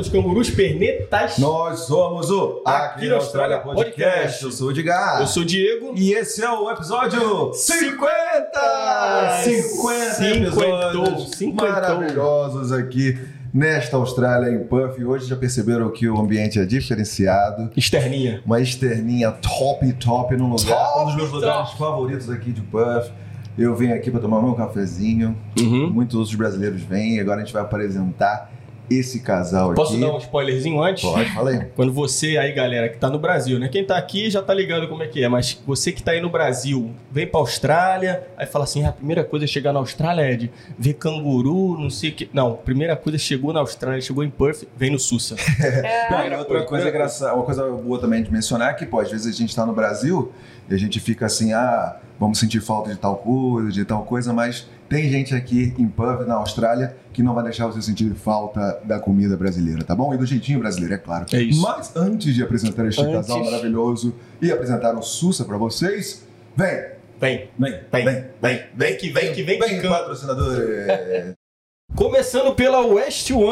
os cangurus pernetas. Nós somos o Aqui na Austrália Podcast. Eu sou o Edgar. Eu sou o Diego. E esse é o episódio 50! 50 Cinquentou, episódios cinquentou. maravilhosos aqui nesta Austrália em Puff. E hoje já perceberam que o ambiente é diferenciado. Externinha. Uma externinha top, top no lugar. Top, um dos meus top. lugares favoritos aqui de Puff. Eu venho aqui para tomar meu cafezinho. Uhum. Muitos outros brasileiros vêm. E agora a gente vai apresentar esse casal Posso aqui. dar um spoilerzinho antes? Pode, fala aí. Quando você aí, galera, que tá no Brasil, né? Quem tá aqui já tá ligado como é que é, mas você que tá aí no Brasil, vem pra Austrália, aí fala assim: "Ah, a primeira coisa é chegar na Austrália é de ver canguru, não sei o que. Não, primeira coisa é chegou na Austrália, chegou em Perth, vem no Sussa. Não, e outra coisa engraçada, uma coisa boa também de mencionar é que, pô, às vezes a gente tá no Brasil e a gente fica assim, ah, vamos sentir falta de tal coisa, de tal coisa, mas tem gente aqui em pub na Austrália que não vai deixar você sentir falta da comida brasileira, tá bom? E do jeitinho brasileiro, é claro. É isso. Mas antes de apresentar este Antes. casal maravilhoso e apresentar o Sussa pra vocês, vem, Vem. vem, Vem. vem, Vem que vem, que vem, que vem, canta. patrocinadores. Começando pela West One,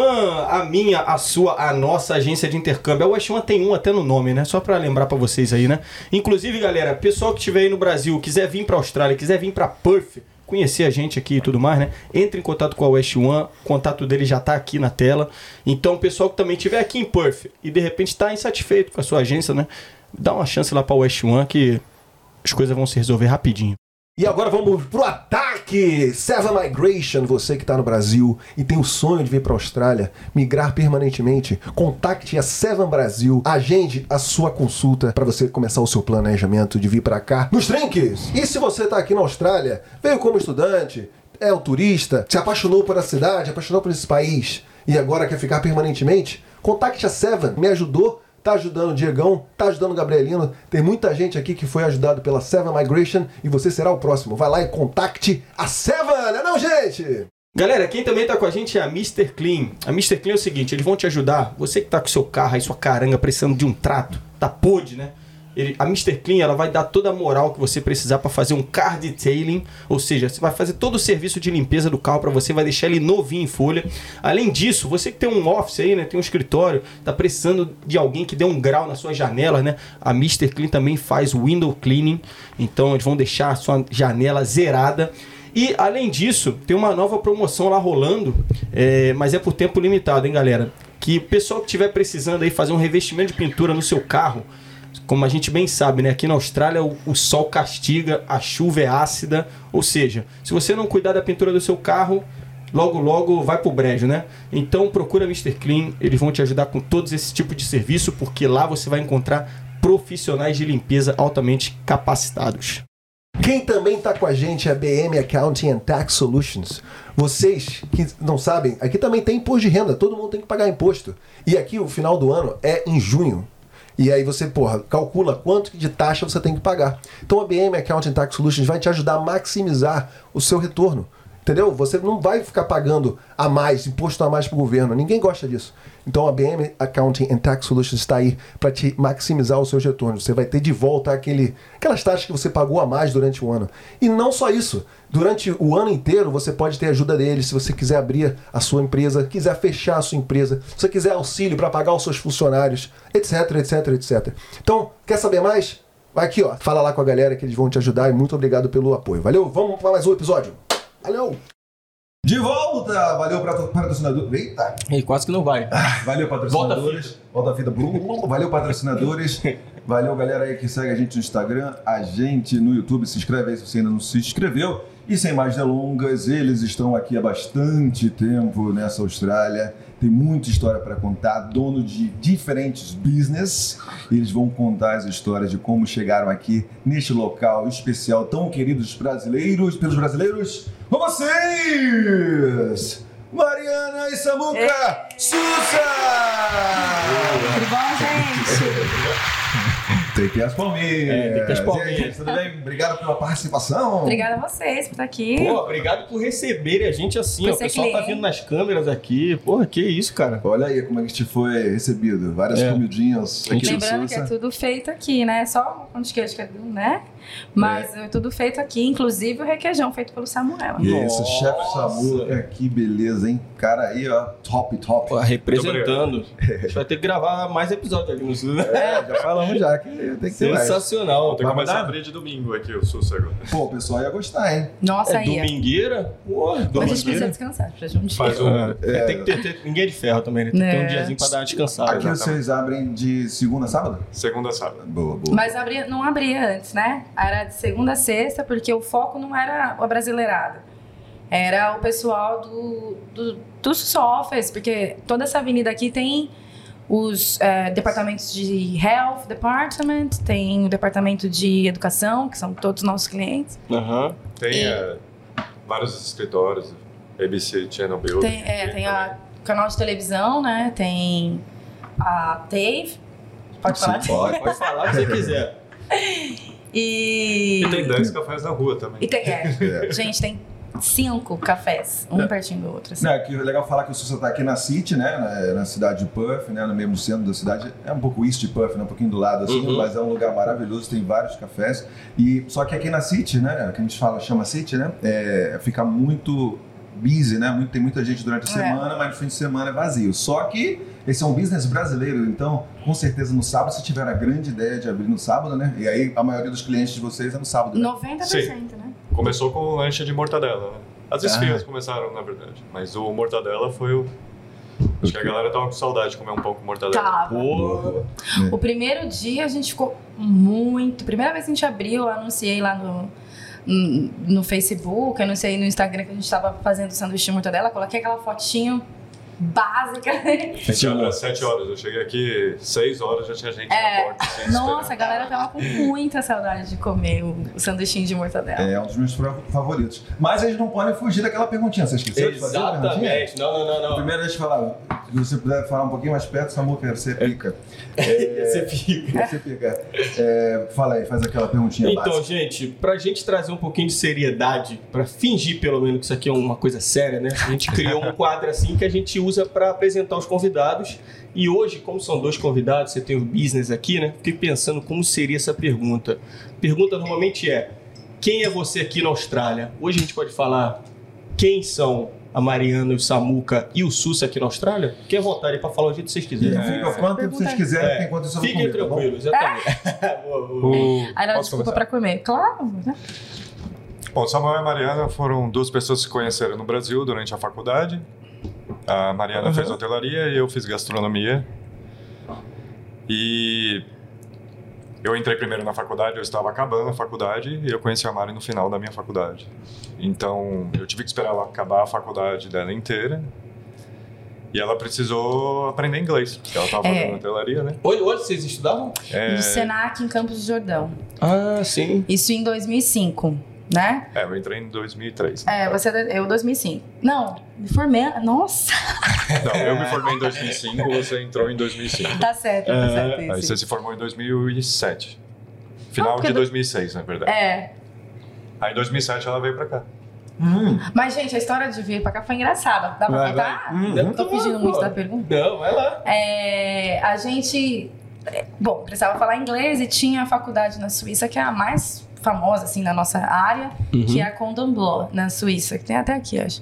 a minha, a sua, a nossa agência de intercâmbio. A West One tem um até no nome, né? Só pra lembrar pra vocês aí, né? Inclusive, galera, pessoal que estiver aí no Brasil, quiser vir pra Austrália, quiser vir pra Perth, conhecer a gente aqui e tudo mais, né? Entre em contato com a West One, o contato dele já tá aqui na tela. Então, pessoal que também estiver aqui em Perth e de repente tá insatisfeito com a sua agência, né? Dá uma chance lá pra West One que as coisas vão se resolver rapidinho. E agora vamos pro ataque! César Migration, você que está no Brasil e tem o sonho de vir para a Austrália, migrar permanentemente, contacte a Seven Brasil, agende a sua consulta para você começar o seu planejamento de vir para cá nos trinques. E se você está aqui na Austrália, veio como estudante, é um turista, se apaixonou por a cidade, apaixonou por esse país e agora quer ficar permanentemente, contacte a Seven, me ajudou tá ajudando o Diegão, tá ajudando o Gabrielino. Tem muita gente aqui que foi ajudado pela Seven Migration e você será o próximo. Vai lá e contacte a Seven, não é não, gente? Galera, quem também tá com a gente é a Mr. Clean. A Mr. Clean é o seguinte, eles vão te ajudar. Você que tá com seu carro aí, sua caranga, precisando de um trato, tá podre, né? Ele- a Mr. Clean, ela vai dar toda a moral que você precisar para fazer um car detailing, ou seja, você vai fazer todo o serviço de limpeza do carro para você, vai deixar ele novinho em folha. Além disso, você que tem um office aí, né, tem um escritório, tá precisando de alguém que dê um grau nas suas janelas, né? A Mr. Clean também faz window cleaning, então eles vão deixar a sua janela zerada. E além disso, tem uma nova promoção lá rolando, é, mas é por tempo limitado, hein, galera? Que o pessoal que estiver precisando aí fazer um revestimento de pintura no seu carro, como a gente bem sabe, né? Aqui na Austrália o, o sol castiga, a chuva é ácida, ou seja, se você não cuidar da pintura do seu carro, logo logo vai pro brejo, né? Então procura Mr. Clean, eles vão te ajudar com todos esse tipo de serviço, porque lá você vai encontrar profissionais de limpeza altamente capacitados. Quem também tá com a gente é a BM Accounting and Tax Solutions. Vocês que não sabem, aqui também tem imposto de renda, todo mundo tem que pagar imposto. E aqui o final do ano é em junho. E aí você, porra, calcula quanto de taxa você tem que pagar. Então a BM Accounting and Tax Solutions vai te ajudar a maximizar o seu retorno. Entendeu? Você não vai ficar pagando a mais, imposto a mais pro governo. Ninguém gosta disso. Então a BM Accounting and Tax Solutions está aí para te maximizar os seus retornos. Você vai ter de volta aquele, aquelas taxas que você pagou a mais durante o ano. E não só isso. Durante o ano inteiro você pode ter ajuda deles se você quiser abrir a sua empresa, quiser fechar a sua empresa, se você quiser auxílio para pagar os seus funcionários, etc, etc, etc. Então, quer saber mais? Vai aqui, ó. Fala lá com a galera que eles vão te ajudar e muito obrigado pelo apoio. Valeu, vamos para mais um episódio. Valeu! De volta! Valeu pra- patrocinador. Eita! E quase que não vai. Valeu, patrocinadores. Volta a vida. Blum, blum, blum. Valeu, patrocinadores. Valeu, galera aí que segue a gente no Instagram, a gente no YouTube. Se inscreve aí se você ainda não se inscreveu. E sem mais delongas, eles estão aqui há bastante tempo nessa Austrália. Tem muita história para contar, dono de diferentes business. Eles vão contar as histórias de como chegaram aqui neste local especial, tão queridos brasileiros, pelos brasileiros, com vocês! Mariana e Samuca É. Sussa! Tudo bom, gente? Tem que as palmeiras. É, tem que as palminhas. E aí, Tudo bem? Obrigado pela participação. Obrigada a vocês por estar aqui. Pô, obrigado por receberem a gente assim, Por ó. O ser pessoal tá cliente. vindo nas câmeras aqui. Porra, que isso, cara. Olha aí como é a gente foi recebido. Várias É. comidinhas aqui do Lembrando que é Sussa. um tudo feito aqui, né? Só onde que eu acho que é do, né? Mas é tudo feito aqui, inclusive o requeijão feito pelo Samuel. E esse Nossa. chefe Samuca, que beleza, hein? Cara aí, ó, top, top. Pô, representando. A gente vai ter que gravar mais episódios aqui no Sul. É, já falamos já que tem que ter mais. Sensacional. Tem que Vai começar mudar? a abrir de domingo aqui, o Sul agora. Pô, o pessoal ia gostar, hein? Nossa, É aí. ó. domingueira? Pô, Mas a gente precisa domingueira. descansar, precisa de um dia. Faz um. É, tem que ter, ter- ninguém é de ferro também, né? Tem que ter um É. diazinho pra dar uma descansada. Aqui vocês abrem de segunda a sábado? Segunda a sábado. Boa, boa. Mas abria- não abria antes, né? Era de segunda a sexta, porque o foco não era a brasileirada. Era o pessoal do, do, dos softwares, porque toda essa avenida aqui tem os eh, departamentos de health department, tem o departamento de educação, que são todos os nossos clientes. Aham. Tem eh, vários escritórios, ABC Channel Building. Tem, é, tem a canal de televisão, né? Tem a TAVE. Pode falar? Sim, pode. Pode falar o que você quiser. E, E tem 10 cafés na rua também. e tem, é, É. Gente, tem cinco cafés, um pertinho do outro. assim. Não, é que é legal falar que o Sussa tá aqui na City, né? Na, na cidade de Perth, né? No mesmo centro da cidade. É um pouco east de Perth, né? Um pouquinho do lado, assim. Uhum. Mas é um lugar maravilhoso, tem vários cafés. E, só que aqui na City, né? Que a gente fala, chama City, né? É, fica muito busy, né? Muito- tem muita gente durante a É. semana, mas no fim de semana é vazio. Só que esse é um business brasileiro, então com certeza no sábado, se tiver a grande ideia de abrir no sábado, né? E aí a maioria dos clientes de vocês é no sábado. né? 90%, né? Começou com o lanche de mortadela, né? As Ah. esfirras começaram, na verdade. Mas o mortadela foi o. Acho que a galera tava com saudade de comer um pão com mortadela. Tava. Boa, boa. O primeiro dia a gente ficou muito. Primeira vez que a gente abriu, eu anunciei lá no, no Facebook, anunciei no Instagram que a gente tava fazendo o sanduíche de mortadela, coloquei aquela fotinho básica. A gente abre às 7 horas. Eu cheguei aqui 6 horas, já tinha gente na porta. assim, É. Nossa, a esperando. galera tava com muita saudade de comer o, o sanduichinho de mortadela. É um dos meus fra- favoritos. Mas eles não podem fugir daquela perguntinha. Você esqueceu de fazer a perguntinha? Exatamente. Não, não, não, não. Primeiro, deixa eu falar. Se você puder falar um pouquinho mais perto, Samuca, você É. pica. Você fica. Você pica. É, fala aí, faz aquela perguntinha Então, básica. gente, pra gente trazer um pouquinho de seriedade, pra fingir pelo menos que isso aqui é uma coisa séria, né? A gente criou um quadro assim que a gente usa pra apresentar os convidados. E hoje, como são dois convidados, você tem o business aqui, né? Fiquei pensando como seria essa pergunta. Pergunta normalmente é: quem é você aqui na Austrália? Hoje a gente pode falar quem são a Mariana, o Samuca e o Sussa aqui na Austrália? Fiquem à vontade pra falar o jeito que vocês E quiserem. Fica o quanto tempo vocês quiserem, É. porque enquanto isso eu vou Fiquem comer, tá bom? tranquilos, exatamente. Boa, boa. O- Aí ela Posso desculpa começar? pra comer. Claro, né? Bom, Samuel e Mariana foram duas pessoas que se conheceram no Brasil durante a faculdade. A Mariana Uhum. fez hotelaria e eu fiz gastronomia. E eu entrei primeiro na faculdade, eu estava acabando a faculdade e eu conheci a Mari no final da minha faculdade. Então, eu tive que esperar ela acabar a faculdade dela inteira. E ela precisou aprender inglês, porque ela estava É. fazendo hotelaria, né? Hoje, hoje vocês estudavam? É. No Senac, em Campos do Jordão. Ah, sim. Isso em 2005, né? É, eu entrei em 2003. É, você é do- eu 2005. Não, me formei. Nossa, Não, eu me formei em 2005, você entrou em 2005. tá certo, É, tá certo Aí isso. você se formou em 2007. Final Não, porque de do- 2006, na verdade. É. Aí em 2007 ela veio pra cá. Hum, Mas, gente, a história de vir pra cá foi engraçada. Dá pra Vai, contar? hum. tá Tô fugindo muito da pergunta. Não, vai lá. É, a gente. é, Bom, precisava falar inglês e tinha a faculdade na Suíça, que é a mais famosa, assim, na nossa área, Uhum. que é a Condon Blanc, na Suíça, que tem até aqui, acho.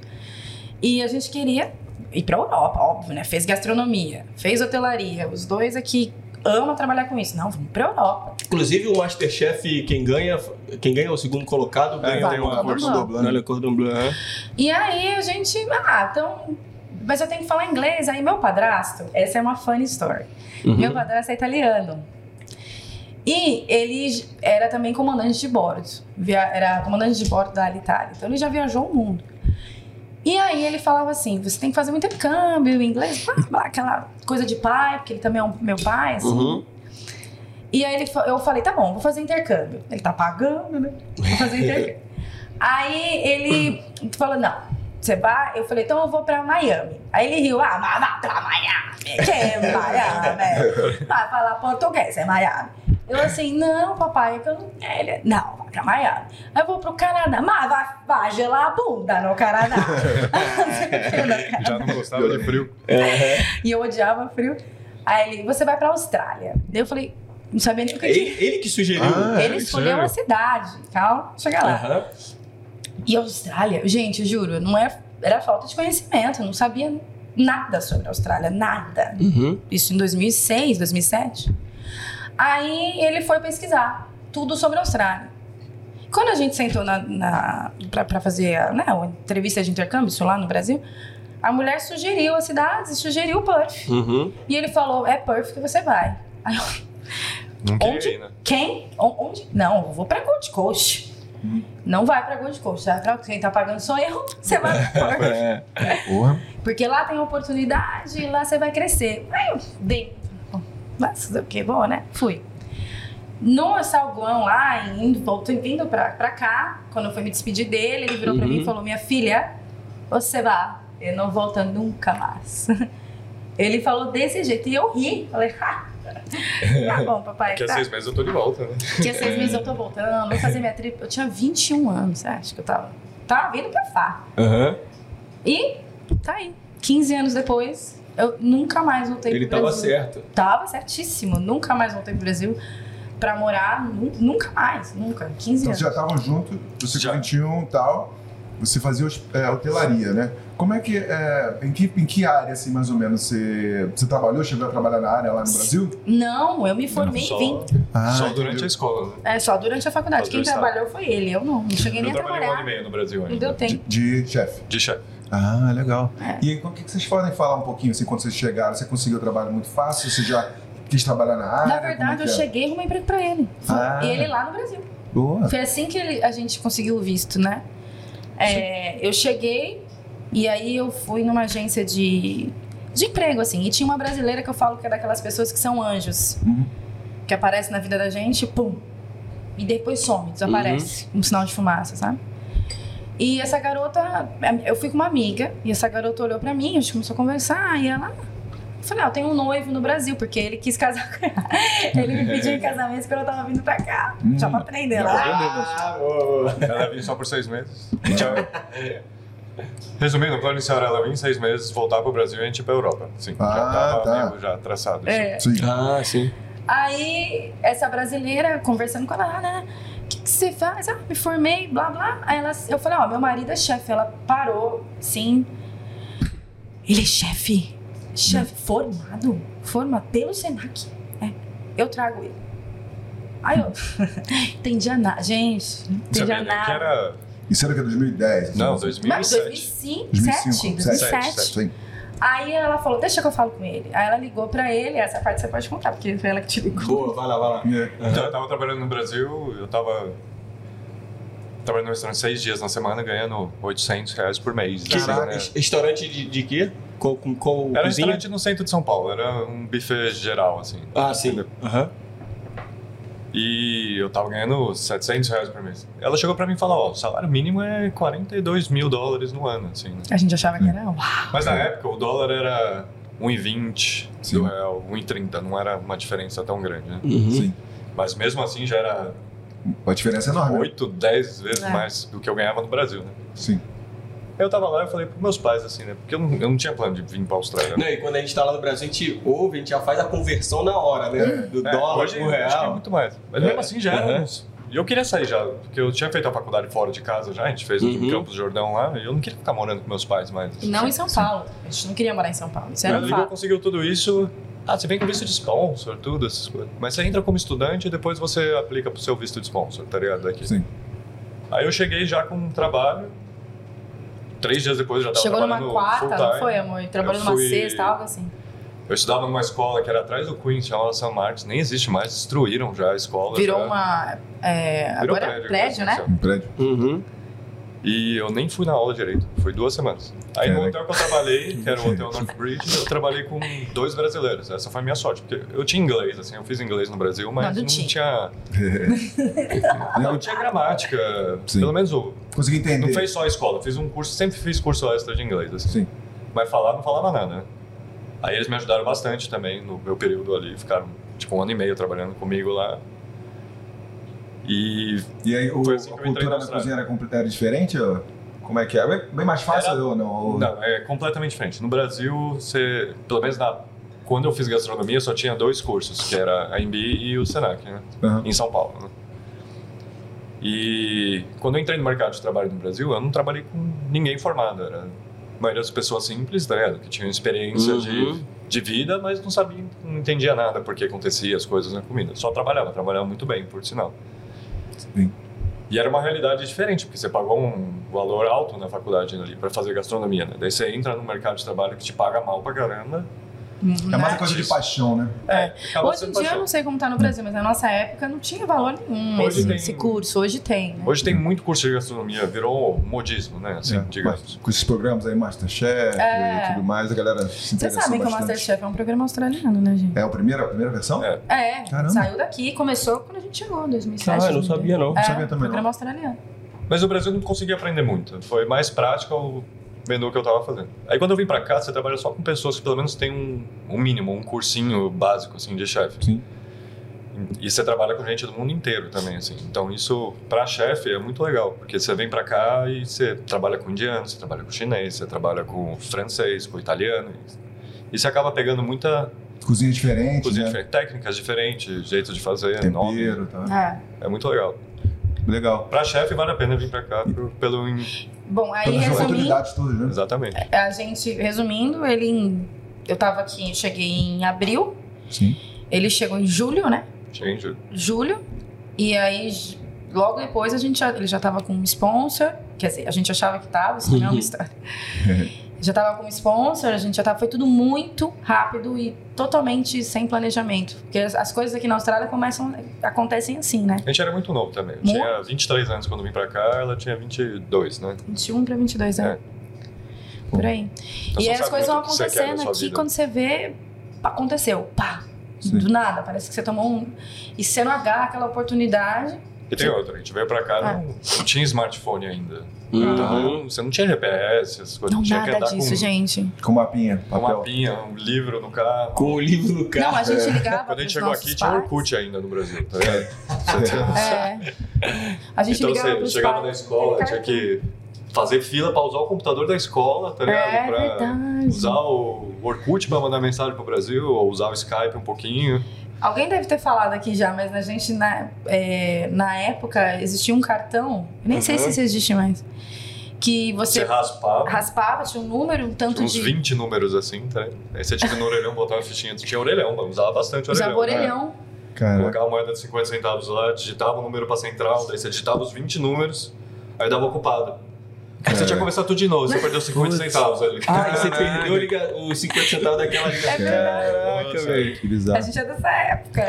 E a gente queria ir pra Europa, óbvio, né? Fez gastronomia, fez hotelaria. Os dois aqui amam trabalhar com isso. Não, vamos pra Europa. Inclusive o Masterchef, quem ganha, quem ganha é o segundo colocado, É, ganha tem uma um concurso doblando. Olha, cordon bleu. E aí a gente, ah, então. Mas eu tenho que falar inglês. Aí meu padrasto, essa é uma funny story. Uhum. Meu padrasto é italiano. E ele era também comandante de bordo. Via- Era comandante de bordo da Alitalia. Então ele já viajou o mundo. E aí ele falava assim: você tem que fazer um intercâmbio em inglês, blá, blá, aquela coisa de pai, porque ele também é um, meu pai, assim. Uhum. E aí ele, fa- eu falei, tá bom, vou fazer intercâmbio. Ele tá pagando, né? Vou fazer intercâmbio. aí ele falou, não, você vai? Eu falei, então eu vou pra Miami. Aí ele riu, ah, mas vai pra Miami, que é Miami? é?" Vai falar português, é Miami. Eu assim, não, papai, é que eu não... é, Ele, não, vai pra Miami. Aí eu vou pro Canadá, mas vai, vai gelar a bunda no Canadá. Já não gostava de frio. E eu odiava frio. Aí ele, você vai pra Austrália. Daí eu falei, não sabia nem o que. que... Ele, ele que sugeriu. Ah, É, ele escolheu sério? a cidade, tal, chega lá. Aham. E a Austrália, gente, eu juro, não é, era falta de conhecimento, eu não sabia nada sobre a Austrália, nada. Uhum. Isso em 2006, 2007. Aí ele foi pesquisar tudo sobre a Austrália. Quando a gente sentou na, na, pra, pra fazer a, né, a entrevista de intercâmbio, isso lá no Brasil, a mulher sugeriu as cidades, sugeriu Perth. Uhum. E ele falou, é Perth que você vai. Aí eu, Não queria Onde? ir, né? quem? O- Onde? Não, eu vou pra Gold Coast. Não vai pra Gold Coast, vai pra quem tá pagando sou eu, você vai pra Perth. É. Porra. Porque lá tem oportunidade, lá você vai crescer. Aí eu dei. Mas o que bom, né? Fui. No Salguão lá, indo, voltando, vindo pra, pra cá, quando eu fui me despedir dele, ele virou pra Uhum. mim e falou: Minha filha, você vai, eu não volto nunca mais. Ele falou desse jeito e eu ri. Falei: ah, Tá bom, papai. Daqui a Tá. seis meses eu tô de volta, né? Daqui a seis meses eu tô voltando, vou fazer minha trip. Eu tinha 21 anos, você acha que eu tava? Tava vindo pra farra. E tá aí. 15 anos depois, eu nunca mais voltei Ele pro tava Brasil. certo. Tava certíssimo. Nunca mais voltei pro Brasil pra morar. nu- Nunca mais. Nunca. 15 Então vocês anos. já estavam juntos, você Já. com 21 e tal, você fazia hos- é, hotelaria, né? Como é que, é, em que. Em que área, assim, mais ou menos, você, você trabalhou, chegou a trabalhar na área lá no Brasil? Não, eu me formei e só, vim. só Ah, entendi. durante a escola, né? É, só durante a faculdade. Só Quem durante a- trabalhou foi ele. Eu não. Não cheguei Eu nem a trabalhei um ano e trabalhar. meio no Brasil Não ainda. deu tempo. De, de chefe. De chefe. Ah, legal. É. E aí, então, o que que vocês podem falar um pouquinho, assim, quando vocês chegaram? Você conseguiu trabalho muito fácil? Você já quis trabalhar na área? Na Como é verdade, eu que é? cheguei e arrumei emprego pra ele. Ah. E ele lá no Brasil. Boa. Foi assim que ele- a gente conseguiu o visto, né? É, eu cheguei e aí eu fui numa agência de, de emprego, assim. E tinha uma brasileira que eu falo que é daquelas pessoas que são anjos. Uhum. Que aparece na vida da gente, pum. E depois some, desaparece. Um sinal de fumaça, sabe? E essa garota... é, Eu fui com uma amiga e essa garota olhou pra mim, a gente começou a conversar e ela... Eu falei, ah, eu tenho um noivo no Brasil, porque ele quis casar com ela. Ele me pediu em casamento quando eu tava vindo pra cá. Hum. Só pra aprender lá. Ah, boa. Ela vinha só por seis meses. Tchau. Resumindo, o plano inicial era ela vir seis meses, voltar pro Brasil e a gente ir pra Europa. Sim, já Ah, tava tá. meio já traçado. assim. É. Sim. Ah, sim. Aí, essa brasileira, conversando com ela, né? O que, que você faz? Ah, me formei, blá, blá. Aí ela, eu falei, ó, meu marido é chefe. Ela parou, sim. Ele é chefe. Chefe formado. Forma pelo Senac. É, eu trago ele. Aí eu... entendi a nada. Gente, não entendi Sabia a nem que nada. era. Isso era o que? 2010? assim, Não, assim? 2007. Mas 2005, 2005, 2007. sete. Sim. Aí ela falou, deixa que eu falo com ele. Aí ela ligou pra ele, essa parte você pode contar, porque foi ela que te ligou. Boa, vai lá, vai lá. É. Então, eu tava trabalhando no Brasil, eu tava trabalhando no restaurante seis dias na semana, ganhando 800 reais por mês. Que- assim, né? Restaurante de, de quê? Qual, com é qual Era um cozinha? restaurante no centro de São Paulo, era um buffet geral, assim. Ah, sim. Aham. E eu tava ganhando 700 reais por mês. Ela chegou pra mim e falou, ó, o salário mínimo é 42 mil dólares no ano, assim. né? A gente achava que era uau. Mas na época o dólar era 1,20 Sim. do real, 1,30, não era uma diferença tão grande, né? Uhum. Sim. Mas mesmo assim já era Uma diferença enorme. né? 8, 10 vezes É. mais do que eu ganhava no Brasil, né? Sim. Eu tava lá e falei pros meus pais, assim, né? Porque eu não, eu não tinha plano de vir pra Austrália. né? Não, e quando a gente tá lá no Brasil, a gente ouve, a gente já faz a conversão na hora, né? Do É, dólar hoje, pro acho que é real. muito mais. Mas É. mesmo assim já era. Uhum. uns- E eu queria sair já, porque eu tinha feito a faculdade fora de casa já, a gente fez Uhum. o Campos do Jordão lá, e eu não queria ficar morando com meus pais mais. assim. E não em São Paulo. A gente não queria morar em São Paulo. Isso era Mas um o Igor fato. conseguiu tudo isso. Ah, você vem com visto de sponsor, tudo, essas coisas. Mas você entra como estudante e depois você aplica pro seu visto de sponsor, tá ligado? Aqui. Sim. Aí eu cheguei já com um trabalho. Três dias depois eu já tava Chegou numa trabalhando quarta, full-time. não foi, amor? Trabalhou Eu numa fui- sexta, algo assim. Eu estudava numa escola que era atrás do Queens, chamava San Marcos, nem existe mais, destruíram já a escola. Virou já. uma. é, Virou agora é prédio, né? Um prédio. Uhum. E eu nem fui na aula direito, foi duas semanas. Aí no Caraca. hotel que eu trabalhei, que era o hotel North Bridge, eu trabalhei com dois brasileiros. Essa foi a minha sorte, porque eu tinha inglês, assim, eu fiz inglês no Brasil, mas Não, não, não tinha. tinha. Não Eu tinha gramática. Sim. Pelo menos o. consegui entender. Não fez só a escola, fiz um curso, sempre fiz curso extra de inglês, assim. Sim. Mas falar, não falava nada, né? Aí eles me ajudaram bastante também no meu período ali, ficaram tipo um ano e meio trabalhando comigo lá. E E aí, o, Foi assim que a eu entrei cultura na da Austrália. cozinha era, complet- era diferente? ó? Como é que é? Bem, bem mais fácil Era- ou não? Ou- Não, é completamente diferente. No Brasil, você, pelo menos na quando eu fiz gastronomia, só tinha dois cursos, que era a MBI e o Senac, né? Aham. Em São Paulo, né? E quando eu entrei no mercado de trabalho no Brasil, eu não trabalhei com ninguém formado. Era a maioria das pessoas simples, tá ligado? Que tinham experiência de, Uhum. de vida, mas não sabia, não entendia nada porque acontecia as coisas na comida. Só trabalhava, trabalhava muito bem, por sinal. Sim. E era uma realidade diferente, porque você pagou um valor alto na faculdade ali para fazer gastronomia, né? Daí você entra no mercado de trabalho que te paga mal pra caramba. É mais uma coisa de paixão, né? É, né? Hum, acaba Hoje em sendo dia, eu paixão. não sei como tá no Brasil, mas na nossa época não tinha valor nenhum Hoje esse, tem. esse curso. Hoje tem, né? Hoje tem muito curso de gastronomia, virou modismo, né? Assim, É, digamos. mas Com esses programas aí, Masterchef É. e tudo mais, a galera se Vocês interessa sabem que o né? bastante. Masterchef é um programa australiano, né, gente? É a primeira, a primeira versão? É. É, Caramba. saiu daqui, começou quando a gente chegou, em 2007. Ah, eu não sabia, não. É, sabia também, programa não. australiano. Mas o Brasil não conseguia aprender muito. Foi mais prático o menu que eu tava fazendo. Aí quando eu vim pra cá, você trabalha só com pessoas que pelo menos têm um, um mínimo, um cursinho básico, assim, de chefe. Sim. E você trabalha com gente do mundo inteiro também, assim. Então isso, pra chefe, é muito legal. Porque você vem pra cá e você trabalha com indiano, você trabalha com chinês, você trabalha com francês, com italiano. E você acaba pegando muita Cozinha diferente, cozinha né? diferente, técnicas diferentes, jeito de fazer, nome. Tempero, tá? É. É muito legal. Legal. Pra chefe, vale a pena vir pra cá pro- pelo... in- Bom, aí Todas as resumindo, oportunidades todas, né? Exatamente. a gente, resumindo, ele. em- eu tava aqui, eu cheguei em abril, Sim. ele chegou em julho, né? Cheguei em julho. Julho. E aí, j- logo depois, a gente já, ele já tava com um sponsor. Quer dizer, a gente achava que tava, isso não é uma história. já tava com um sponsor, a gente já tava. Foi tudo muito rápido e totalmente sem planejamento. Porque as, as coisas aqui na Austrália começam. acontecem assim, né? A gente era muito novo também. Eu Muito. tinha 23 anos quando vim pra cá, ela tinha 22, né? 21 pra 22 anos. né? Por aí. Então, E você aí as sabe coisas vão muito o que você quer da acontecendo sua aqui, vida. quando você vê, pá, aconteceu, pá, Sim. do nada, parece que você tomou um... E você não agarra aquela oportunidade, E tem outra, a gente veio pra cá, Ah. não, não tinha smartphone ainda. Uhum. Então, você não tinha GPS, essas coisas. não tinha que nada andar disso, com gente. Com mapinha, uma papel. mapinha, um livro no carro. Com o livro no Não, carro. a gente ligava Quando a pros gente chegou nossos aqui, tinha um pais. Orkut ainda no Brasil, tá ligado? É. A gente então ligava você pros chegava pais. na escola, tinha que fazer fila pra usar o computador da escola, tá ligado? É pra verdade. usar o Orkut pra mandar mensagem pro Brasil, ou usar o Skype um pouquinho. Alguém deve ter falado aqui já, mas a gente, na, é, na época, existia um cartão, eu nem sei Uhum. se isso existe mais, que Você você raspava. raspava, tinha um número, um tanto Tinha uns de... 20 números assim, tá? Aí você tinha no orelhão, botava uma fichinha. Tinha orelhão, mano. Usava bastante orelhão. Usava orelhão. Né? Caraca. Colocava a moeda de 50 centavos lá, digitava o número pra central, daí você digitava os 20 números, aí dava ocupado. Aí É. você tinha que começar tudo de novo, você perdeu 50 centavos ali. Ah, e você perdeu a liga- os 50 centavos daquela É ligação. verdade. Caraca, Nossa. velho. Que A bizarro. gente é dessa época.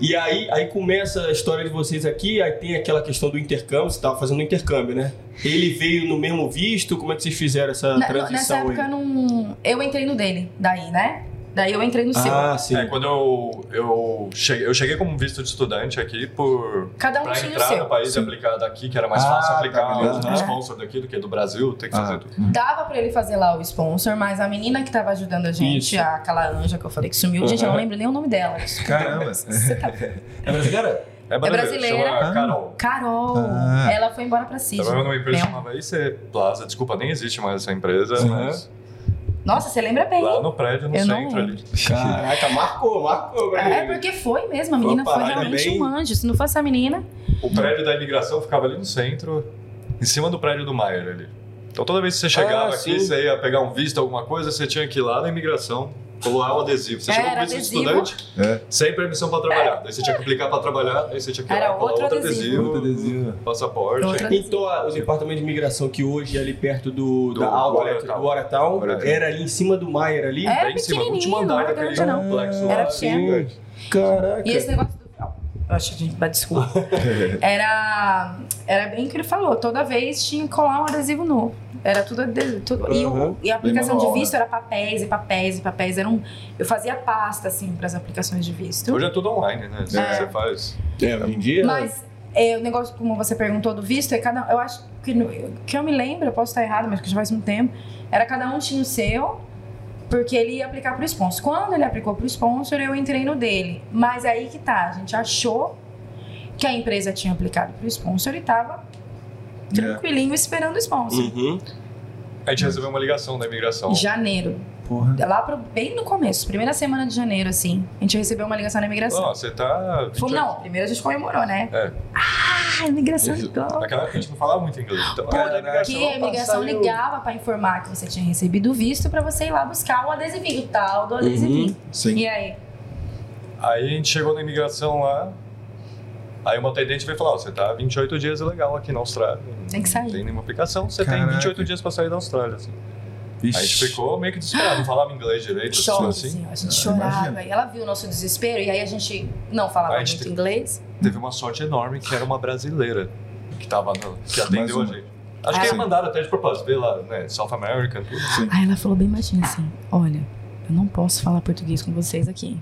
E aí, aí começa a história de vocês aqui, aí tem aquela questão do intercâmbio, você estava fazendo um intercâmbio, né? Ele veio no mesmo visto, como é que vocês fizeram essa Na- nessa transição aí? época eu não. Eu entrei no dele, daí, né? Daí eu entrei no seu. Ah, sim. É, quando eu, eu, cheguei, eu cheguei como visto de estudante aqui por. Cada um Pra tinha o entrar no seu. país e aplicar daqui, que era mais Ah, fácil tá, aplicar beleza. no sponsor daqui do que do Brasil, tem que Ah. fazer tudo. Dava pra ele fazer lá o sponsor, mas a menina que tava ajudando a gente, Isso. aquela anja que eu falei que sumiu, gente, eu não lembro nem o nome dela. Caramba. Você tá- É brasileira? É brasileiro, brasileira. chama Carol. Carol, Ah. ela foi embora pra Cisne. Trabalhava numa empresa Meu. chamada IC Plaza, desculpa, nem existe mais essa empresa, Sim. mas Nossa, você lembra bem. lá no prédio, no Eu não centro ali. Caraca, marcou, marcou. É velho. porque foi mesmo, a menina Opa, foi ainda realmente bem. um anjo. Se não fosse a menina, O prédio da imigração ficava ali no centro, em cima do prédio do Maier ali. Então toda vez que você chegava Ah, sim. aqui, você ia pegar um visto, alguma coisa, você tinha que ir lá na imigração, colocar o adesivo. Você chegou com Era visto de adesivo. É. estudante, É. sem permissão pra trabalhar. Daí você tinha que aplicar pra trabalhar, daí você tinha que ir Era lá, colar outro outro adesivo. adesivo, Outro adesivo. passaporte. Outro Então, a- o departamento de imigração que hoje é ali perto do, Do- da do Outlet, Watertown. do Watertown, Watertown. era ali em cima do Maier ali. É. Era Bem em cima, no pequenininho, último andar não era daquele grande, não. complexo. Era lá, pequeno. gigante. Caraca. e esse negócio do. Eu acho que a gente vai desculpa. Era, era bem o que ele falou, toda vez tinha que colar um adesivo novo. Era tudo adesivo. tudo- e, o- Aham. e a aplicação manual, de visto era papéis e papéis e papéis. Era um, eu fazia pasta, assim, para as aplicações de visto. Hoje é tudo online, né? Você É. você faz. É, hoje em dia. Mas é, o negócio, como você perguntou do visto, é cada. Eu acho que. no- que eu me lembro, eu posso estar errado, mas que já faz muito tempo. Era cada um tinha o seu, porque ele ia aplicar pro sponsor. Quando ele aplicou pro sponsor, eu entrei no dele. Mas aí que tá, a gente achou que a empresa tinha aplicado pro sponsor e tava É. É, tranquilinho esperando o sponsor. Uhum. A gente recebeu uma ligação da imigração. Janeiro. É Porra. Lá pro, bem no começo, primeira semana de janeiro, assim. A gente recebeu uma ligação na imigração. Ó, você tá. 20 Falou, não, primeiro a gente comemorou, né? É. Ah, imigração anos. ligou. Naquela época a gente não falava muito inglês. Então, Pô, é, na imigração, Que a imigração saiu. ligava pra informar que você tinha recebido o visto pra você ir lá buscar o adesivinho, o tal do adesivinho. Uhum. Sim. E aí? Aí a gente chegou na imigração lá. Aí uma atendente veio falar: ó, você tá 28 dias legal aqui na Austrália. Tem que sair. Não tem nenhuma aplicação, você Caraca. tem 28 dias pra sair da Austrália. Assim. Aí a gente Ixi. ficou meio que desesperado, não falava inglês direito, essas Chora, coisas assim. assim, a gente chorava. imagino. E ela viu o nosso desespero, e aí a gente não falava Aí a muito gente tem- inglês. Teve uma sorte enorme que era uma brasileira que tava no, que atendeu a uma. gente. Acho É. que eles mandaram até de propósito, vê lá, né? South America, tudo. Aí ela falou bem baixinho assim: Olha, eu não posso falar português com vocês aqui.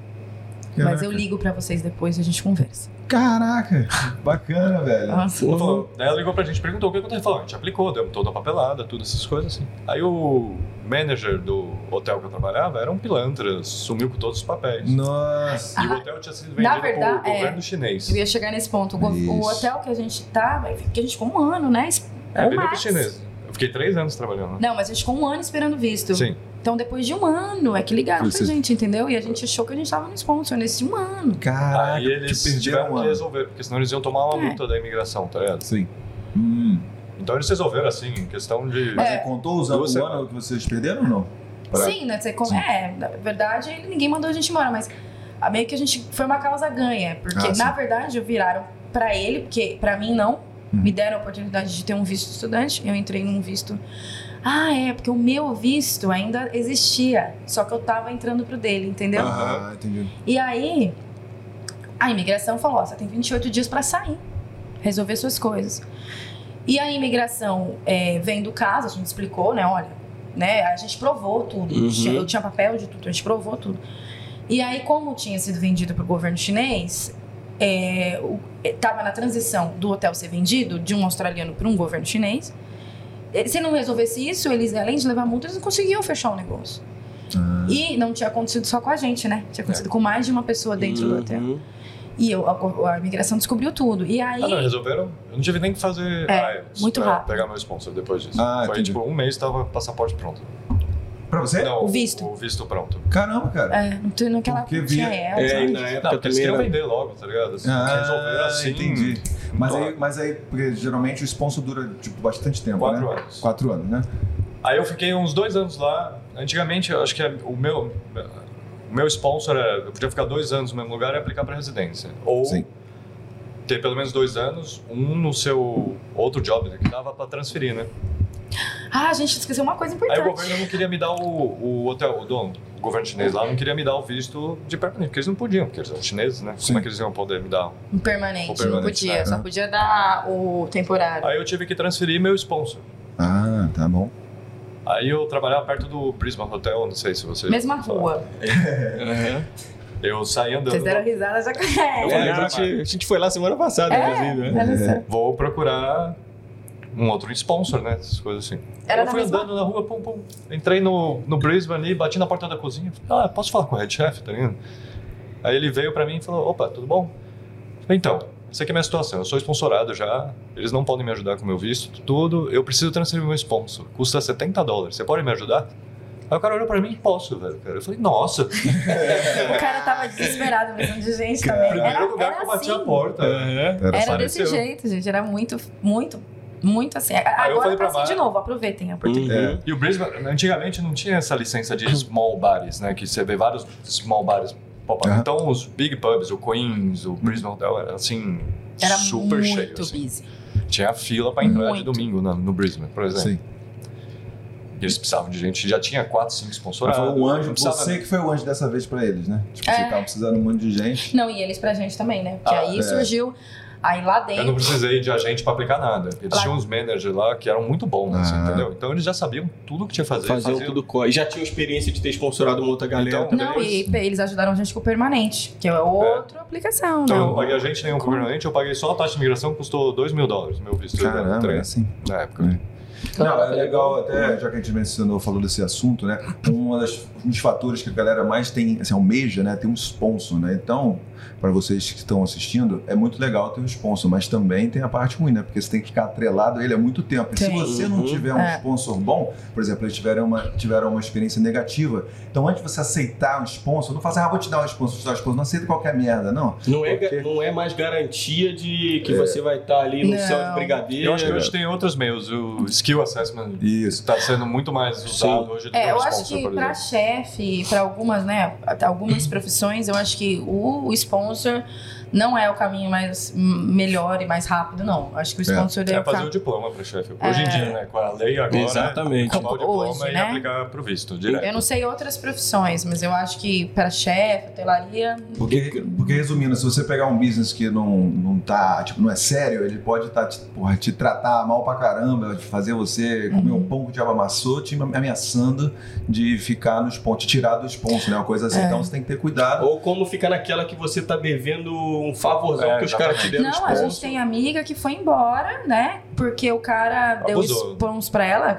Mas eu ligo pra vocês depois e a gente conversa. Caraca, bacana, É. velho. Nossa. Ela falou- daí ela ligou pra gente, perguntou o que aconteceu. Falou, a gente aplicou, deu toda a papelada, tudo essas coisas assim. Aí o manager do hotel que eu trabalhava era um pilantra, sumiu com todos os papéis. Nossa. E o Ah, hotel tinha sido na vendido verdade, pro é. governo chinês. Eu ia chegar nesse ponto. O, go- o Isso. hotel que a gente tá, que a gente ficou um ano, né? Es- É, ou vendeu pro mais. chinês. Eu fiquei três anos trabalhando. né? Não, mas a gente ficou um ano esperando visto. Sim. Então, depois de um ano, é que ligaram pra Precisa. gente, entendeu? E a gente achou que a gente tava no sponsor nesse um ano. Caraca, Aí eles te perderam tiveram um que ano. resolver, porque senão eles iam tomar uma É. multa da imigração, tá ligado? Sim. Hum. Então eles resolveram assim, em questão de. Mas É. ele contou os anos Duas o ano que vocês perderam ou não? Pra- Sim, né? Você com- Sim. É, na verdade, ninguém mandou a gente embora, mas a- meio que a gente foi uma causa ganha. Porque, Ah, sim. na verdade, eu viraram pra ele, porque pra mim não. Uhum. Me deram a oportunidade de ter um visto de estudante. Eu entrei num visto. Ah, é, porque o meu visto ainda existia. Só que eu tava entrando pro dele, entendeu? Ah, entendi. E aí, a imigração falou: ó, você tem 28 dias pra sair, resolver suas coisas. E a imigração é, vem do caso, a gente explicou, né? Olha, né? A gente provou tudo. Uhum. Eu tinha papel de tudo, a gente provou tudo. E aí, como tinha sido vendido pro governo chinês, é, o- é, tava na transição do hotel ser vendido de um australiano para um governo chinês. Eh, Se não resolvesse isso, eles, além de levar multa, eles não conseguiam fechar o negócio. Ah. E não tinha acontecido só com a gente, né? Tinha acontecido É. com mais de uma pessoa dentro Hum. do hotel. Uhum. E eu- a, a imigração descobriu tudo. E aí. Ah, não, resolveram. Eu não tive nem que fazer É, IELTS muito pra rápido. pegar meu sponsor depois disso. Ah, Foi entendi. tipo um mês tava passaporte pronto. Pra você? Não, O visto. O visto pronto. Caramba, cara. é, não tem naquela Porque tinha via- ela, É, e sabe? na Não, época porque também eles queriam era... vender logo, tá ligado? Assim, Ah, resolveram assim. entendi. Mas Então, aí, mas aí, porque geralmente o sponsor dura tipo, bastante tempo, Quatro né? anos. Quatro anos, né? Aí eu fiquei uns dois anos lá. Antigamente, eu acho que é o meu, o meu sponsor era. Eu podia ficar dois anos no mesmo lugar e aplicar pra residência. Ou Sim. ter pelo menos dois anos, um no seu outro job, né, que dava pra transferir, né? Ah, a gente esqueceu uma coisa Aí importante. o governo não queria me dar o, o hotel, o dono, o governo chinês lá não queria me dar o visto de permanente, porque eles não podiam, porque eles eram chineses, né? Sim. Como é que eles iam poder me dar? Um permanente, O não permanente, podia, é. só podia dar o temporário. Aí eu tive que transferir meu sponsor. Ah, tá bom. Aí eu trabalhava perto do Brisbane Hotel, não sei se vocês. Mesma rua. Aham. Eu saí andando. Vocês deram risada já Eu É, com falei, a, gente, a gente foi lá semana passada, É? inclusive. né? Olha só. Vou procurar um outro sponsor, né? Essas coisas assim. Era eu da fui mesma andando na rua, pum, pum. Entrei no, no Brisbane ali, bati na porta da cozinha. Falei, ah, posso falar com o head chef, tá ligado? Aí ele veio pra mim e falou, opa, tudo bom? Falei, então, essa aqui é a minha situação. Eu sou sponsorado já, eles não podem me ajudar com o meu visto, tudo. Eu preciso transferir meu sponsor. Custa 70 dólares, você pode me ajudar? Aí o cara olhou pra mim, posso, velho. Cara. Eu falei, nossa, O cara tava desesperado, mesmo de gente também. Era, primeiro lugar que era eu bati assim. a porta. Aham. Era Era só- desse Apareceu. jeito, gente. Era muito, muito, muito assim. Agora falei tá pra assim de Mara- novo. Aproveitem a oportunidade. É, Uhum. E o Brisbane, antigamente não tinha essa licença de small bares, né? Que você vê vários small bares pop-up. Aham. Então os big pubs, o Queens, o Brisbane Hotel, era assim, Era super muito cheio. assim. busy. Tinha fila pra entrar de Muito. domingo na- no Brisbane, por exemplo. Sim. E eles precisavam de gente, já tinha 4, 5 Mas sponsorados. foi um anjo, não precisava- você que foi o anjo dessa vez pra eles, né? Tipo, É. você tava precisando um monte de gente. Não, e eles pra gente também, né? Porque Ah, É aí é. surgiu. Aí lá dentro. Eu não precisei de agente pra aplicar nada. Eles Lá- tinham uns managers lá que eram muito bons, assim, Ah. entendeu? Então eles já sabiam tudo que tinha que fazer. Faziam faziam- tudo co... E já tinham experiência de ter sponsorado uma outra galera Então- também. Não, e pe- eles ajudaram a gente com o permanente, que é outra aplicação, né? Então eu não. não paguei agente nenhum governante, eu paguei só a taxa de imigração, custou 2 mil dólares, meu visto. de Caramba, é três, assim. na época. É. Não, é legal até, já que a gente mencionou, falou desse assunto, né? Um das- um dos fatores que a galera mais tem, assim, almeja, né? Tem um sponsor, né? Então, para vocês que estão assistindo, é muito legal ter um sponsor, mas também tem a parte ruim, né? Porque você tem que ficar atrelado a ele há muito tempo. E se Tem. você não Uhum. tiver um É. sponsor bom, por exemplo, eles tiveram uma, tiveram uma experiência negativa. Então, antes de você aceitar um sponsor, não faça, ah, vou te dar um sponsor, vou te dar um sponsor, não aceita qualquer merda, não. Não é, Porque- ga- não é mais garantia de que você vai estar ali no Não. céu de brigadeiro. Eu acho que hoje é tem outros meios. O skill assessment Isso. está sendo muito mais usado hoje do É, que o eu acho sponsor, que por para exemplo. chefe, para algumas, né, até algumas profissões, eu acho que o, o sponsor não é o caminho mais m- melhor e mais rápido, não. Eu acho que o É. sponsor é, É o fazer ca- o diploma para chefe. Hoje em dia, né? Com a lei agora, Exatamente. acabar o diploma É. Hoje, e né? é, aplicar para o visto direto. Eu não sei outras profissões, mas eu acho que para chefe, hotelaria, Porque, porque resumindo, se você pegar um business que não, não tá, tipo, não é sério, ele pode tá, te, porra, te tratar mal pra caramba, de fazer você Uhum. comer um pão que o diabo amassou, te ameaçando de ficar nos pontos, te tirar dos pontos, né? Uma coisa É. assim. Então você tem que ter cuidado. Ou como ficar naquela que você tá devendo um favorzão É, que os caras te deram tipo, Não, a sponsor. gente tem amiga que foi embora, né? Porque o cara deu Abusou. spons pra ela,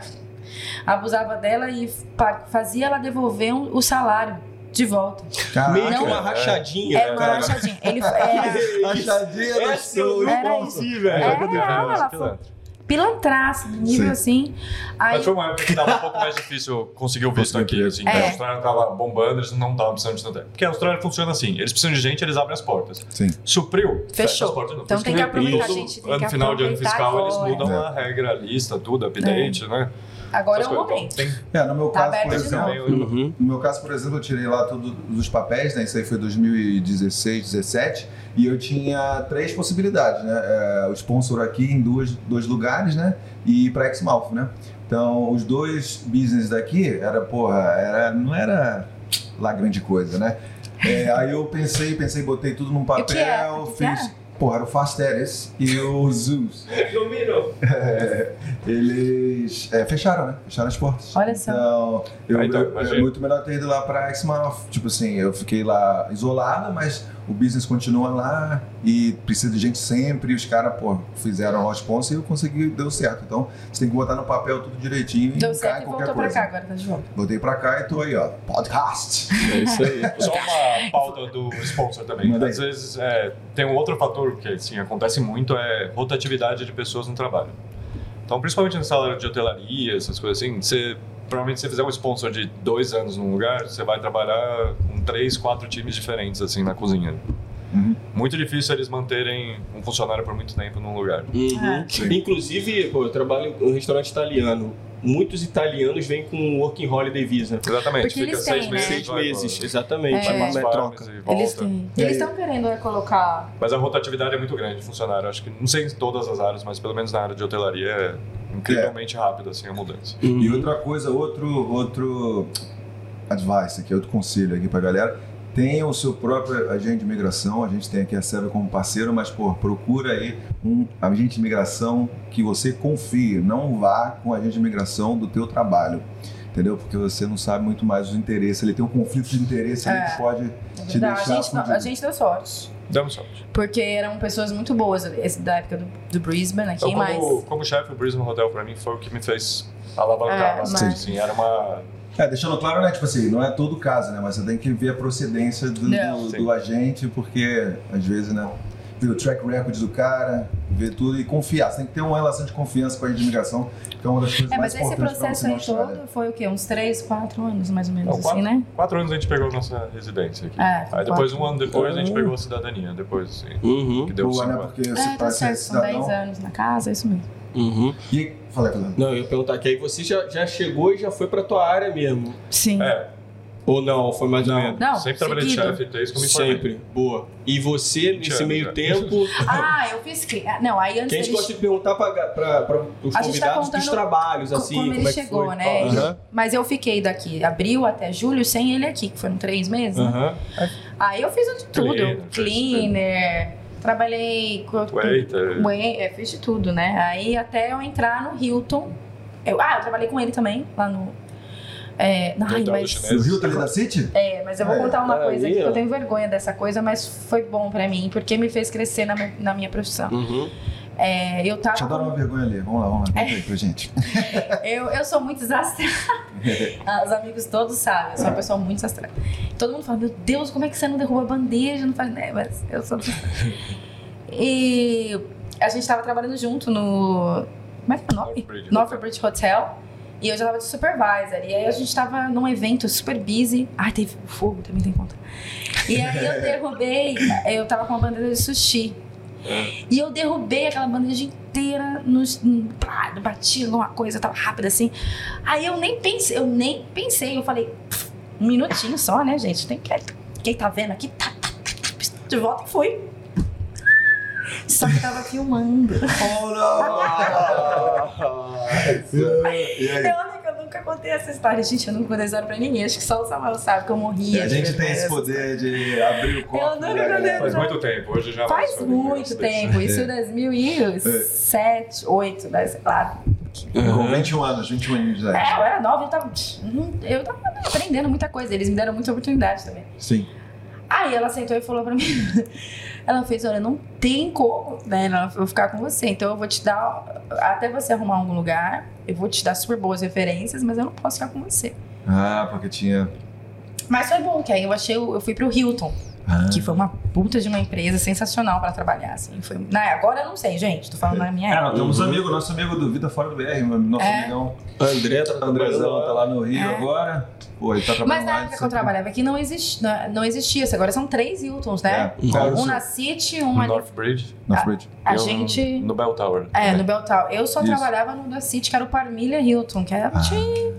abusava dela e fa- fazia ela devolver um- o salário de volta. Caraca, Meio que Não, uma é. rachadinha. Era uma cara. é rachadinha. Ele é era rachadinha do É. Essa eu show. não Era consigo, velho. É, ela mas foi- pilantraço, nível assim. Aí, Mas foi uma época que tava um pouco mais difícil conseguir o visto Conseguir aqui. emprego. Assim, É. A Austrália tava bombando, eles não estavam precisando de tanta. Porque a Austrália funciona assim: eles precisam de gente, eles abrem as portas. Sim. Supriu, fecha as Fechou. portas. Não. Então Por isso tem que todo aproveitar, gente. Tem que ano final de ano aproveitar fiscal, eles agora. mudam a regra, a lista, tudo, update, né? Agora é Essas o coisas. Então, momento. tem É, no meu Tá caso, por aberto de exemplo. novo. também. Uhum. No meu caso, por exemplo, eu tirei lá todos os papéis, né? Isso aí foi 2016, 17, e eu tinha três possibilidades, né? É, o sponsor aqui em duas, dois lugares, né? E para Exmouth, né? Então, os dois business daqui era, porra, era, não era lá grande coisa, né? É, aí eu pensei, pensei, botei tudo num que era? papel, O que que fiz. era? Porra, era o Fast Ares e o Zooms. É, eles é, fecharam, né? Fecharam as portas. Olha só. Então, eu, Ah, então, eu- imagina. é muito melhor ter ido lá pra Exmouth. Tipo assim, eu fiquei lá isolado, mas o business continua lá e precisa de gente sempre. E os caras, pô, fizeram a responsa e eu consegui, deu certo. Então, você tem que botar no papel tudo direitinho Deu e cai certo e qualquer voltou pra coisa. cá, agora tá de volta. Voltei pra cá e tô aí, ó. Podcast. É isso aí. Só uma pauta do sponsor também. Manda aí. Às vezes é, tem um outro fator que assim, acontece muito, é rotatividade de pessoas no trabalho. Então, principalmente no salário de hotelaria, essas coisas assim, você, provavelmente se você fizer um sponsor de dois anos num lugar, você vai trabalhar com três, quatro times diferentes assim na cozinha. Uhum. Muito difícil eles manterem um funcionário por muito tempo num lugar. É. Uhum. Sim. Inclusive, pô, eu trabalho em um restaurante italiano. Muitos italianos vêm com Working Holiday Visa. Exatamente, Porque fica eles seis têm, né? meses. Seis vai meses, pra- exatamente. Vai É. para Uma farms troca. e volta. Eles têm. E aí? Eles estão querendo é, colocar. Mas a rotatividade é muito grande, funcionário. Acho que não sei em todas as áreas, mas pelo menos na área de hotelaria é incrivelmente rápido assim a mudança. E outra coisa, outro, outro advice aqui, outro conselho aqui pra galera. Tenha o seu próprio agente de imigração, a gente tem aqui a Sérvia como parceiro, mas pô, procura aí um agente de imigração que você confie, não vá com o agente de imigração do teu trabalho, entendeu? Porque você não sabe muito mais os interesses, ele tem um conflito de interesse ali É. que pode... na Te verdade, deixar a, gente, não- fudido. a gente deu sorte. Damos sorte. Porque eram pessoas muito boas esse- da época do, do Brisbane né? aqui, Então, como, mas. como chefe, o Brisbane Hotel pra mim foi o que me fez alavancar É, bastante. mas- assim, era uma. É, deixando claro, né, tipo assim, não é todo caso, né, mas você tem que ver a procedência do, Não. do- Sim. do agente, porque às vezes, né, ver o track record do cara, ver tudo e confiar. Você tem que ter uma relação de confiança com a agente de imigração, que é uma das coisas É, mais mas esse importantes pra processo você né. na aí Austrália. todo foi o quê? Uns 3, 4 anos, mais ou menos, Não, quatro. assim, né? Quatro anos a gente pegou a nossa residência aqui. É, Aí depois, quatro. um ano depois, a gente pegou a cidadania. Depois, assim, Uhum. que deu Boa, cinco né, anos. porque você É, tá tá sendo certo, são 10 cidadão. anos na casa, é isso mesmo. Uhum. E, fala, Fernando. Não, eu ia perguntar que aí você já, já chegou e já foi pra tua área mesmo. Sim. É, Ou não, foi mais ou menos. Não, sempre trabalhei de seguido. chefe, desde que eu me formei. é Sempre. Boa. E você, nesse anos, meio já. tempo, Ah, eu fiz. cli- ah, Não, aí antes que a gente deles gosta de perguntar pra, pra, pra os tá convidados dos contando trabalhos, co- assim, como como, ele é que chegou, foi. né? Aham. Mas eu fiquei daqui abril até julho sem ele aqui, que foram três meses. né? Aham. Aí eu fiz de tudo. Cleaner, Cleaner, trabalhei com. Waiter. Wait, é, fiz de tudo, né? Aí até eu entrar no Hilton. Eu, ah, eu trabalhei com ele também, lá no. É, não, ai, Coitado do mas, chinês. Você viu o Tele da City? é, mas eu vou É, contar uma tá coisa aí, aqui, que ó. eu tenho vergonha dessa coisa, mas foi bom pra mim, porque me fez crescer na, na minha profissão. Uhum. É, eu Te tava. adoro uma vergonha ali. Vamos lá, vamos lá. Conta aí pra gente. Eu, eu sou muito desastrada. Os amigos todos sabem, eu sou uma pessoa muito desastrada. Todo mundo fala, meu Deus, como é que você não derruba a bandeja? Eu Não faz né, mas eu sou desastrada. E a gente tava trabalhando junto no. Como é que é o nome? Northbridge Hotel. Northbridge Hotel. E eu já tava de supervisor. E aí a gente tava num evento super busy. Ai, teve fogo, também tem conta. E aí eu derrubei, eu tava com uma bandeja de sushi. E eu derrubei aquela bandeja inteira, nos, plá, bati alguma coisa, tava rápida assim. Aí eu nem pensei, eu nem pensei, eu falei, "Pff, um minutinho só, né, gente? Tem que. Quem tá vendo aqui, tá, tá, tá, de volta e fui. Só que eu tava filmando. E aí? Eu acho que eu nunca contei essa história. Gente, eu nunca contei essa história pra ninguém. Acho que só o Samuel sabe que eu morria. É, A de gente tem esse vergonha. poder de abrir o copo. nunca da galera. Faz muito tempo, hoje já Faz lançou, né? muito tempo, isso em 2007, 8, 10, né? sei lá. Com 21 anos, 21 anos né? de idade. É, eu era nova, eu tava, não- eu tava aprendendo muita coisa. Eles me deram muita oportunidade também. Sim. Aí ela sentou e falou pra mim. Ela fez, olha, não tem como, né? Ela, eu vou ficar com você. Então eu vou te dar. Até você arrumar algum lugar, eu vou te dar super boas referências, mas eu não posso ficar com você. Ah, porque tinha. Mas foi bom, que aí eu achei. o- Eu fui pro Hilton, Ah. que foi uma puta de uma empresa sensacional pra trabalhar. Assim. Foi, na, agora eu não sei, gente. Tô falando na minha É, época. nós temos um amigo, nosso amigo do Vida Fora do BR, nosso É. amigão André tá Andrezão, tá trabalhando lá. lá no Rio É. agora. Pô, ele tá Mas trabalhando na lá. época que eu sempre- trabalhava aqui não, exist, não, não existia. isso. Agora são três Hiltons, né? É. Qual era o Um seu? na City, um ali. Northbridge. Na frente. A eu gente. No Bell Tower. É, também. no Beltal. Eu só Isso. trabalhava no da City, que era o Parmilha Hilton, que é era tinha-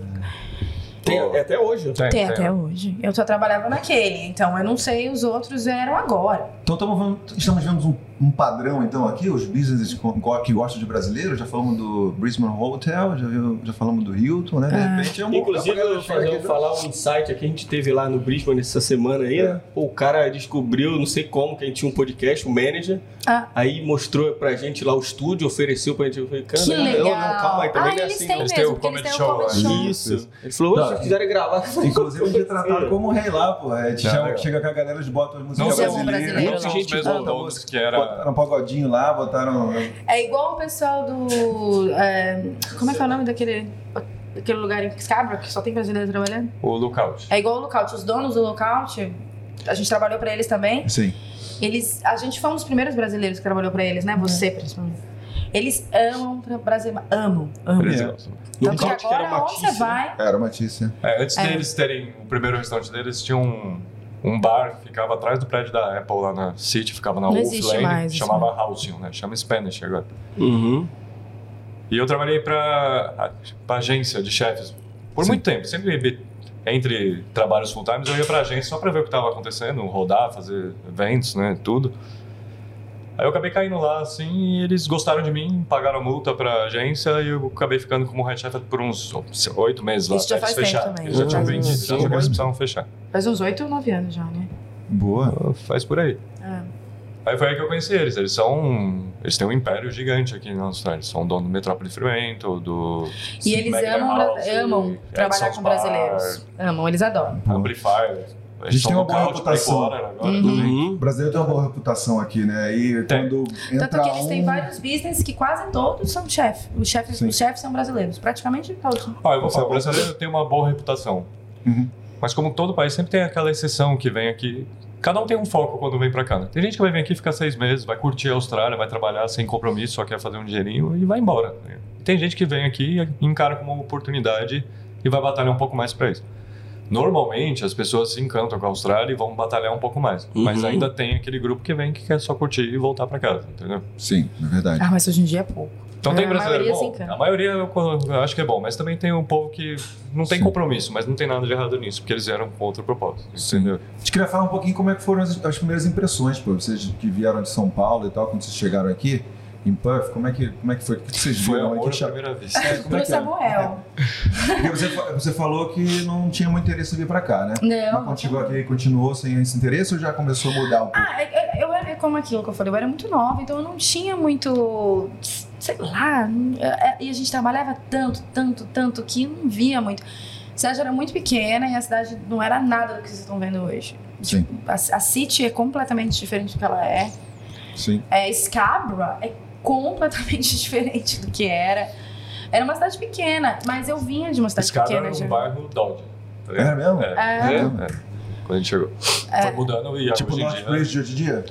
Tem, é até hoje. Tem, tem tem. até hoje. Eu só trabalhava naquele, então eu não sei, os outros eram agora. Então estamos vendo, estamos vendo um, um padrão então aqui, os businesses com- com- que gostam de brasileiro, já falamos do Brisbane Hotel, já, viu- já falamos do Hilton, né? De Ah. repente é um Inclusive, é um- eu fazer- eu falar um insight aqui, a gente teve lá no Brisbane essa semana aí, É. né? Pô, o cara descobriu, não sei como, que a gente tinha um podcast, o manager, Ah. aí mostrou pra gente lá o estúdio, ofereceu pra gente, eu falei, cara, Que não, legal. não, calma aí, também ah, não é eles assim, têm não. eles têm mesmo, o porque eles têm o comedy comedy show, show. né? Isso. Ele falou, "Ô, Não, se quiserem gravar. Tá. Inclusive, ele é tratado como um rei lá, pô. É, te É, chama- legal. chega com a galera, eles botam as músicas Não são um os brasileiras. brasileiros, Não são os Gente, mesmos volta a donos música. que era. Botaram um pagodinho lá, botaram. É igual o pessoal do. é, como é que é o nome daquele. Daquele lugar em Piscabra, que só tem brasileiro trabalhando? O Lookout. É igual o Lookout. Os donos do Lookout, a gente trabalhou pra eles também. Sim. Eles, a gente foi um dos primeiros brasileiros que trabalhou pra eles, né? Você, principalmente. Eles amam pra Brasil. Amam, amam. Eles- Tanto que Lookout, que era agora, onde Matisse, você vai, Era uma notícia. É, antes deles terem o primeiro restaurante deles, tinha um, um bar que ficava atrás do prédio da Apple lá na City, ficava na Não Wolf existe Lane, mais isso, chamava Halcyon, né? Chama Spanish agora. Uhum. E eu trabalhei para agência de chefes por muito tempo. Sempre be- entre trabalhos full times eu ia para agência só para ver o que estava acontecendo, rodar, fazer eventos, né, tudo. Aí eu acabei caindo lá assim, e eles gostaram de mim, pagaram a multa para agência e eu acabei ficando como head chef por uns oito meses lá. Isso já até faz eles tempo fecharem. também, Eles já já tinham faz vendido, uns- já eles precisavam fechar. faz uns 8 ou 9 anos já, né? Boa. Faz por aí. Ah. Aí foi aí que eu conheci eles. Eles são. Eles têm um império gigante aqui na Austrália. Eles são dono do Metrópole Fremento, do. E eles Magna amam, House, amam trabalhar Edson's com Bar, brasileiros. Amam, eles adoram. Amplifier. A gente tem uma boa reputação. Uhum. O brasileiro tem uma boa reputação aqui, né? E Tem. quando. Entra Tanto que eles têm um- vários business que quase todos são chefes. Os chefes, Sim. os chefs são brasileiros, praticamente todos. Ah, eu vou falar, o brasileiro tem uma boa reputação. Uhum. Mas como todo país, sempre tem aquela exceção que vem aqui. Cada um tem um foco quando vem pra cá, né? Tem gente que vai vir aqui ficar seis meses, vai curtir a Austrália, vai trabalhar sem compromisso, só quer fazer um dinheirinho e vai embora. né? Tem gente que vem aqui e encara como uma oportunidade e vai batalhar um pouco mais pra isso. Normalmente, as pessoas se encantam com a Austrália e vão batalhar um pouco mais. Mas Uhum. ainda tem aquele grupo que vem que quer só curtir e voltar pra casa, entendeu? Sim, é verdade. Ah, mas hoje em dia é pouco. Então tem A brasileiro maioria é se bom. encanta. A maioria eu, co- eu acho que é bom, mas também tem um povo que não tem Sim. compromisso, mas não tem nada de errado nisso, porque eles vieram com outro propósito. Sim. Entendeu? A gente queria falar um pouquinho como é que foram as, as primeiras impressões, pô. Vocês que vieram de São Paulo e tal, quando vocês chegaram aqui, em Perth, como é que, como é que foi? O que que vocês Foi viram? amor Como à é que te- primeira vista. É, como é Pro que era? Samuel. Porque você, fa- você falou que não tinha muito interesse em vir pra cá, né? Mas Não. quando chegou aqui, continuou sem esse interesse ou já começou a mudar um pouco? Ah, é- é- eu era como aquilo que eu falei, eu era muito nova, então eu não tinha muito. Sei lá. não- é- é- E a gente trabalhava tanto, tanto, tanto que não via muito. Sérgio era muito pequena e a cidade não era nada do que vocês estão vendo hoje. Tipo, Sim. A, a City é completamente diferente do que ela é. Sim. É, Scabra é completamente diferente do que era. Era uma cidade pequena, mas eu vinha de uma cidade Escada pequena. era já. um bairro Dodge. Tá É ligado? mesmo? É. né? É. É, é. Quando a gente chegou. Foi mudando e Tipo, hoje em nós dia... preços de hoje em dia?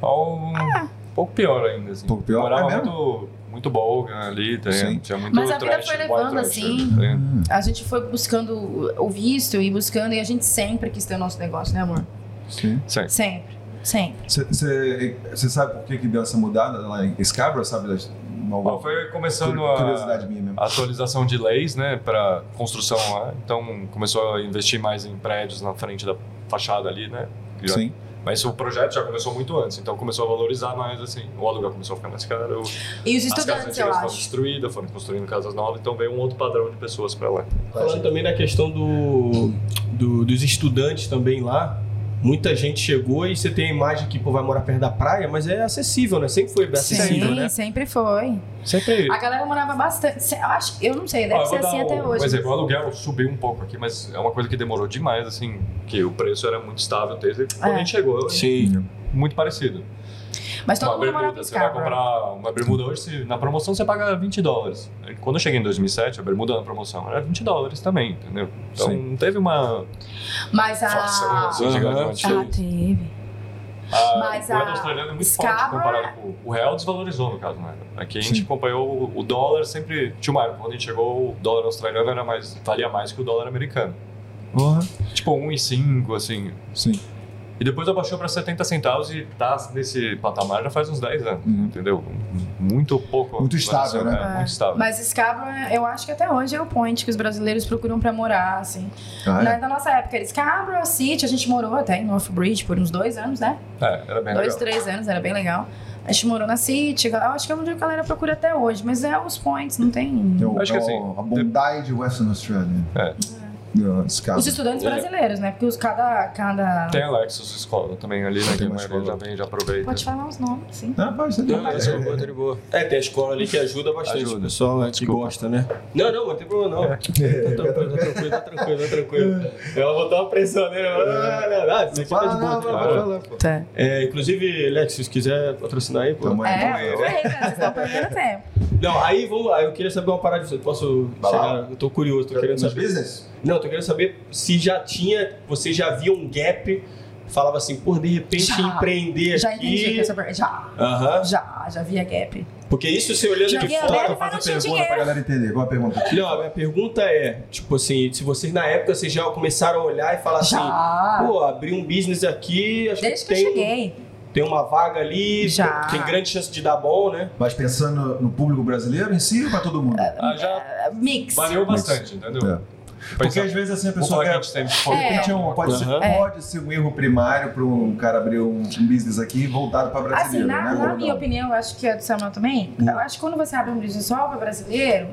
Ao- Um pouco pior ainda, assim. Um pouco pior? Morava É mesmo? muito, muito bolga ali, tá Sim. ligado? Tinha muito Mas a vida trash, foi white levando, trash, assim. tá ligado? Hum, A gente foi buscando o visto e buscando, e a gente sempre quis ter o nosso negócio, né, amor? Sim. Sim. Sempre, sempre. Você sabe por que, que deu essa mudada lá em Scarborough, sabe? Das, Bom, alguma foi começando a... curiosidade minha mesmo. atualização de leis, né, para construção lá. Então começou a investir mais em prédios na frente da fachada ali, né? Já- Sim. Mas o projeto já começou muito antes, então começou a valorizar mais assim. O aluguel começou a ficar mais caro, E os as casas estudantes, antigas eu foram acho. destruídas, foram construindo casas novas, então veio um outro padrão de pessoas para lá. Falando também da questão do, do- dos estudantes também lá, muita gente chegou e você tem a imagem que pô, vai morar perto da praia, mas é acessível, né? Sempre foi acessível, né? sempre foi. Sempre. A galera morava bastante. se- Eu, acho, eu não sei, Ah, deve Ó, eu ser vou dar assim até um- hoje. Por exemplo, o aluguel subiu um pouco aqui, mas é uma coisa que demorou demais, assim, que o preço era muito estável desde quando É. a gente chegou. né? Sim. Muito parecido. Mas todo uma mundo morava bermuda, em você vai Scarborough. comprar uma bermuda hoje, se- na promoção você paga 20 dólares. Quando eu cheguei em 2007, a bermuda na promoção era 20 dólares também, entendeu? Então Sim. não teve uma Mas a. inflação assim, gigante. Ah, teve. A- mas o a real australiano é muito forte Scarborough- comparado com o real desvalorizou no caso, né? Aqui a gente acompanhou o dólar sempre, tinha uma época, quando a gente chegou, o dólar australiano era mais valia mais que o dólar americano. Porra. Tipo 1,5 assim. Sim. E depois abaixou para 70 centavos e tá nesse patamar já faz uns 10 anos, Uhum. entendeu? Muito pouco. Muito estável, variação, né? É, Muito estável. Mas Scarborough, eu acho que até hoje é o point que os brasileiros procuram pra morar, assim. Ah, é? Na, na nossa época, eles Scarborough City, a gente morou até em North Bridge por uns dois anos, né? É, era bem dois, legal. três anos, era bem legal. A gente morou na City, eu acho que é onde a galera procura até hoje, mas é os points, não tem. É o- Acho que é o- assim, A Bondi de Western Australia. É. É. Scarborough. Os estudantes É. brasileiros, né? Porque os cada. cada... Tem a Lexus Escola também ali, né? Que Tem a uma maioria já escola. vem, já aproveita. Pode falar os nomes, sim. Ah, pode ser. de boa. É, tem a escola ali que ajuda bastante. Ajuda. O pessoal é, que gosta, né? Não, não, não tem problema não. É. Tá tranquilo, tá tranquilo, tá tranquilo, tá tranquilo. Eu vou botar uma pressão nele. Ah, não, não, isso aqui tá de boa. tá de boa. Tá. É, inclusive, Lex, se quiser patrocinar aí, pô. Tamo aí, tamo É, aí. aproveita, vocês estão perdendo tempo. Não, aí vamos lá. Eu queria saber uma parada de você. Posso Vai lá. chegar? Eu tô curioso, tô É. querendo Nos saber. business? Não, eu tô querendo saber se já tinha, você já via um gap, falava assim, pô, de repente Já. empreender Já aqui. entendi que essa per- Já, Aham. já, já vi a gap. Porque isso você olhando Já de vi a fora. aberta, mas não tinha Pergunta pra dinheiro. galera entender. Qual a pergunta? Não, a minha pergunta é, tipo assim, se vocês na época vocês já começaram a olhar e falar assim, Já. pô, abri um business aqui, acho Desde que que tem, eu um, cheguei. tem uma vaga ali, Já. tem grande chance de dar bom, né? Mas pensando no público brasileiro em si ou pra todo mundo? Ah, já Ah, Mix. variou Mas- bastante, entendeu? É. Porque às Pensar- vezes assim a Vamos pessoa falar que a quer. gente sempre De repente é um- pode, ser, Aham. É. pode ser um erro primário para um cara abrir um business aqui voltado para Assim, brasileiro, na, né? na Ou minha não? opinião, eu acho que é do Samuel também. Hum. Eu acho que quando você abre um business só para brasileiro,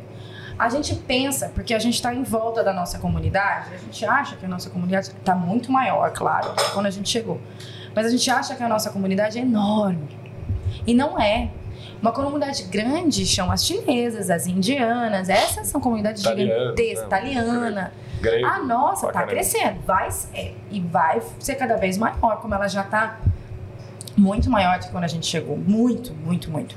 a gente pensa, porque a gente está em volta da nossa comunidade, a gente acha que a nossa comunidade está muito maior, claro, do que quando a gente chegou. Mas a gente acha que a nossa comunidade é enorme. E não é. Uma comunidade grande são as chinesas, as indianas, essas são comunidades Italianas, gigantescas, né? italiana. grego. A nossa Pra tá caramba. crescendo, vai ser, é, e vai ser cada vez maior, como ela já tá muito maior do que quando a gente chegou, muito, muito, muito.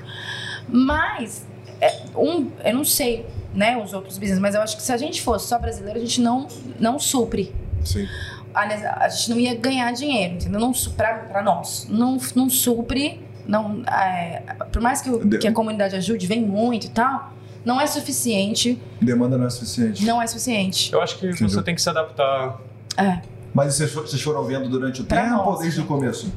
Mas é, um, eu não sei, né, os outros business, mas eu acho que se a gente fosse só brasileiro, a gente não não supre. Sim. Aliás, a gente não ia ganhar dinheiro, entendeu? Não su- pra, pra nós, não não supre, não é, por mais que, o- que a comunidade ajude, vem muito e tal, não é suficiente, Demanda não é suficiente. não é suficiente. Eu acho que Entendeu? você tem que se adaptar. É. Mas vocês fo- vocês foram vendo durante o Pra tempo nós, ou desde né? o começo?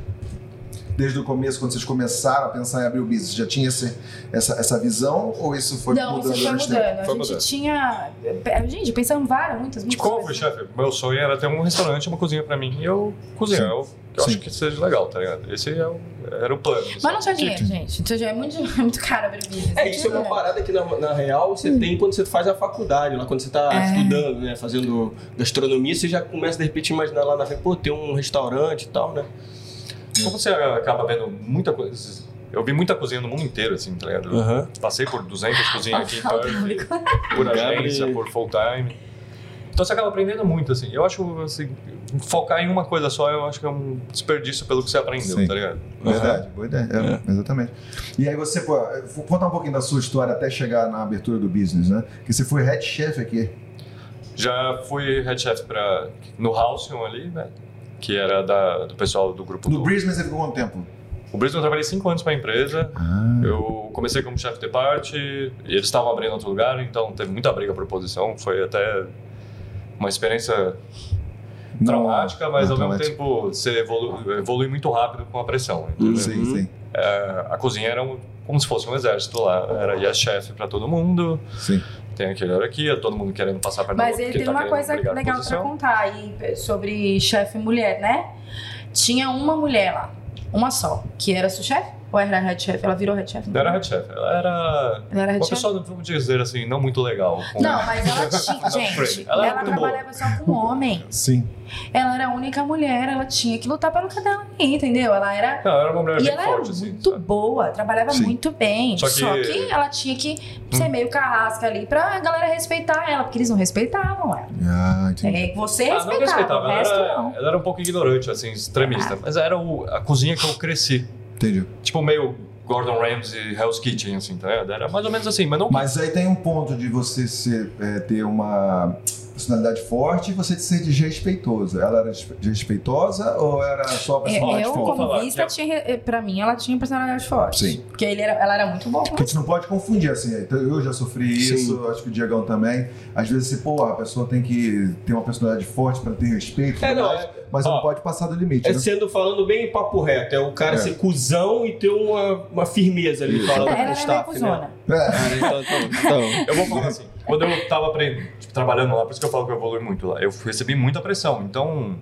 Desde o começo, quando vocês começaram a pensar em abrir o business, já tinha esse- essa, essa visão ou isso foi não, mudando isso foi durante o mudando. tempo? A Foi gente mudando. tinha. é, Gente, pensamos várias, muitas, muitas. Tipo, qual foi, coisas. chefe? Meu sonho era ter um restaurante, uma cozinha pra mim. E eu cozinhar. Eu, eu Sim. acho que seja legal, tá ligado? Esse é o- era o plano. Mas não tinha dinheiro, gente. Então já é muito, é Hum. muito caro abrir business. É, isso é uma parada que na, na real você tem quando você faz a faculdade, lá quando você tá É. estudando, né? Fazendo gastronomia, você já começa de repente a imaginar lá na frente, pô, tem um restaurante e tal, né? Como você acaba vendo muita coisa. Eu vi muita cozinha no mundo inteiro, assim, tá ligado? Eu É. Passei por 200 cozinhas aqui em Perth, por Gabi. agência, por full time. Então você acaba aprendendo muito, assim. Eu acho, assim, focar em uma coisa só, eu acho que é um desperdício pelo que você aprendeu, Sim. tá ligado? Verdade, boa ideia. É, Exatamente. E aí você, pô, vou contar um pouquinho da sua história até chegar na abertura do business, né? Que você foi head chef aqui. Já fui head chef pra, no Halcyon ali, né? Que era da, do pessoal do grupo No do... Brisbane você ficou quanto tempo? O Brisbane eu trabalhei cinco anos pra empresa. Ah, Eu comecei como chefe de parte e eles estavam abrindo outro lugar, então teve muita briga por posição. Foi até uma experiência traumática, mas não ao mesmo traumática. tempo você evolu evolui muito rápido com a pressão. entendeu? Sim, sim, É, a cozinha era um- como se fosse um exército lá. Era ia chefe pra todo mundo, sim. tem aquele hierarquia, todo mundo querendo passar para Mas ele teve uma coisa legal pra contar aí pe- sobre chefe mulher, né? Tinha uma mulher lá, uma só, que era sua chefe ou era head chef? Ela virou head chef? né? Não era head chef, ela era Ela era head uma chef? pessoa, vamos dizer assim, não muito legal. com- Não, mas ela tinha. Não, Gente, Fred, ela, ela era muito boa. trabalhava só com homem. Sim. Ela era a única mulher, ela tinha que lutar pelo que dela, entendeu? Ela era. Não, era uma mulher e bem ela era forte, assim. muito sabe? boa, trabalhava Sim. muito bem. Só Só que... que- ela tinha que ser meio carrasca ali pra galera respeitar ela, porque eles não respeitavam ela. Ah, entendi. É, você Ah, não respeitava, respeitava, o ela resto era, não. Ah. ela era um pouco ignorante, assim, extremista. Mas era o- a cozinha que eu cresci. Entendi. Tipo, meio Gordon Ramsay, Hell's Kitchen, assim, tá ligado? Era mais ou menos assim, mas não Mas aí tem um ponto de você ser, é, ter uma personalidade forte e você ser desrespeitoso. Ela era despe- desrespeitosa ou era só a Eu, personalidade É, eu, forte? como falar, vista, eu- tinha, eh, pra mim, ela tinha personalidade forte. Sim. Porque ele era- ela era muito boa. Porque a gente não pode confundir, assim, então eu já sofri Sim. isso, acho que o Diegão também. Às vezes, assim, pô, a pessoa tem que ter uma personalidade forte pra ter respeito, É, não, mas, é, mas ó, não pode passar do limite, é né? sendo falando bem papo reto. É o cara É. ser cuzão e ter uma, uma firmeza ali. É, Falando ela com o era meio staff, né? cuzona. É, Cara, então, então, então. Eu vou falar assim, quando eu tava aprendendo, tipo, trabalhando lá, por isso que eu falo que eu evolui muito lá, eu recebi muita pressão, então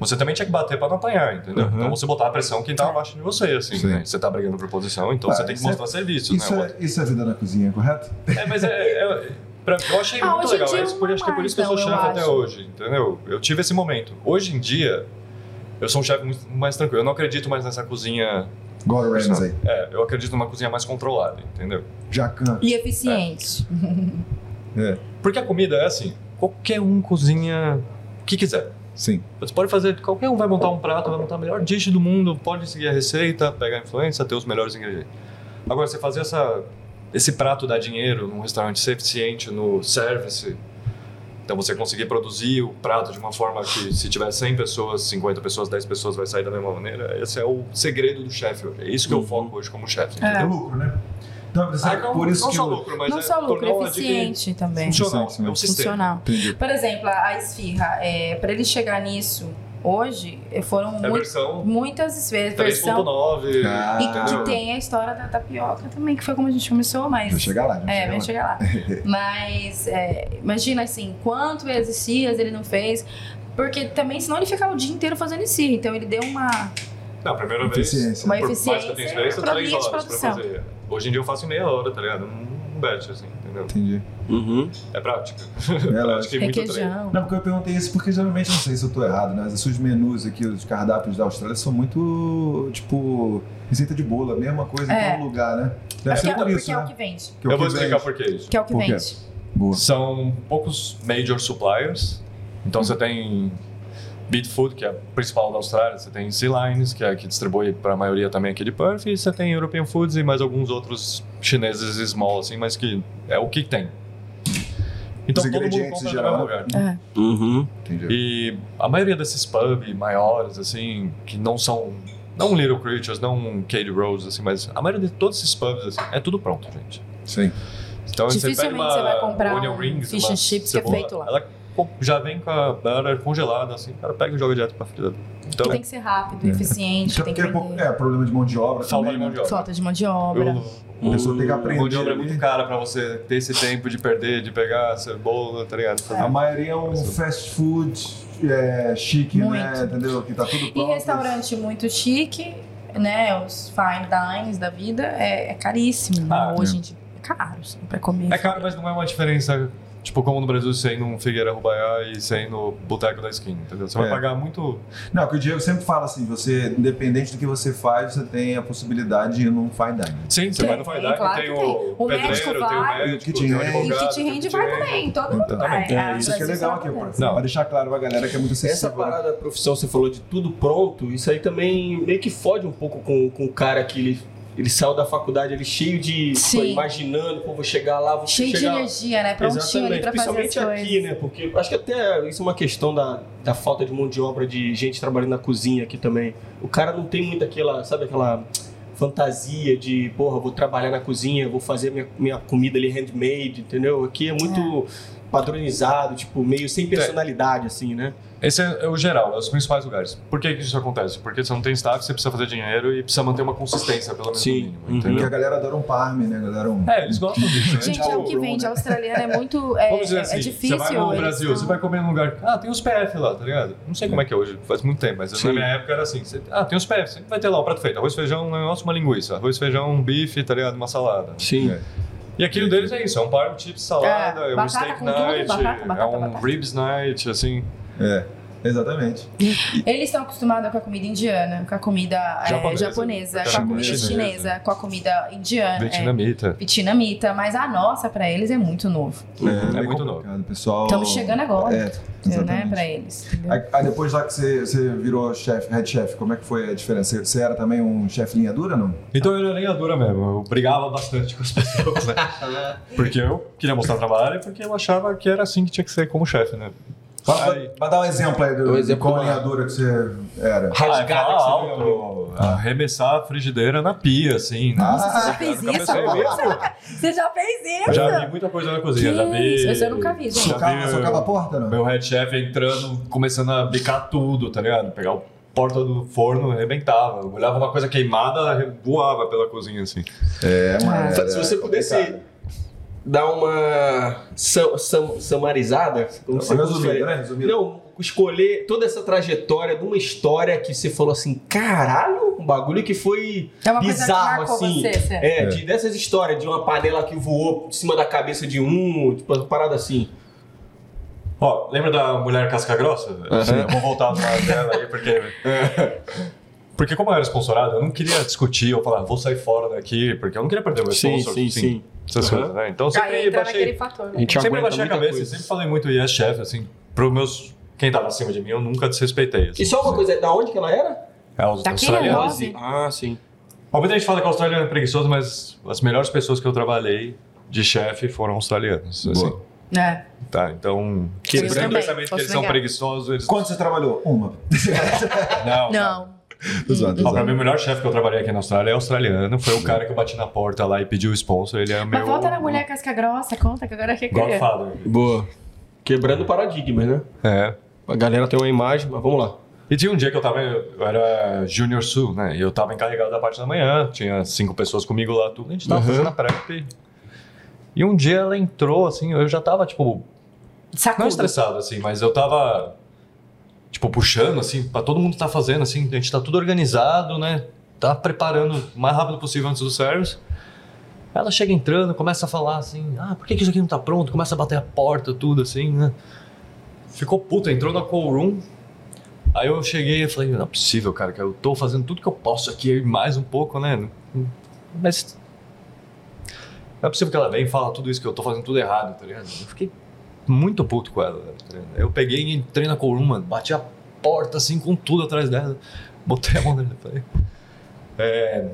você também tinha que bater pra não apanhar, entendeu? Uhum. Então você botar a pressão quem tá abaixo de você, assim, Sim. né? Você tá brigando por posição, então Ah, você tem que isso é- mostrar serviço, isso, né? é, isso é vida na cozinha, correto? É, mas é... é- pra- eu achei Ah, muito hoje em legal, dia é isso, não por, é acho que é por mais, isso que eu sou não, eu chefe até acho. hoje, entendeu? Eu tive esse momento. Hoje em dia, eu sou um chefe muito mais tranquilo, eu não acredito mais nessa cozinha... Gordon Ramsay, É, eu acredito numa cozinha mais controlada, entendeu? Jacan. E eficiente. Porque a comida é assim, qualquer um cozinha o que quiser. Sim. Você pode fazer, qualquer um vai montar um prato, vai montar o melhor dish do mundo, pode seguir a receita, pegar a influência, ter os melhores ingredientes. Agora, você fazer essa, esse prato dar dinheiro num restaurante ser eficiente, no service, então você conseguir produzir o prato de uma forma que se tiver 100 pessoas, 50 pessoas, 10 pessoas, vai sair da mesma maneira, esse é o segredo do chefe hoje. É isso que eu foco hoje como chefe. Uhum. É. É lucro, né? Então, você, Ah, não, por isso não que só o- lucro, mas não é só lucro, tornar uma dica eficiente também. Funcional, é Funcional. um sistema. Funcional. Entendi. Por exemplo, a esfirra, é, pra ele chegar nisso hoje, eh, foram É a muito, versão muitas vezes. Versão 3.9. Ah, E que entendeu? tem a história da tapioca também, que foi como a gente começou, mas. Vou chegar lá, já É, vou vem chegar chegar lá. Mas é, imagina assim, quanto esses dias ele não fez. Porque também, senão ele ficava o dia inteiro fazendo isso. Então ele deu uma. Não, a primeira lá. vez... Eficiência. Uma Por mais que eu tenha eficiência experiência, pra três ambiente de horas pra produção. fazer. Hoje em dia eu faço em meia hora, tá ligado? Um batch, assim, entendeu? Entendi. Uhum. É prática. É, lógico. prática e muito treino. Requeijão. Não, porque eu perguntei isso porque geralmente, não sei se eu tô errado, né? Mas os seus menus aqui, os cardápios da Austrália são muito, tipo, receita de bolo, a mesma coisa É. em todo lugar, né? Deve Porque, ser é, por porque isso, é né? o que vende. Que é o Eu vou que vem. explicar por que isso. Que é o que Por quê? vende. Boa. São poucos major suppliers. Então você tem Bitfood, que é a principal da Austrália, você tem Sea Lines, que é a que distribui para a maioria também aqui de Perth, e você tem European Foods e mais alguns outros chineses small, assim, mas que é o que tem. Então todo mundo ingredientes em compra no geral, mesmo lugar. Uhum. Entendi. E a maioria desses pubs maiores, assim, que não são. Não Little Creatures, não Katie Rose, assim, mas a maioria de todos esses pubs, assim, é tudo pronto, gente. Sim. Então, pega Dificilmente uma você vai comprar onion um rings, fish uma and chips que é cebola, feito lá. Ela co- já vem com a butter congelada, assim, o cara pega e joga direto pra frigideira. Então, Que tem que ser rápido, eficiente, Até tem porque que é, po- vender. é problema de mão de obra falta de também. mão né? de obra. Falta de mão de Eu- obra. A pessoa tem que aprender. Mão de obra é ali. muito cara pra você ter esse tempo de perder, de pegar cebola, tá ligado? Fazer- A maioria é um fast food é, chique, Muito. né? Entendeu? Que tá tudo E pronto. restaurante muito chique, né? Os fine dines da vida é, é caríssimo. né? Ah, Hoje em dia é caro, assim, pra comer. É caro, mas não é uma diferença Tipo, como no Brasil, você ir num Figueira Rubaiá e você ir no Boteco da Esquina, entendeu? Você É. vai pagar muito... Não, que o Diego sempre fala assim, você, independente do que você faz, você tem a possibilidade de ir num fine dining. Sim, você Tem, vai no Vai Dar, claro tem que o, tem. O pedreiro, médico tem o vai, médico, que te tem o rende. É, E advogado, Titi Rende tem o vai gerente. também, todo mundo Então, vai. é, Ah, Isso que é Brasil legal sabe aqui, pô. dessa. Não. Pra deixar claro pra galera que é muito Essa acessível. né? parada da profissão, você falou de tudo pronto, isso aí também meio que fode um pouco com, com o cara que ele, ele saiu da faculdade, ele cheio de. Sim. pô, imaginando, pô, vou chegar lá, vou Cheio de chegar lá. energia, né? Prontinho ali Exatamente, pra fazer as principalmente coisas. aqui, né? Porque acho que até isso é uma questão da, da falta de mão de obra de gente trabalhando na cozinha aqui também. O cara não tem muito aquela, sabe, aquela fantasia de, porra, vou trabalhar na cozinha, vou fazer minha, minha comida ali handmade, entendeu? Aqui é muito padronizado, tipo, meio sem personalidade, assim, né? Esse é é o geral, é os principais lugares. Por que que isso acontece? Porque você não tem staff, você precisa fazer dinheiro e precisa manter uma consistência, pelo menos Sim. no mínimo, Uhum. Porque a entendeu? galera adora um parme, né? Galera um... É, eles gostam disso. né? Gente, Tipo, é o que Bruno, vende. né? A australiana é muito. É, Vamos dizer é- é assim, difícil. né? você vai no eles Brasil, são- você vai comer num lugar, ah, tem os PF lá, tá ligado? Não sei como é que é hoje, faz muito tempo, mas Sim. na minha época era assim, você- ah, tem os PF, sempre vai ter lá o prato feito, arroz, feijão, um negócio, uma linguiça, arroz, feijão, um bife, tá ligado? Uma salada. Sim. E aquilo deles é isso, é um parm chips, salada, É, é, um batata steak com tudo, night, batata, batata, é um batata. ribs night, assim, É, exatamente. É, Eles estão acostumados com a comida indiana, com a comida é, japonesa, Japonesa. com a comida Chinesa. chinesa, com a comida indiana. é, vietnamita. Vietnamita, mas a nossa pra eles é muito novo. É bem muito complicado, Pessoal... Estamos chegando agora, É, né, exatamente. pra eles. entendeu? Aí, aí depois lá que você, você virou chefe, head chef, como é que foi a diferença? Você- Você era também um chefe linha dura, não? Então eu era linha dura mesmo, eu brigava bastante com as pessoas, né? Porque eu queria mostrar trabalho e porque eu achava que era assim que tinha que ser como chefe, né? Pra, Aí- pra dar um exemplo aí do, Um exemplo de qual do- linha dura que você era. Ah, Rasgada que você alto, arremessar a frigideira na pia, assim, né? Você já fez nunca isso? pensei Você já fez isso? Eu já vi muita coisa na cozinha, Que já vi... isso, esse eu nunca vi, gente. Já Socava, vi socava a porta, não? Meu head chef entrando, começando a bicar tudo, tá ligado? Pegar o porta do forno, arrebentava. Olhava uma coisa queimada, voava pela cozinha, assim. É, mano. Se você pudesse É, dar uma sam, sam, samarizada, como você Resumido, gostaria? né? Resumido. Não, escolher toda essa trajetória de uma história que você falou assim, caralho, um bagulho que foi É uma coisa que bizarro, marcou assim. você, certo? É, de- dessas histórias, de uma panela que voou em cima da cabeça de um, tipo, uma parada assim. Ó, lembra da mulher casca grossa? Eu vou voltar na dela aí, porque... Porque como eu era sponsorado, eu não queria discutir ou falar, vou sair fora daqui, porque eu não queria perder o meu sponsor. enfim, Essas Aham. coisas, né? Então Aí eu sempre entra baixei... naquele fator. A né? gente Sempre aguenta baixei a muita cabeça, coisa. sempre falei muito yes, chefe, assim, pros meus... Quem tava acima de mim, eu nunca desrespeitei. assim. E só uma coisa, da onde que ela era? É, os Tá australianos. querendo? Ozzy. Ah, sim. Ó, Muita gente fala que a Austrália é preguiçoso, mas as melhores pessoas que eu trabalhei de chefe foram australianos. Assim. É. Tá, então. Que eles eu têm o também, pensamento que posso eles são negar. preguiçosos, eles. Quanto você trabalhou? Uma. Não. Não. Exato, Ó, pra exato. mim, o melhor chefe que eu trabalhei aqui na Austrália é australiano. Foi o cara que eu bati na porta lá e pediu o sponsor. Ele é meu. Mas volta na mulher casca grossa, conta que agora eu fiquei curiosa. Godfather. Boa. Quebrando paradigmas, né? É. A galera tem uma imagem, mas vamos lá. E tinha um dia que eu tava, eu era Junior Sul, né? E eu tava encarregado da parte da manhã, tinha cinco pessoas comigo lá, tudo. A gente tava Uhum. fazendo a prep. E um dia ela entrou, assim, eu já tava, tipo, Sacudo. Não estressado, assim, mas eu tava, tipo, puxando, assim, pra todo mundo tá fazendo, assim, a gente tá tudo organizado, né? Tá preparando o mais rápido possível antes do service. Ela chega entrando, começa a falar assim, ah, por que, que isso aqui não tá pronto? Começa a bater a porta, tudo assim, né? Ficou puta, entrou na call room. Aí eu cheguei e falei, não é possível, cara, que eu tô fazendo tudo que eu posso aqui e mais um pouco, né? Mas. Não é possível que ela venha e fala tudo isso que eu tô fazendo tudo errado, tá ligado? Eu fiquei muito puto com ela. tá ligado? Eu peguei e entrei na coluna, bati a porta assim com tudo atrás dela. Botei a mão nela. Falei. É,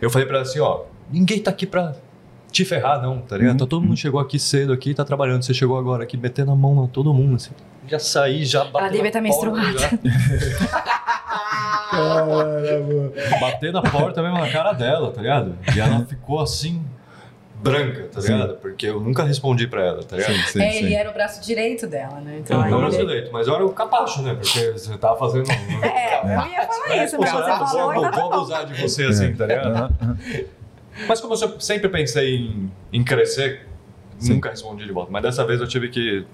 eu falei pra ela assim, ó, ninguém tá aqui pra te ferrar, não, tá ligado? Tá, todo mundo chegou aqui cedo aqui, tá trabalhando. Você chegou agora aqui, metendo a mão na todo mundo, assim. Já saí, já bati. devia tá menstruada. Bater na porta mesmo na cara dela, tá ligado? E ela ficou assim, branca, tá ligado? Porque eu nunca respondi pra ela, tá ligado? Sim, É, ele era o braço direito dela, né? Eu Então, não aí era ele- direito, mas eu era o capacho, né? Porque você tava fazendo. um- É, eu ia falar isso, mas você Funcionário, falou então tá eu ainda não vou abusar de você assim, tá ligado? Mas como eu se- sempre pensei em, em crescer, nunca respondi de volta. Mas dessa vez eu tive que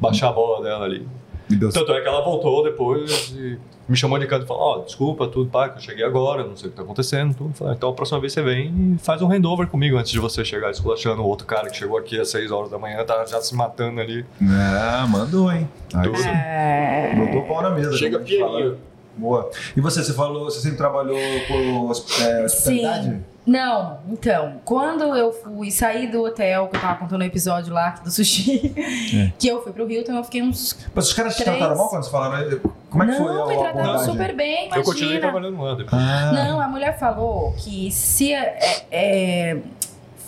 baixar a bola dela ali. Me deu Tanto é que ela voltou depois e me chamou de canto e falou: Ó, desculpa, tudo, pá, que eu cheguei agora, não sei o que tá acontecendo. Tudo. Falei, então a próxima vez você vem e faz um handover comigo antes de você chegar esculachando o outro cara que chegou aqui às 6 horas da manhã, tá já se matando ali. Ah, mandou, hein? Aí, Tudo. É... Botou o pau na mesa. Chega como a gente fala. pianinho. Boa. E você, você falou, você sempre trabalhou com hosp- é, hospitalidade? Sim. Não, então, quando eu fui sair do hotel, que eu tava contando o episódio lá do sushi, É. que eu fui pro Hilton, eu fiquei uns. Mas os caras te Três. trataram mal quando você falaram? Como é que não, foi a me a trataram abordagem? super bem, imagina. Eu continuei trabalhando lá depois. Ah, Não, a mulher falou que se é, é,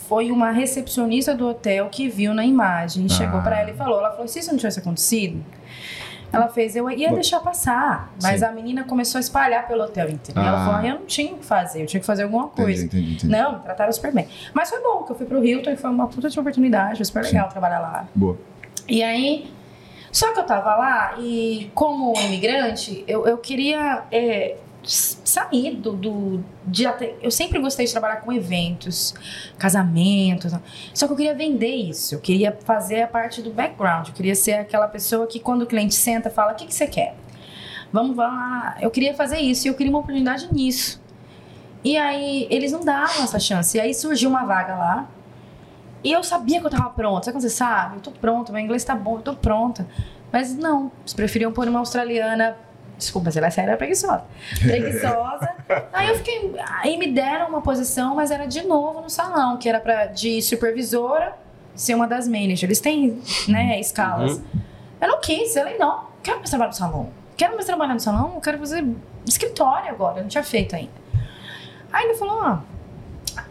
foi uma recepcionista do hotel que viu na imagem, chegou Ah. pra ela e falou, ela falou, se isso não tivesse acontecido, ela fez, eu ia Bom. deixar passar, mas Sim. a menina começou a espalhar pelo hotel inteiro. Ah. Ela falou, eu não tinha o que fazer, eu tinha que fazer alguma entendi, coisa. entendi, entendi. Não, me trataram super bem. Mas foi bom, que eu fui pro Hilton e foi uma puta de oportunidade, foi super legal trabalhar lá. Boa. E aí, só que eu tava lá e como imigrante, eu, eu queria é, s- sair do... do de ate- Eu sempre gostei de trabalhar com eventos, casamentos, só que eu queria vender isso, eu queria fazer a parte do background, eu queria ser aquela pessoa que quando o cliente senta, fala, o que, que você quer? Vamos lá, eu queria fazer isso, e eu queria uma oportunidade nisso. E aí eles não davam essa chance. E aí surgiu uma vaga lá. E eu sabia que eu tava pronta. Sabe quando você sabe? Eu tô pronta, meu inglês tá bom, eu tô pronta. Mas não, eles preferiam pôr uma australiana. Desculpa, mas ela é séria, era preguiçosa. Preguiçosa. aí eu fiquei. Aí me deram uma posição, mas era de novo no salão, que era pra, de supervisora ser uma das managers. Eles têm, né, escalas. Eu não quis, eu falei, não, não quero mais trabalhar no salão. Quero mais trabalhar no salão, eu quero fazer escritório agora, eu não tinha feito ainda. Aí ele falou, ó.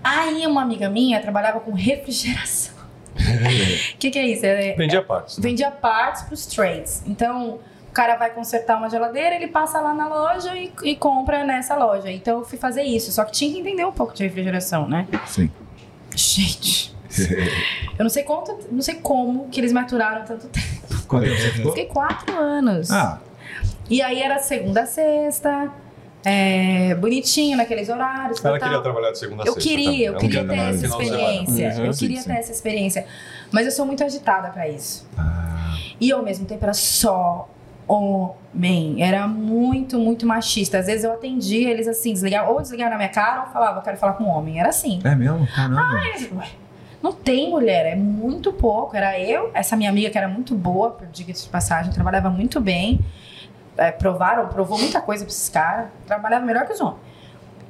Aí uma amiga minha trabalhava com refrigeração. O que, que é isso? É, Vendi a né? parte. vendia partes para os trades. Então, o cara vai consertar uma geladeira, ele passa lá na loja e, e compra nessa loja. Então, eu fui fazer isso. Só que tinha que entender um pouco de refrigeração, né? Sim. Gente, eu não sei, quanto, não sei como que eles maturaram tanto tempo. Quanto tempo você ficou? Fiquei quatro anos. Ah, E aí era segunda a sexta, é, bonitinho naqueles horários. Ela tal. queria trabalhar de segunda a Eu sexta. queria, eu Ela queria não ter queria essa trabalhar no final de experiência. Uhum, eu sim, queria sim. ter essa experiência. Mas eu sou muito agitada pra isso. ah, E ao mesmo tempo era só homem. Era muito, muito machista. Às vezes eu atendia eles assim, desligavam, ou desligavam na minha cara, ou falava, eu quero falar com um homem. Era assim. é mesmo? Caramba. Mas, ué, Não tem mulher, é muito pouco. Era eu, essa minha amiga que era muito boa, por dica de passagem, trabalhava muito bem. É, provaram, provou muita coisa pra esses caras. Trabalhava melhor que os homens.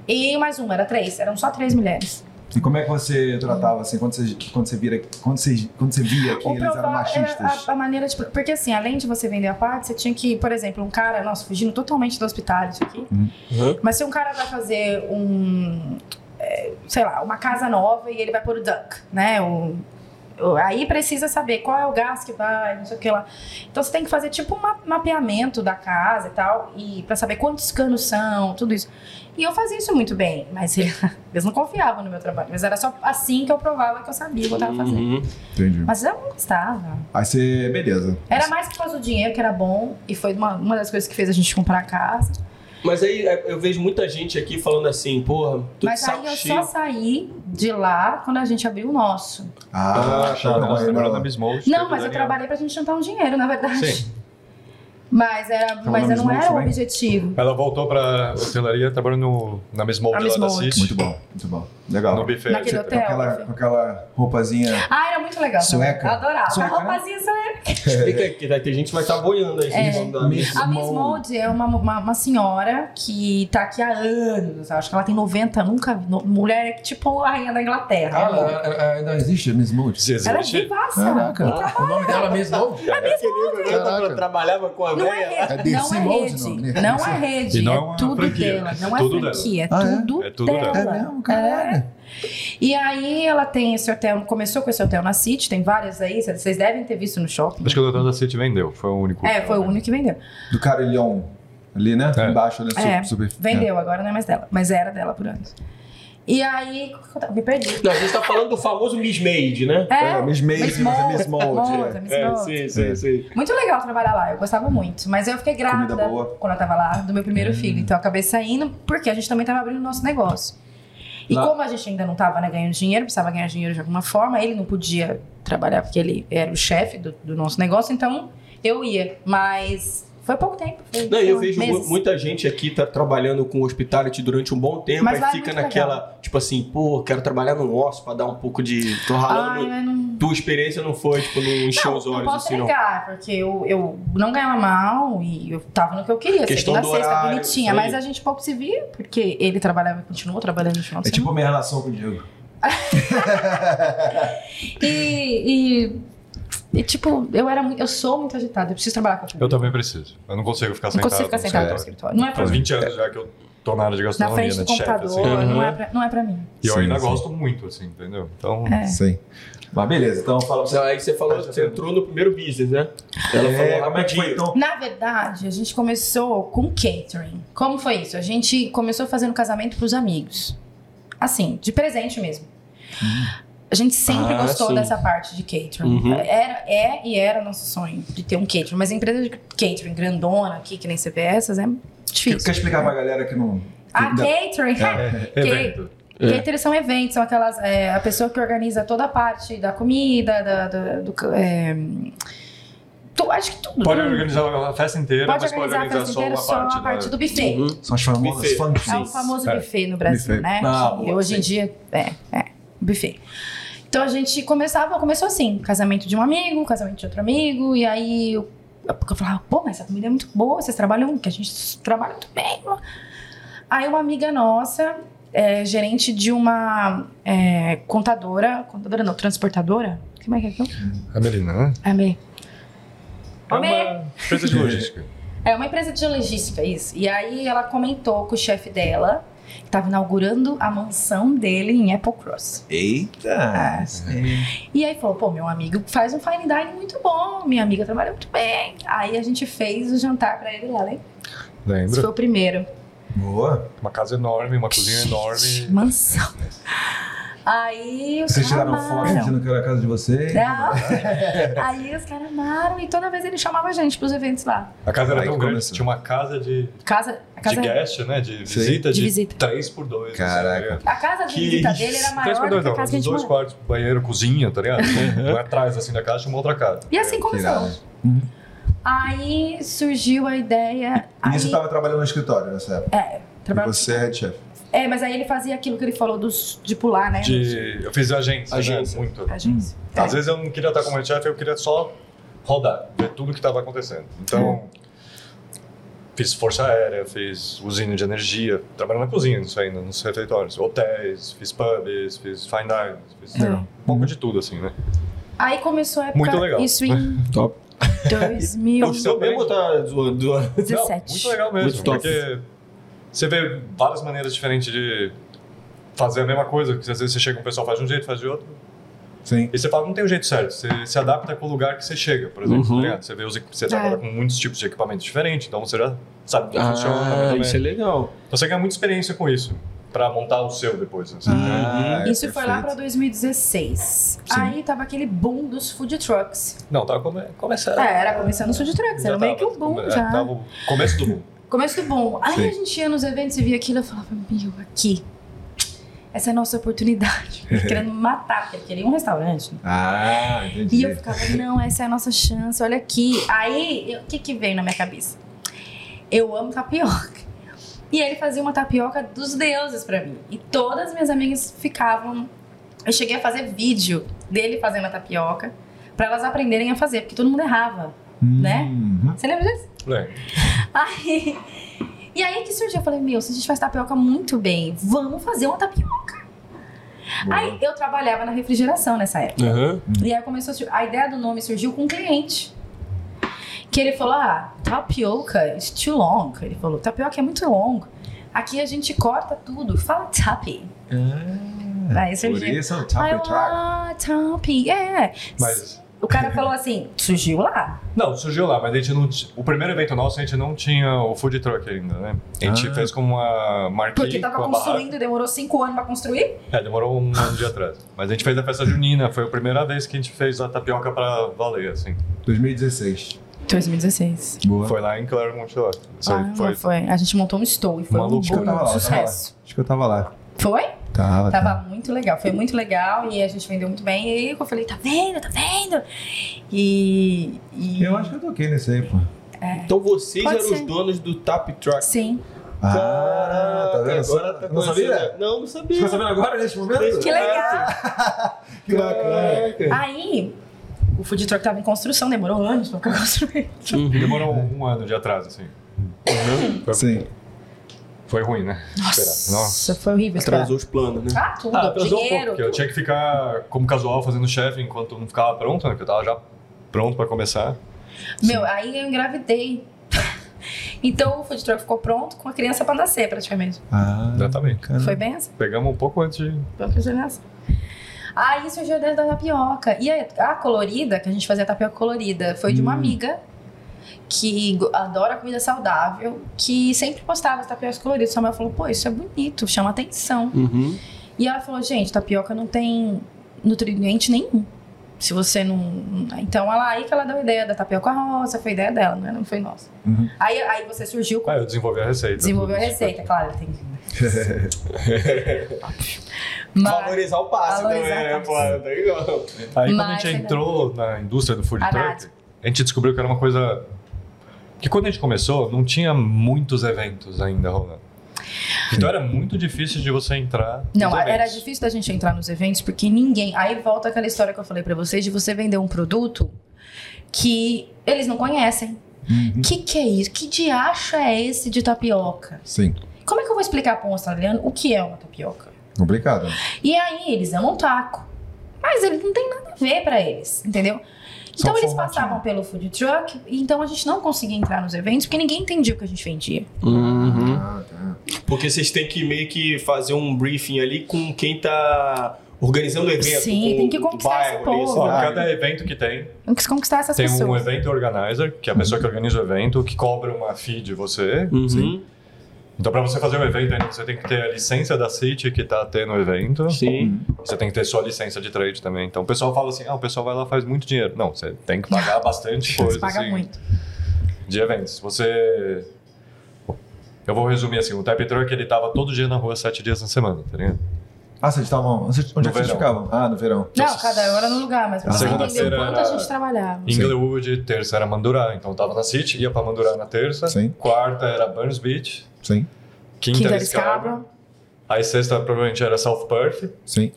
E mais uma, era três. Eram só três mulheres. E como é que você tratava assim quando você, quando você, vira, quando você, quando você via que O eles eram provável era machistas? a, a maneira de. Porque assim, além de você vender a parte, você tinha que, por exemplo, um cara, nossa, fugindo totalmente do hospital isso aqui. Hum. Uhum. Mas se um cara vai fazer um. é, sei lá, uma casa nova e ele vai pôr o duck, né? O, o- aí precisa saber qual é o gás que vai, não sei o que lá. Então você tem que fazer tipo um ma- mapeamento da casa e tal, e para saber quantos canos são, tudo isso. E eu fazia isso muito bem, mas eles não confiavam no meu trabalho. Mas era só assim que eu provava que eu sabia o que eu tava fazendo. Uhum. Entendi. Mas eu não gostava. Aí você, beleza. Era mais por causa do dinheiro, que era bom, e foi uma, uma das coisas que fez a gente comprar a casa. Mas aí é, eu vejo muita gente aqui falando assim, porra, tô de Mas aí saco eu cheio. só saí de lá quando a gente abriu o nosso. Ah, Ah, tá. tá. Ela trabalhou na Não, Bismold. não, mas eu trabalhei pra gente juntar um dinheiro, na verdade. é Sim. Mas, era, mas na eu não Bismuth era o também? objetivo. Ela voltou pra hotelaria, trabalhando no- na Bismold Na lá da Bismold. City. Muito bom, muito bom. No Legal. buffet. Naquele Com hotel. aquela, com aquela roupazinha. Ah, era muito legal. também. Sueca? Eu adorava. Sueca, a roupazinha sueca. Explica aí, que vai ter gente que vai estar boiando aí. É. gente, "Ah, da mesa. A Miss Mold é uma, uma, uma senhora que tá aqui há anos. Acho que ela tem 90, nunca vi. No- Mulher é tipo a rainha da Inglaterra. Ah, é ela, ela- ela ainda existe, Miss Mood? Isso ela é existe? vivaça. Caraca, o nome dela mesmo não? Eu trabalhava com a Não velha. é rede, É não, Dercy é Mode, rede. não, não né? é rede, E não é, é uma tudo franquia. dela, não é Tudo franquia, dela. é Ah, é? tudo, É tudo dela. dela. É mesmo, caralho. E aí ela tem esse hotel, começou com esse hotel na City, tem várias aí, c- vocês devem ter visto no shopping. Acho que o doutor da City vendeu. Foi o único. né? É, foi o único que vendeu. Do Carilhão. Ali, né? É. Embaixo, ali, É, super. super- Vendeu, agora não é mais dela, mas era dela por anos. E aí, me perdi. Não, a gente tá falando do famoso Miss Made, né? É, Miss Made, Miss mas é Miss Mold, Mold, é. Miss Mold. sim, sim. Muito legal trabalhar lá, eu gostava muito. Mas eu fiquei grávida Comida boa. Hum. quando eu tava lá, do meu primeiro filho. Então eu acabei saindo, porque a gente também tava abrindo o nosso negócio. E Lá- como a gente ainda não estava ganhando dinheiro, precisava ganhar dinheiro de alguma forma, ele não podia trabalhar porque ele era o chefe do, do nosso negócio, então eu ia. Mas foi pouco tempo. Foi, um Não, e sei eu lá, vejo mu- meses. muita gente aqui tá trabalhando com hospitality durante um bom tempo, Mas lá aí é fica muito naquela, tipo assim, pô, quero trabalhar no nosso pra dar um pouco de. tô Ai, ralando. mas não Tua experiência não foi, tipo, não encheu não, os olhos, não posso assim, não. negar, porque eu, eu não ganhava mal e eu tava no que eu queria. Questão segunda, do sexta, horário, bonitinha. isso aí. Mas a gente pouco se via, porque ele trabalhava, continuou trabalhando no final de É semana. tipo a minha relação com o Diego. E, e- e, tipo, eu era muito, eu sou muito agitada, eu preciso trabalhar com o público. Eu também preciso. Eu não consigo ficar Não sentado. consigo ficar no sentada no escritório. escritório. Não é pra Faz mim. 20 anos já que eu tô na área de Na gastronomia, frente né? do De chefe, computador, assim. não, é pra, não é pra mim. E eu Sim, ainda sim. gosto muito, assim, entendeu? Então, É. Sim. Mas beleza, então fala pra você. Então, aí você falou, você entrou no primeiro business, né? Ela É, falou como é que foi rapidinho. então? Na verdade, a gente começou com catering. Como foi isso? A gente começou fazendo casamento pros amigos. Assim, de presente mesmo. A gente sempre Ah, gostou sim. dessa parte de catering. Uhum. Era, é e era nosso sonho de ter um catering. Mas a empresa de catering grandona aqui, que nem CPS, é Quer, difícil. quer explicar pra galera que não. Ah, que- catering! é evento. E aí, então, eles são eventos, são aquelas. é, a pessoa que organiza toda a parte da comida, da, da- do. é, tu, acho que tudo. Pode tudo. organizar a festa inteira, Pode mas pode organizar a organizar festa só inteira uma só parte. a parte né? do buffet. Uhum. São as famosas Buffet. É o functions. famoso É. buffet no Brasil, Buffet. né? Ah, Que boa, hoje em sim. dia é, é, buffet. Então a gente começava, começou assim, casamento de um amigo, casamento de outro amigo, e aí eu, eu falava, pô, mas essa comida é muito boa, vocês trabalham, que a gente trabalha muito bem. Aí uma amiga nossa, é, gerente de uma é, contadora, contadora não, transportadora, como é que é aquilo? A Melina, né? Amei. É Amei. uma empresa de logística. É uma empresa de logística, isso. E aí ela comentou com o chefe dela, que estava inaugurando a mansão dele em Apple Cross. Eita! E aí falou, pô, meu amigo faz um fine dining muito bom, minha amiga trabalha muito bem. Aí a gente fez o jantar pra ele lá, né? Esse Lembra? foi o primeiro. Boa. Uma casa enorme, uma cozinha enorme. Mansão. Aí os Vocês caras tiraram foto amaram. dizendo que era a casa de vocês. Não. aí os caras amaram e toda vez ele chamava a gente pros eventos lá. A casa era Aí tão grande que começou. tinha uma casa de, Casa, a de casa, é- guest, né? De visita De de, visita. três assim, 3x2. Caraca. a casa de visita dele era maior do que a casa que a gente né? dois morava. quartos, banheiro, cozinha, tá ligado? Atrás, assim, da casa tinha uma outra casa. E assim irado. começou. Aí surgiu a ideia. E você aí- tava trabalhando no escritório nessa época. E trabalho- você é head chef. É, mas aí ele fazia aquilo que ele falou dos, de pular, né? De, eu fiz agência, Agência. Né? muito. A Hum, gente. É. Às vezes eu não queria estar como chefe, eu queria só rodar, ver tudo o que estava acontecendo. Então, fiz força aérea, fiz usina de energia, trabalhando na cozinha, isso ainda, nos refeitórios, hotéis, fiz pubs, fiz fine dines, fiz Legal. um pouco de tudo, assim, né? É. Aí começou a época. Muito legal. Isso em. Top. 2017. Seu mesmo tá zoando? zoando? Não, muito legal mesmo, Muito top. porque você vê várias maneiras diferentes de fazer a mesma coisa, porque às vezes você chega, um pessoal faz de um jeito, faz de outro, Sim. E você fala, não tem um jeito certo, você se adapta com o lugar que você chega, por exemplo, Uhum. tá ligado? Você, vê os, você É. trabalha com muitos tipos de equipamentos diferentes, então você já sabe como funciona. né, Ah, também. isso é legal. Então você ganha muita experiência com isso, pra montar o seu depois. Assim. Ah, é Isso foi lá pra perfeito. 2016. Aí tava aquele boom dos food trucks. Não, tava come, começando. É, era começando os food trucks, Já era meio que tava, o boom é, já. Tava o começo do boom. Começo do boom. Aí Sim. a gente ia nos eventos e via aquilo eu falava, meu, aqui. Essa é a nossa oportunidade. Eu Querendo me matar, porque eu queria um restaurante, né? Ah, entendi. E eu ficava, não, essa é a nossa chance, olha aqui. Aí, eu- o que que veio na minha cabeça? Eu amo tapioca. E ele fazia uma tapioca dos deuses pra mim. E todas as minhas amigas ficavam. Eu cheguei a fazer vídeo dele fazendo a tapioca pra elas aprenderem a fazer, porque todo mundo errava. né? Uhum. Você lembra disso? Né? Aí, e aí que surgiu, eu falei, meu, se a gente faz tapioca muito bem, vamos fazer uma tapioca. Aí eu trabalhava na refrigeração nessa época. Aham. E aí começou a, sur- a ideia do nome surgiu com um cliente. Que ele falou: "Ah, tapioca is too long". Ele falou: "Tapioca é muito longo. Aqui a gente corta tudo, fala tapi". Ah. É, Aí Por surgiu. isso, é Aí tapa eu, tapa. ah, tapi, é. Mas, O cara falou assim, surgiu lá. não, surgiu lá, mas a gente não... ti- O primeiro evento nosso, a gente não tinha o food truck ainda, né? A gente Ah. fez com uma marquinha, Porque tava com uma barraca. construindo, demorou cinco anos pra construir. É, demorou um ano de atraso. Mas a gente fez a festa junina, foi a primeira vez que a gente fez a tapioca pra valer, assim. 2016. 2016. Boa. Foi lá em Claremont lá. Isso aí Ah, foi. foi. A gente montou um store e foi Maluco, um eu tava bom lá, eu tava sucesso. Acho que eu tava lá. Foi? Tava, Tava tava. muito legal, foi muito legal e a gente vendeu muito bem. E aí eu falei, tá vendo, tá vendo? E. e- Eu acho que eu toquei nesse aí, pô. Então vocês Pode eram os ser. donos do Tap Truck. Sim. Ah, tá vendo? Agora tá não sabia? conhecendo- Não, não sabia. Tá sabendo agora, neste momento? Que legal! Que bacana. Aí, o food truck tava em construção, demorou anos pra ficar construído. Demorou um ano de atraso, assim. Uhum. Sim. Foi ruim, né? Esperar. Nossa. Isso foi horrível. esperar. Atrasou os planos, né? Ah, tudo. Ah, atrasou um dinheiro. Porque eu tinha que ficar como casual fazendo chefe enquanto não ficava pronto, né? Porque eu tava já pronto pra começar. Meu, aí eu engravidei. Então o food truck ficou pronto com a criança pra nascer, praticamente. Ah, Exatamente. Foi bem assim. Pegamos um pouco antes de. Foi uma criança nascer. Aí surgiu a ideia é da tapioca. E a, a colorida, que a gente fazia tapioca colorida, foi de uma amiga que go- adora comida saudável, que sempre postava as tapiocas coloridas. Sua mãe falou, pô, isso é bonito, chama atenção. Uhum. E ela falou, gente, tapioca não tem nutriente nenhum. Se você não. Então ela aí que ela deu a ideia da tapioca rosa, foi ideia dela, né? não foi nossa. Uhum. Aí, aí você surgiu, Ah, eu desenvolvi a receita. desenvolveu a Tudo. receita, claro, tem. Mas Valorizar o passe Valorizar também, né? o Pô, passe. tá igual. Aí quando a Mas gente é entrou na indústria do food Arado. truck, a gente descobriu que era uma coisa. Que quando a gente começou, não tinha muitos eventos ainda rolando. Então era muito difícil de você entrar. Não, nos era eventos. difícil da gente entrar nos eventos porque ninguém. Aí volta aquela história que eu falei pra vocês de você vender um produto que eles não conhecem. O Que que é isso? Que diacho é esse de tapioca? Sim. Como é que eu vou explicar pra um australiano o que é uma tapioca? Complicado. E aí eles amam taco. Mas ele não tem nada a ver pra eles, entendeu? Só Então um eles formatinho. passavam pelo food truck, e então a gente não conseguia entrar nos eventos porque ninguém entendia o que a gente vendia. Uhum. Ah, tá. Porque vocês têm que meio que fazer um briefing ali com quem tá organizando o evento. Sim, com tem que o conquistar bairro esse ali, povo. Ó, bairro. cada evento que tem, Eu quis conquistar essas tem um pessoas. Uhum. event organizer, que é a pessoa que organiza o evento, que cobra uma fee de você. Uhum. Então, pra você fazer o evento, ainda, você tem que ter a licença da City que tá tendo o evento. Sim. Você tem que ter sua licença de trade também. Então, o pessoal fala assim: ah, o pessoal vai lá e faz muito dinheiro. Não, você tem que pagar bastante coisa. Eles pagam assim, muito. de eventos. Você. Eu vou resumir assim: o Type Truck ele tava todo dia na rua, sete dias na semana, tá ligado? Ah, vocês estavam. vocês- Onde é No que vocês verão. ficavam? Ah, no verão. Não, cada hora no lugar, mas pra Ah. você entender Segunda-feira o quanto a era- gente trabalhava. Em Inglewood, terça era Mandurá, então eu tava na City, ia pra Mandurá na terça. Sim. Quarta era Burns Beach. Sim, Quinta, Quinta era eles cabra. Scarborough. Aí sexta provavelmente era South Perth. sim.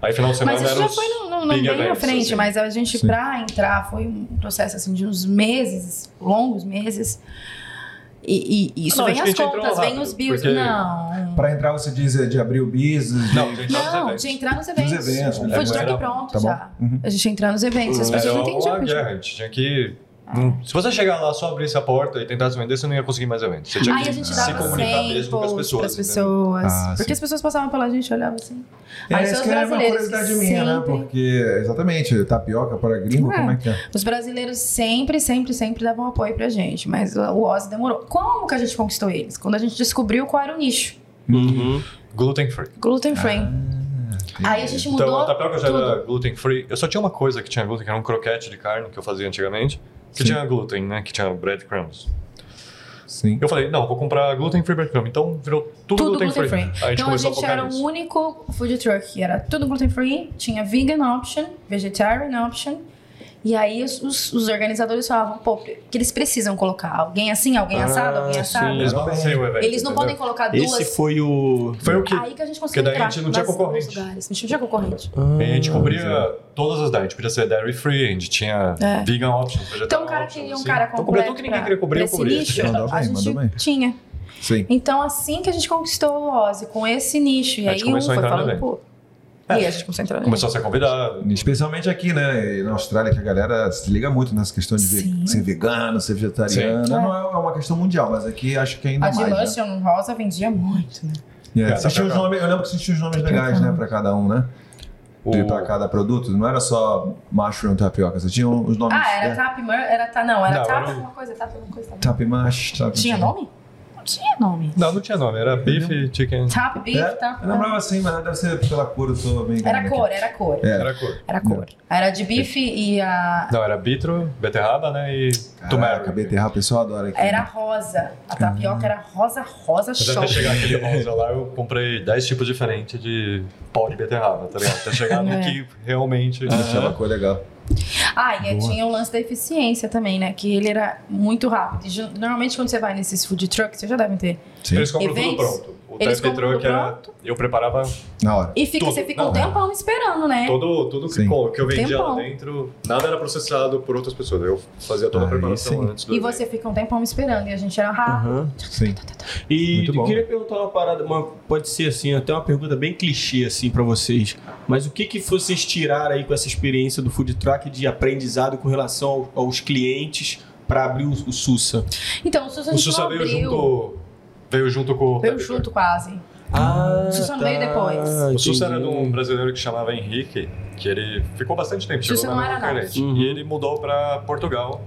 Aí final de semana Mas isso era já os foi no, no, no big bem na events, frente, assim. mas a gente, Sim. pra entrar, foi um processo assim de uns meses, longos meses. E, e- e isso Não, vem acho as que a gente entrou contas, vem rápido, os bills. porque- Não. Pra entrar, você diz é, de abrir o business. Não, de... gente, tava nos Não, eventos. de entrar nos eventos. Nos eventos, né? Food Era- uhum. truck pronto tá bom. já. A gente ia entrar nos eventos. As Era pessoas não uma entendiam. Ah. guerra, a gente tinha que. não- Se você chegar lá, só abrisse a porta e tentasse vender, você não ia conseguir mais eventos. Você tinha Aí que a gente é. se dava comunicar mesmo com as samples pessoas. para as entendeu? pessoas. Ah, porque sim. as pessoas passavam pela gente e olhavam assim. É, Aí são isso os que era uma brasileiros que curiosidade minha, né? sempre... Porque, exatamente, tapioca para gringo, É. como é que é? Os brasileiros sempre, sempre, sempre davam apoio pra gente. Mas o- o Ozzy demorou. Como que a gente conquistou eles? Quando a gente descobriu qual era o nicho. Uhum. Gluten free. Gluten free. Ah, Aí a gente mudou Ah, então, a tapioca já tudo. era gluten free. Eu só tinha uma coisa que tinha glúten, que era um croquete de carne que eu fazia antigamente, que tinha glúten, né? Que tinha breadcrumbs. Sim. Eu falei, não, vou comprar gluten free breadcrumb. Então virou tudo, Tudo gluten, gluten free. free. Aí a gente Então a começou gente focar era nisso. o único food truck que era tudo gluten free, tinha vegan option, vegetarian option. E aí os, os- os organizadores falavam, pô, que eles precisam colocar alguém assim, alguém assado, alguém sim. assado. Eles não o evento. Eles não Ah, entendeu? podem colocar duas. Esse foi o. Foi o que? Aí que a gente conseguiu daí a entrar gente não tinha nas- concorrente. Então, nos lugares. A gente não tinha concorrente. E a gente cobria todas as datas. A gente podia ser dairy free, a gente tinha É. vegan options, vegetarian Então o cara options, queria um assim. cara Então cobria completo tudo que ninguém pra- queria cobrir, pra eu esse cobria. nicho, Mandou bem, a mandou bem. gente tinha. Sim. Então assim que a gente conquistou o Ozzy, com esse nicho. E A aí gente um começou a foi entrar no falando, evento. É. pô... E a gente começou a entrar no evento. Começou a ser convidado. Especialmente aqui, né? E na Austrália, que a galera se liga muito nessa questão de ve- Sim. ser vegano, ser vegetariano. Sim. Não é uma questão mundial, mas aqui acho que ainda A de mais. né? Lush Rosa vendia muito, né? Né? É, É, vocês tinham os tapioca. nomes- eu lembro que vocês tinham os nomes legais, Uhum. né? Pra cada um, né? De, pra cada produto. Não era só mushroom tapioca. Vocês tinham os nomes. Ah, era né? Tap Mur, era tá, não, era É. Não, Tap era um- alguma coisa, Tap alguma coisa. Tap. Tap mash, tap- Tinha nome? tinha nome. Não, não tinha nome, era Beef Uhum. Chicken. Top beef, É, top. eu lembrava assim, mas deve ser pela cor do seu amigo. tá. Era cor, era cor. É, Era cor. Era cor. Era de É. bife e a. Não, era bitro, beterraba, né? E Caraca, tomate. beterraba, ah, o pessoal adora aqui. Era rosa. A tapioca era rosa, rosa, Mas show. até chegar aquele rosa lá, eu comprei 10 tipos diferentes de pau de beterraba, tá ligado? Até chegar no É. que realmente Tinha uma chama cor legal. Ah, e aí tinha o lance da eficiência também, né? Que ele era muito rápido. E ju- Normalmente quando você vai nesses food trucks, vocês já devem ter. Eles compram tudo Eventos. pronto. O Eles Tap compram Truck tudo era. pronto. Eu preparava Na hora. E fica, Tudo. você fica um Não. tempão esperando, né? todo tudo que, Sim. co- que eu vendia lá Tempão. dentro. Nada era processado por outras pessoas. Eu fazia toda a Aí preparação sim. antes do. E evento. você fica um tempão esperando. E a gente era "Ah, rápido. Uhum. Sim. E Muito bom. eu queria perguntar uma parada, uma, pode ser assim, até uma pergunta bem clichê assim pra vocês, mas o que que vocês tiraram aí com essa experiência do food truck de aprendizado com relação ao- aos clientes pra abrir o, o Sussa? Então, o Susan O a gente Sussa não veio abriu. junto. Veio junto com o Veio Tap Truck. junto quase. Ah, O Sussa não veio depois. O Sussa era de um brasileiro que chamava Henrique, que ele ficou bastante tempo, Sussa chegou na não mesma era internet. nosso. E Uhum. ele mudou pra Portugal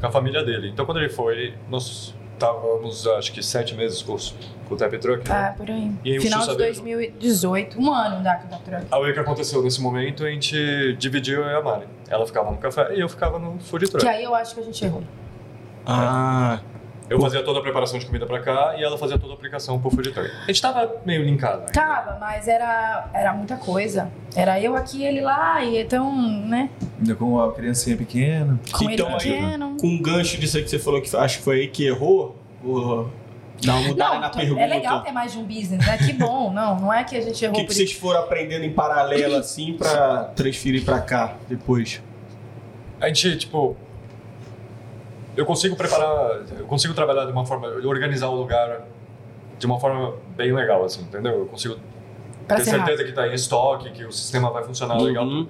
com a família dele. Então quando ele foi, nós estávamos acho que sete meses com, os- com o Tap Truck. né? Ah, por aí. E aí o Final Sussa de veio 2018. Um ano da da truck. Aí o que aconteceu nesse momento, a gente dividiu eu e a Mari. Ela ficava no café e eu ficava no food truck. Que é aí eu acho que a gente errou. Ah, Eu fazia toda a preparação de comida pra cá e ela fazia toda a aplicação pro food truck. A gente tava meio linkado. né? ainda. Tava, mas era, era muita coisa. Era eu aqui, ele lá, e então, né? Ainda com uma criancinha pequena. Com Então, ele aí- pequeno. com o gancho disso aí que você falou que acho que foi aí que errou, vou dar uma mudada Não, na então, pergunta. é legal ter mais de um business, né? Que bom, não, não é que a gente O errou que, que por vocês isso. foram aprendendo em paralelo assim pra transferir pra cá depois? A gente, tipo. Eu consigo preparar. Eu consigo trabalhar de uma forma. organizar o lugar de uma forma bem legal, assim, entendeu? Eu consigo Pra ter ser rápido. certeza que tá em estoque, que o sistema vai funcionar Uhum. legal. tudo.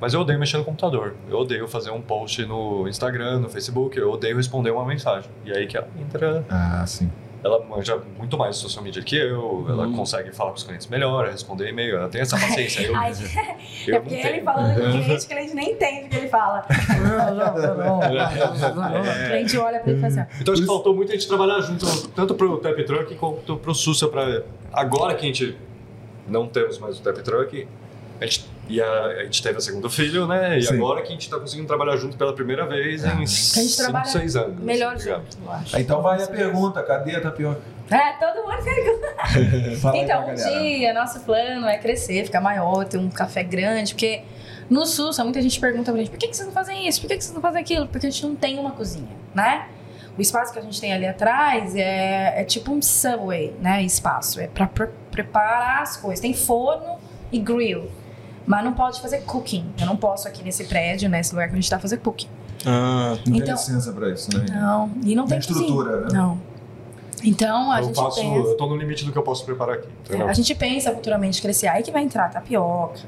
Mas eu odeio mexer no computador. Eu odeio fazer um post no Instagram, no Facebook. Eu odeio responder uma mensagem. E aí que ela entra Ah, sim. ela manja muito mais de social media que eu, ela consegue falar com os clientes melhor, responder e-mail, ela tem essa paciência. Eu, Ai, eu é não porque tenho. Uhum. ele falando com o cliente, o cliente nem entende o que ele fala. O cliente olha pra ele e fala assim, ó, Então acho que faltou muito a gente trabalhar junto, tanto pro Tap Truck quanto pro Sussa, pra... agora que a gente não temos mais o Tap Truck, a gente, e a, a gente teve a segundo filho, né? E Sim. agora que a gente tá conseguindo trabalhar junto pela primeira vez em que É. a gente 5, trabalha 6 anos. assim, tá melhor Obrigado. junto, eu acho. Aí, Então vai a pergunta, cadê a tapioca? É, todo mundo pergunta. É. Fala aí pra Então, um galera. dia, nosso plano é crescer, ficar maior, ter um café grande, porque no SUS, muita gente pergunta pra gente, por que, que vocês não fazem isso? Por que, que vocês não fazem aquilo? Porque a gente não tem uma cozinha, né? O espaço que a gente tem ali atrás é, é tipo um subway, né? Espaço, é pra pre- preparar as coisas. Tem forno e grill, mas não pode fazer cooking. Eu não posso aqui nesse prédio, nesse lugar que a gente tá fazer cooking. Ah, Não tem Então- licença pra isso, né? Não, e não Tem tem estrutura, né? cozinha. Não. Então, a Eu, gente faço, pensa... eu tô no limite do que eu posso preparar aqui. É, Entendeu? a gente pensa futuramente crescer, aí que vai entrar tapioca.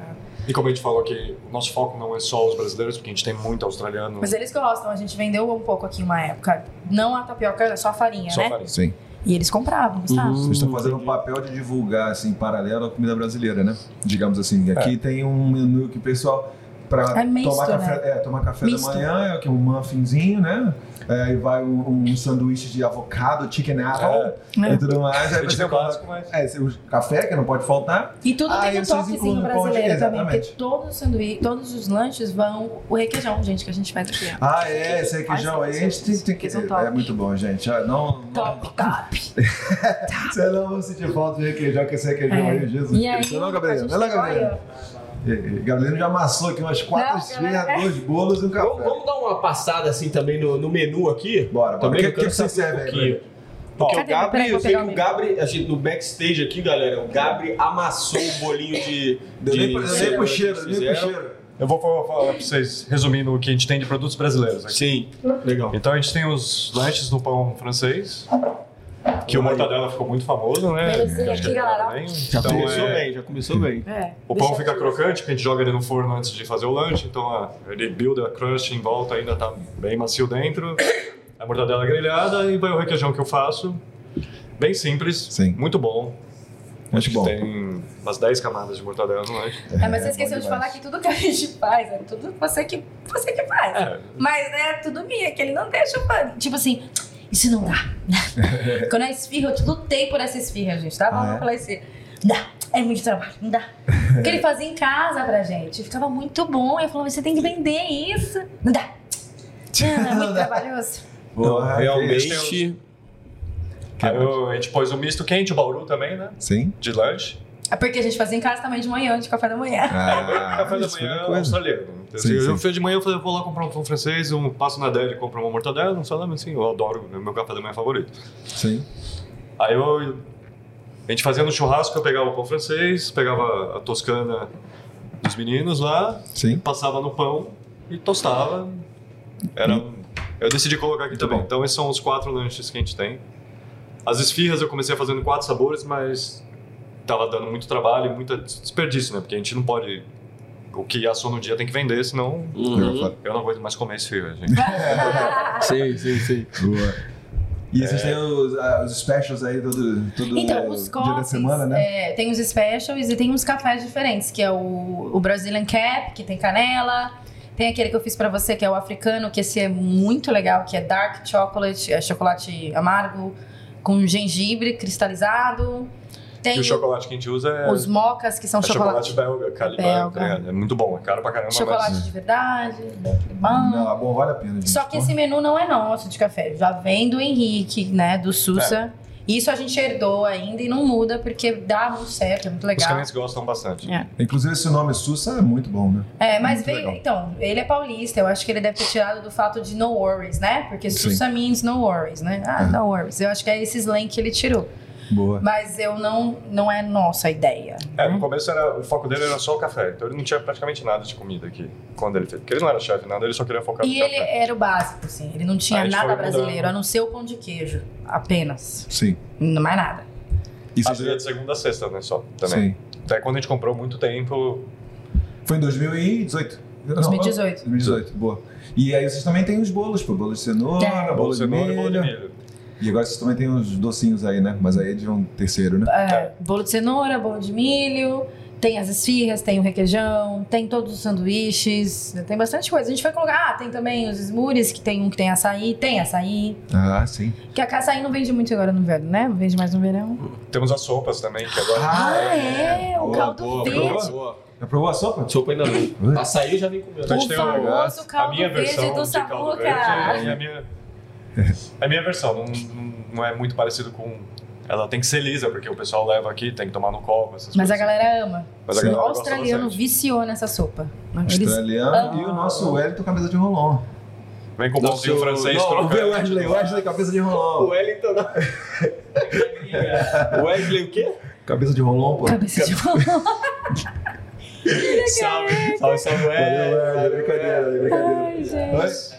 E como a gente falou aqui, o nosso foco não é só os brasileiros, porque a gente tem muito australiano, Mas eles gostam, a gente vendeu um pouco aqui uma época. Não a tapioca, era só a farinha, só né? farinha. Sim. E eles compravam, gostavam. Vocês estão fazendo um papel de divulgar, assim, paralelo à comida brasileira, né? Digamos assim, aqui tem um menu que o pessoal... Pra É misto, tomar café, é, tomar café da Misto. manhã, é o que? Um muffinzinho, né? É, Aí vai um, um sanduíche de avocado, chicken apple né? É. e tudo mais. Aí Eu você tive coloca... clássico, mas... É, esse- o café que não pode faltar. E tudo Ah, tem e um vocês toquezinho incluem pão de brasileiro queijo, também, porque exatamente. todos os sanduí- todos os lanches vão o requeijão, gente, que a gente faz aqui. ó. Ah, é, esse requeijão aí, a gente tem, tem que... Requeijão top. É muito bom, gente. Ah, não, não, Top, tá. top. Você não vai sentir falta de requeijão, que esse requeijão É. aí, Jesus E aí, Cristo. Não, a Gabriel, gente não, não, Gabriel. olha, É, é, Gabriel já amassou aqui umas quatro Não, esfirras, galera. dois bolos e um Vamos, café. vamos dar uma passada assim também no, no menu aqui? Bora, bora. Também O que- eu quero que você saber serve aí, um pouquinho. Porque Cadê? o Gabri, Peraí, vou eu sei que pegar o o Gabri, a gente, no backstage aqui, galera, o Gabri amassou o bolinho de. Deu de nem pro- deu nem pro cenoura que cheiro, eles nem pro fizeram. cheiro. Eu vou fa- falar pra vocês, resumindo o que a gente tem de produtos brasileiros aqui. Sim, legal. Então a gente tem os lanches no pão francês, que o mortadela ficou muito famoso, né? Belezinha Acho que aqui, ele galera. tá bem. Já Então, começou é, bem, já começou bem. É, O deixa pão eu- fica crocante, porque a gente joga ele no forno antes de fazer o lanche, então ó, ele build a crust em volta, ainda tá bem macio dentro. A mortadela grelhada e vai o requeijão que eu faço. Bem simples, Sim. muito bom. Muito bom. Tem umas 10 camadas de mortadela no lanche. É, mas você esqueceu de falar que tudo que a gente faz é tudo você que, você que faz. É. Mas né, é tudo minha, que ele não deixa eu fazer. Tipo assim, Isso não dá. Quando é esfirra, eu te lutei por essa esfirra, gente. Tava Ah, é? ah, pela esfirra. Dá. É muito trabalho, não dá. O que ele fazia em casa pra gente. Ficava muito bom. Eu falava, você tem que vender isso. Não dá. Não, é muito trabalhoso. Porra, que- tem Realmente. Aí eu- a gente pôs o misto quente, o bauru também, né? Sim. De lanche. É porque a gente fazia em casa também de manhã, de café da manhã. Ah, Café da isso foi uma manhã coisa. australiano. Então, Sim, assim, sim. Eu fiz de manhã, eu falei, eu vou lá comprar um pão francês, um passo na deli, compro uma mortadela, um salame, assim, eu adoro, é meu café da manhã favorito. Sim. Aí eu, a gente fazia no churrasco, eu pegava o pão francês, pegava a toscana dos meninos lá, Sim. passava no pão e tostava. Era, eu decidi colocar aqui também. bom. Então esses são os quatro lanches que a gente tem. As esfirras eu comecei fazendo quatro sabores, mas tava dando muito trabalho e muito desperdício, né? Porque a gente não pode... O que assou no dia tem que vender, senão Uhum. Boa. eu não aguento mais comer esfirra, gente. Sim, sim, sim. E vocês têm os, ah, os specials aí todo, todo Então, os dia da coffees, semana, né? é, tem os specials e tem uns cafés diferentes, que é o, o Brazilian Cap, que tem canela. Tem aquele que eu fiz pra você, que é o africano, que esse é muito legal, que é dark chocolate, é chocolate amargo, com gengibre cristalizado. Tem E o chocolate que a gente usa é, os mocas, que são é chocolate, chocolate, belga, Caliban, belga. tá ligado? É muito bom, é caro pra caramba, chocolate mas... de verdade, bom. Não, bom, vale a pena. Gente. Ah. Só que esse menu não é nosso de café. Já vem do Henrique, né? Do Sussa. É. Isso a gente herdou ainda e não muda porque dá muito certo, é muito Os legal. clientes gostam bastante. Inclusive, esse nome Sussa é muito bom, né? É, mas Muito veio. legal. Então, ele é paulista, eu acho que ele deve ter tirado do fato de no worries, né? Porque Sim. Sussa means no worries, né? Ah, no worries. Eu acho que é esse slang que ele tirou. Boa. Mas eu não. Não é nossa ideia. É, no começo era, o foco dele era só o café, então ele não tinha praticamente nada de comida aqui quando ele fez. Porque ele não era chefe, nada, ele só queria focar E no ele café. era o básico, assim. Ele não tinha Ah, Aí a gente nada foi mudando. brasileiro, a não ser o pão de queijo. Apenas. Sim. Não mais nada. E vocês- Abria é de segunda a sexta, né, só, também. Sim. Até quando a gente comprou muito tempo, Foi em 2018. Não, 2018. 2018, boa. E aí vocês também têm os bolos, pô. Bolo de cenoura, Tem. bolo, bolo de de cenoura e milho. bolo de milho. E agora vocês também têm os docinhos aí, né? Mas aí é de um terceiro, né? É, bolo de cenoura, bolo de milho, tem as esfirras, tem o requeijão, tem todos os sanduíches, tem bastante coisa. A gente vai colocar, ah, tem também os smoothies, que tem um que tem açaí, tem açaí. Ah, sim. Que a açaí não vende muito agora no verão, né? Não vende mais no verão. Temos as sopas também, que agora... Ah, é, o Boa, caldo verde. boa. Aprovou a sopa? Sopa ainda não. Açaí eu já vim comendo. Então, a O gente tem um- famoso a caldo minha verde versão do de caldo Samuca. verde é a minha, é a minha versão, não, não- não é muito parecido com... Ela tem que ser lisa, porque o pessoal leva aqui, tem que tomar no copo, essas Mas a coisas. galera ama. Mas a Sim. O galera gosta australiano bastante. viciou nessa sopa. Eles... Ah. Australiano e o nosso Wellington cabeça de rolão. Vem com o Nosso- pãozinho francês não, trocando. é Vê o Wesley, o Wesley cabeça de rolão. Wellington não. Wesley o quê? Cabeça de rolão, pô. Cabeça de Salve, salve É. Valeu, Samuel. Wesley, é brincadeira, brincadeira. Ai, gente. Oi?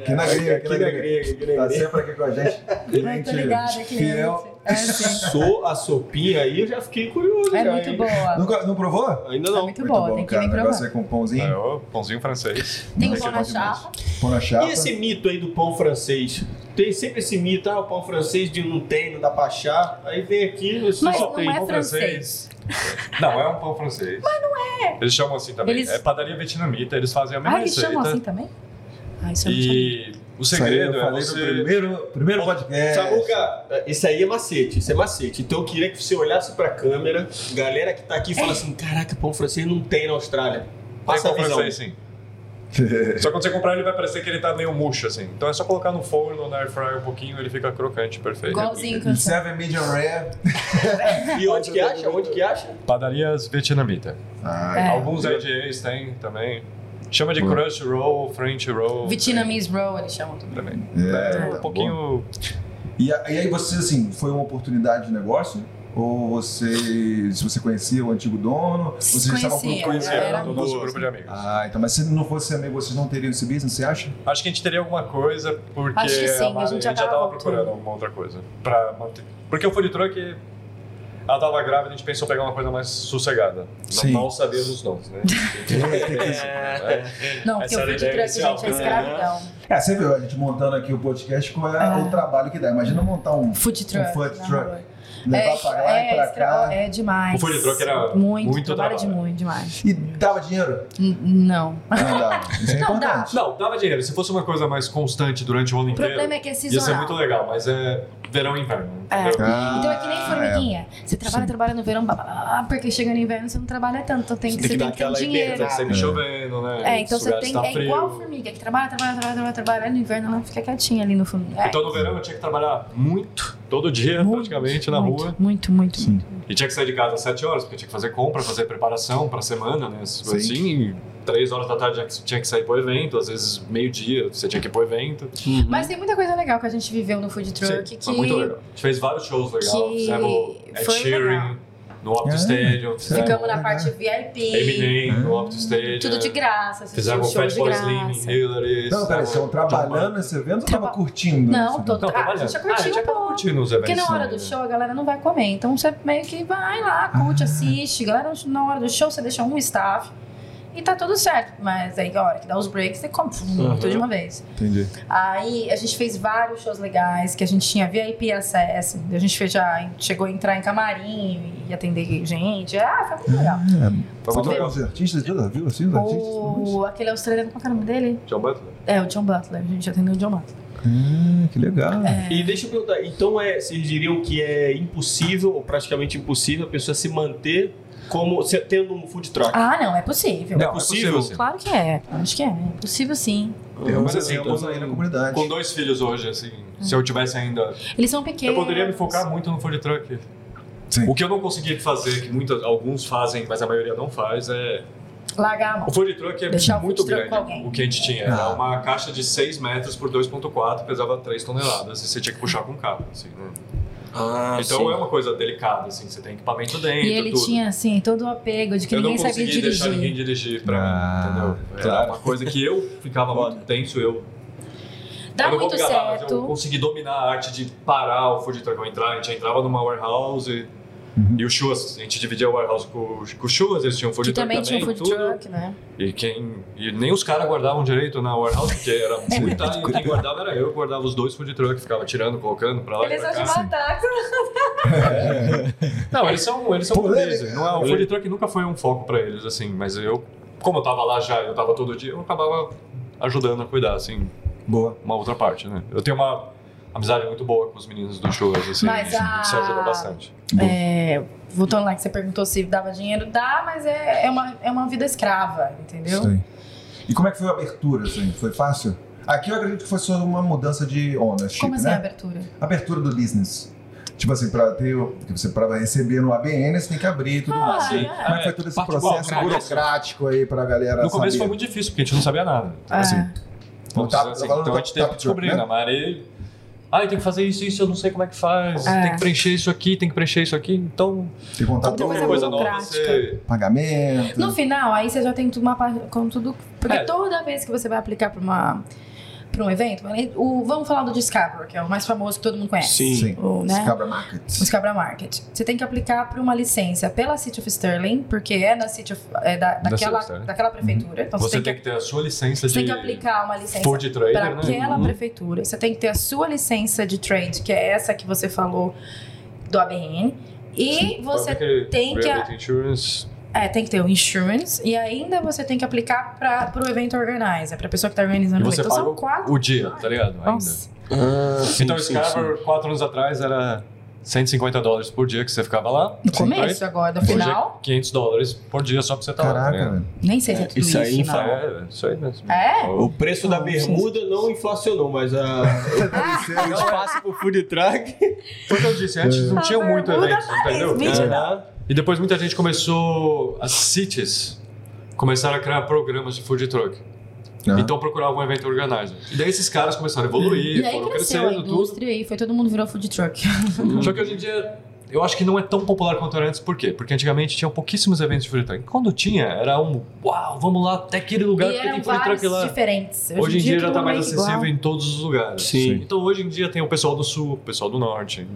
Aqui na gringa, aqui na gringa. Tá sempre aqui com a gente. Eu tô ligada, que fiel. É, assim, Sou a sopinha aí, eu já fiquei curioso. é já, muito hein? boa. Nunca, não provou? Ainda É não. muito, boa, tem que cara. vir O negócio provar. é com pãozinho, É, ô, pãozinho francês. assim. Tem o Aqui pão é na bom demais. chapa. pão na chapa. E esse né? mito aí do pão francês? Tem sempre esse mito, ah, o pão francês de não tem, não dá pra achar. Aí vem aqui, você Mas só não tem é pão francês. Não, é um pão francês. Mas não é. Eles chamam assim também. Eles- É padaria vietnamita, eles fazem a mesma Ah, eles receita. chamam assim também? Ah, isso eu não sabia. tá? E o Isso aí segredo eu é falei no você. primeiro, primeiro podcast. É, Samuca, isso aí é macete, isso é macete. Então eu queria que você olhasse pra câmera, galera que tá aqui e É. fala assim: caraca, pão francês não tem na Austrália. Passa Passa a visão. francês, sim. Só que quando você comprar, ele vai parecer que ele tá meio murcho, assim. Então é só colocar no forno, na air fryer um pouquinho, ele fica crocante, perfeito. Igualzinho que eu E é serve medium rare. E onde que acha? Onde que acha? Padarias vietnamita. Ah, É. Alguns IGAs tem também. Chama de crust roll, French roll. Vietnamese roll, eles chamam também. Também. é, Um tá bom. pouquinho. E, a- e aí você, assim, foi uma oportunidade de negócio? Ou você, se você conhecia o antigo dono? Vocês estavam Conhecia. é. procurando- Conhecer Era do nosso grupo de amigos. Ah, então, mas se não fosse amigo, vocês não teriam esse business, você acha? Acho que a gente teria alguma coisa, porque Acho que sim, Mari- a gente já já tava tava voltando. procurando alguma outra coisa. Pra manter. Porque o food truck, ela tava grávida, a gente pensou pegar uma coisa mais sossegada. Sim. Não mal sabemos os nomes, né? Não, porque eu fui de Essa era a ideia truck, inicial, gente, é né? escravidão. É, você viu a gente montando aqui o podcast, qual é Ah. o trabalho que dá. Imagina montar um, Food um truck. food né, truck. amor? Levar é, pra lá e é, pra esse cá. traba- é demais. O folha de troca era muito, muito trabalho de trabalho. muito, demais. E dava dinheiro? N- Não. Não dava. Isso é Não, dá. importante. Não, dava dinheiro. Se fosse uma coisa mais constante durante o ano O inteiro, problema é que é ia ser sazonal. muito legal, mas é verão e inverno. É. entendeu? Ah, é. Então é que nem formiguinha. Você trabalha, trabalha no verão, blá, blá, blá, blá, porque chega no inverno você não trabalha tanto. Então tem, Você que- tem que você tem dar que ter aquela dinheiro. Tá sempre É. chovendo, né? É, então Os você lugares tem. tá É igual frio. formiga, que trabalha, trabalha, trabalha, trabalha, trabalha. No inverno ela fica quietinha ali no fundo. É. Então no verão eu tinha que trabalhar muito, todo dia, Muito, praticamente, na muito, rua. Muito, muito, Sim. E tinha que sair de casa às 7 horas, porque tinha que fazer compra, fazer preparação pra semana, né? Essas coisas Sim. Assim, 3 horas da tarde já que- tinha que sair pro evento, às vezes meio-dia você tinha que ir pro evento. Mas tem muita coisa legal que a gente viveu no food truck Sim, que. foi muito legal. A gente fez vários shows legais, que fizemos Ed foi legal. Sheeran no Opto Ah, Stadium, Ficamos fizemos na parte É, VIP. Eminem no Opto Stadium. Tudo de graça, Fizemos assistimos o show Fat de Boy Slim, graça. Hillary. Não, é peraí, você fizemos estava trabalhando nesse evento ou estava Traba- curtindo? Não, esse tô- evento? Não, Ah, a trabalhando. gente já Ah, a gente curtiu um acaba pouco. curtindo os eventos. Porque na hora né? do show a galera não vai comer, então você meio que vai lá, Ah. curte, assiste. Galera, na hora do show você deixa um staff e tá tudo certo. Mas aí, a hora que dá os breaks, você come pum, Uhum. tudo de uma vez. Entendi. Aí a gente fez vários shows legais, que a gente tinha VIP acesso, a gente fez já, chegou a entrar em camarim e atender gente. Ah, foi Hum. muito legal. É, Foi muito Faltou legal. os artistas, viu? Viu assim os é artistas? O, aquele australiano, qual que é o nome dele? John Butler. É, o John Butler, a gente atendeu o John Butler. Ah, que legal. É. E deixa eu perguntar, então é, vocês diriam que é impossível, ou praticamente impossível, a pessoa se manter como se- tendo um food truck? Ah, não, é possível. Não, é possível. sim. Claro que é, acho que é, é possível sim. Temos Mas assim, exemplos aí na comunidade. Com dois filhos hoje, assim, se eu tivesse ainda. Eles são pequenos. Eu poderia me focar muito no food truck. Sim. O que eu não conseguia fazer, que muitos, alguns fazem, mas a maioria não faz, é. Largar a mão. O food truck é Deixar o muito food truck grande. com alguém. O que a gente tinha Ah. era uma caixa de 6 metros por 2,4, pesava 3 toneladas, e você tinha que puxar com o carro, assim, né? Ah, Então é uma coisa delicada, assim, você tem equipamento dentro, E ele tudo. tinha, assim, todo o apego de que eu não ninguém sabia consegui deixar dirigir. ninguém dirigir pra Ah, mim, entendeu? Era claro. uma coisa que eu ficava muito tenso, eu Dá eu não vou muito enganar, mas Eu certo. consegui dominar a arte de parar o food truck. Eu entrar, a gente entrava numa warehouse e o Churras, a gente dividia o warehouse com, com o Churras, eles tinham food Que truck também tinha um food tudo. truck, né? E, quem, e nem os caras guardavam direito na warehouse, porque era É muita. e quem guardava era eu, eu guardava os dois food truck, ficava tirando, colocando pra lá e Eles pra vão te cá. matar. Não, eles são, eles são Polêmica. burgueses. Não é, o food truck nunca foi um foco pra eles, assim, mas eu, como eu tava lá já, eu tava todo dia, eu acabava ajudando a cuidar, assim, Boa. uma outra parte, né? Eu tenho uma amizade muito boa com os meninos do show, assim, Mas a- se ajudam bastante. É, voltando lá que você perguntou se dava dinheiro, dá, mas é, é, uma, é uma vida escrava, entendeu? Sim. E como é que foi a abertura, assim? Foi fácil? Aqui eu acredito que foi só uma mudança de ownership, Como assim né? a abertura? Abertura do business. Tipo assim, pra ter, o- que você pra receber no ABN, você tem que abrir e tudo mais. Ah, né? é. Como é que foi todo esse Parte processo burocrática. burocrático aí pra galera No começo saber? foi muito difícil, porque a gente não sabia nada. Ah, Assim, Então, Tá, tá assim, falando então do a gente teve top que descobrir, truck, né? né? Mari, ah, tem que fazer isso, isso, eu não sei como é que faz. É. Tem que preencher isso aqui, tem que preencher isso aqui. Então, Tem contato Muita com coisa qualquer o coisa nova, burocrática. você... pagamento. No final, aí você já tem tudo uma parte com tudo. Porque Hum. É. toda vez que você vai aplicar pra, uma, pra um evento, o, vamos falar do Discover, que é o mais famoso que todo mundo conhece. Sim. Sim. O, né? Cabra Market. Os Cabra Market. Você tem que aplicar para uma licença pela City of Sterling, porque é na City of, é da, Da City daquela, of Stirling. daquela prefeitura. Então Você tem que ter a sua licença você tem que de aplicar uma licença food para trader, né? aquela prefeitura. Você tem que ter a sua licença de trade, que é essa que você falou do ABN. E você tem que- Realty Insurance... é, tem que ter o insurance e ainda você tem que aplicar para o evento organizer, para a pessoa que está organizando E o evento. você Então paga são o- quatro. o dia, tá ligado? Ainda. Nossa. então, o Scarver, quatro anos atrás, era 150 dólares por dia que você ficava lá. No Sim, começo agora, no final, Hoje é 500 dólares por dia só pra você estar tá lá. tá Caraca, ligado? velho. nem sei se é tudo Isso isso. aí não. infla- É, é isso aí mesmo. É? O preço da bermuda não inflacionou, mas a, é. o espaço pro food truck. Foi o que eu disse, antes não A tinha muito bermuda evento, parece entendeu? vídeo. É. E depois muita gente começou, as cities começaram a criar programas de food truck. Aham. Então procuravam um evento organizer. E daí esses caras começaram a evoluir, E aí foram cresceu a crescendo, tudo. Uhum. indústria e foi todo mundo virou food truck. Só que hoje em dia, eu acho que não é tão popular quanto era antes. Por quê? Porque antigamente tinha pouquíssimos eventos de food truck. Quando tinha, era um uau, vamos lá até aquele lugar e porque eram tem food truck vários lá. diferentes. Hoje em dia já todo tá mundo mais é igual. acessível em todos os lugares. Sim. Então hoje em dia tem o pessoal do sul, o pessoal do norte.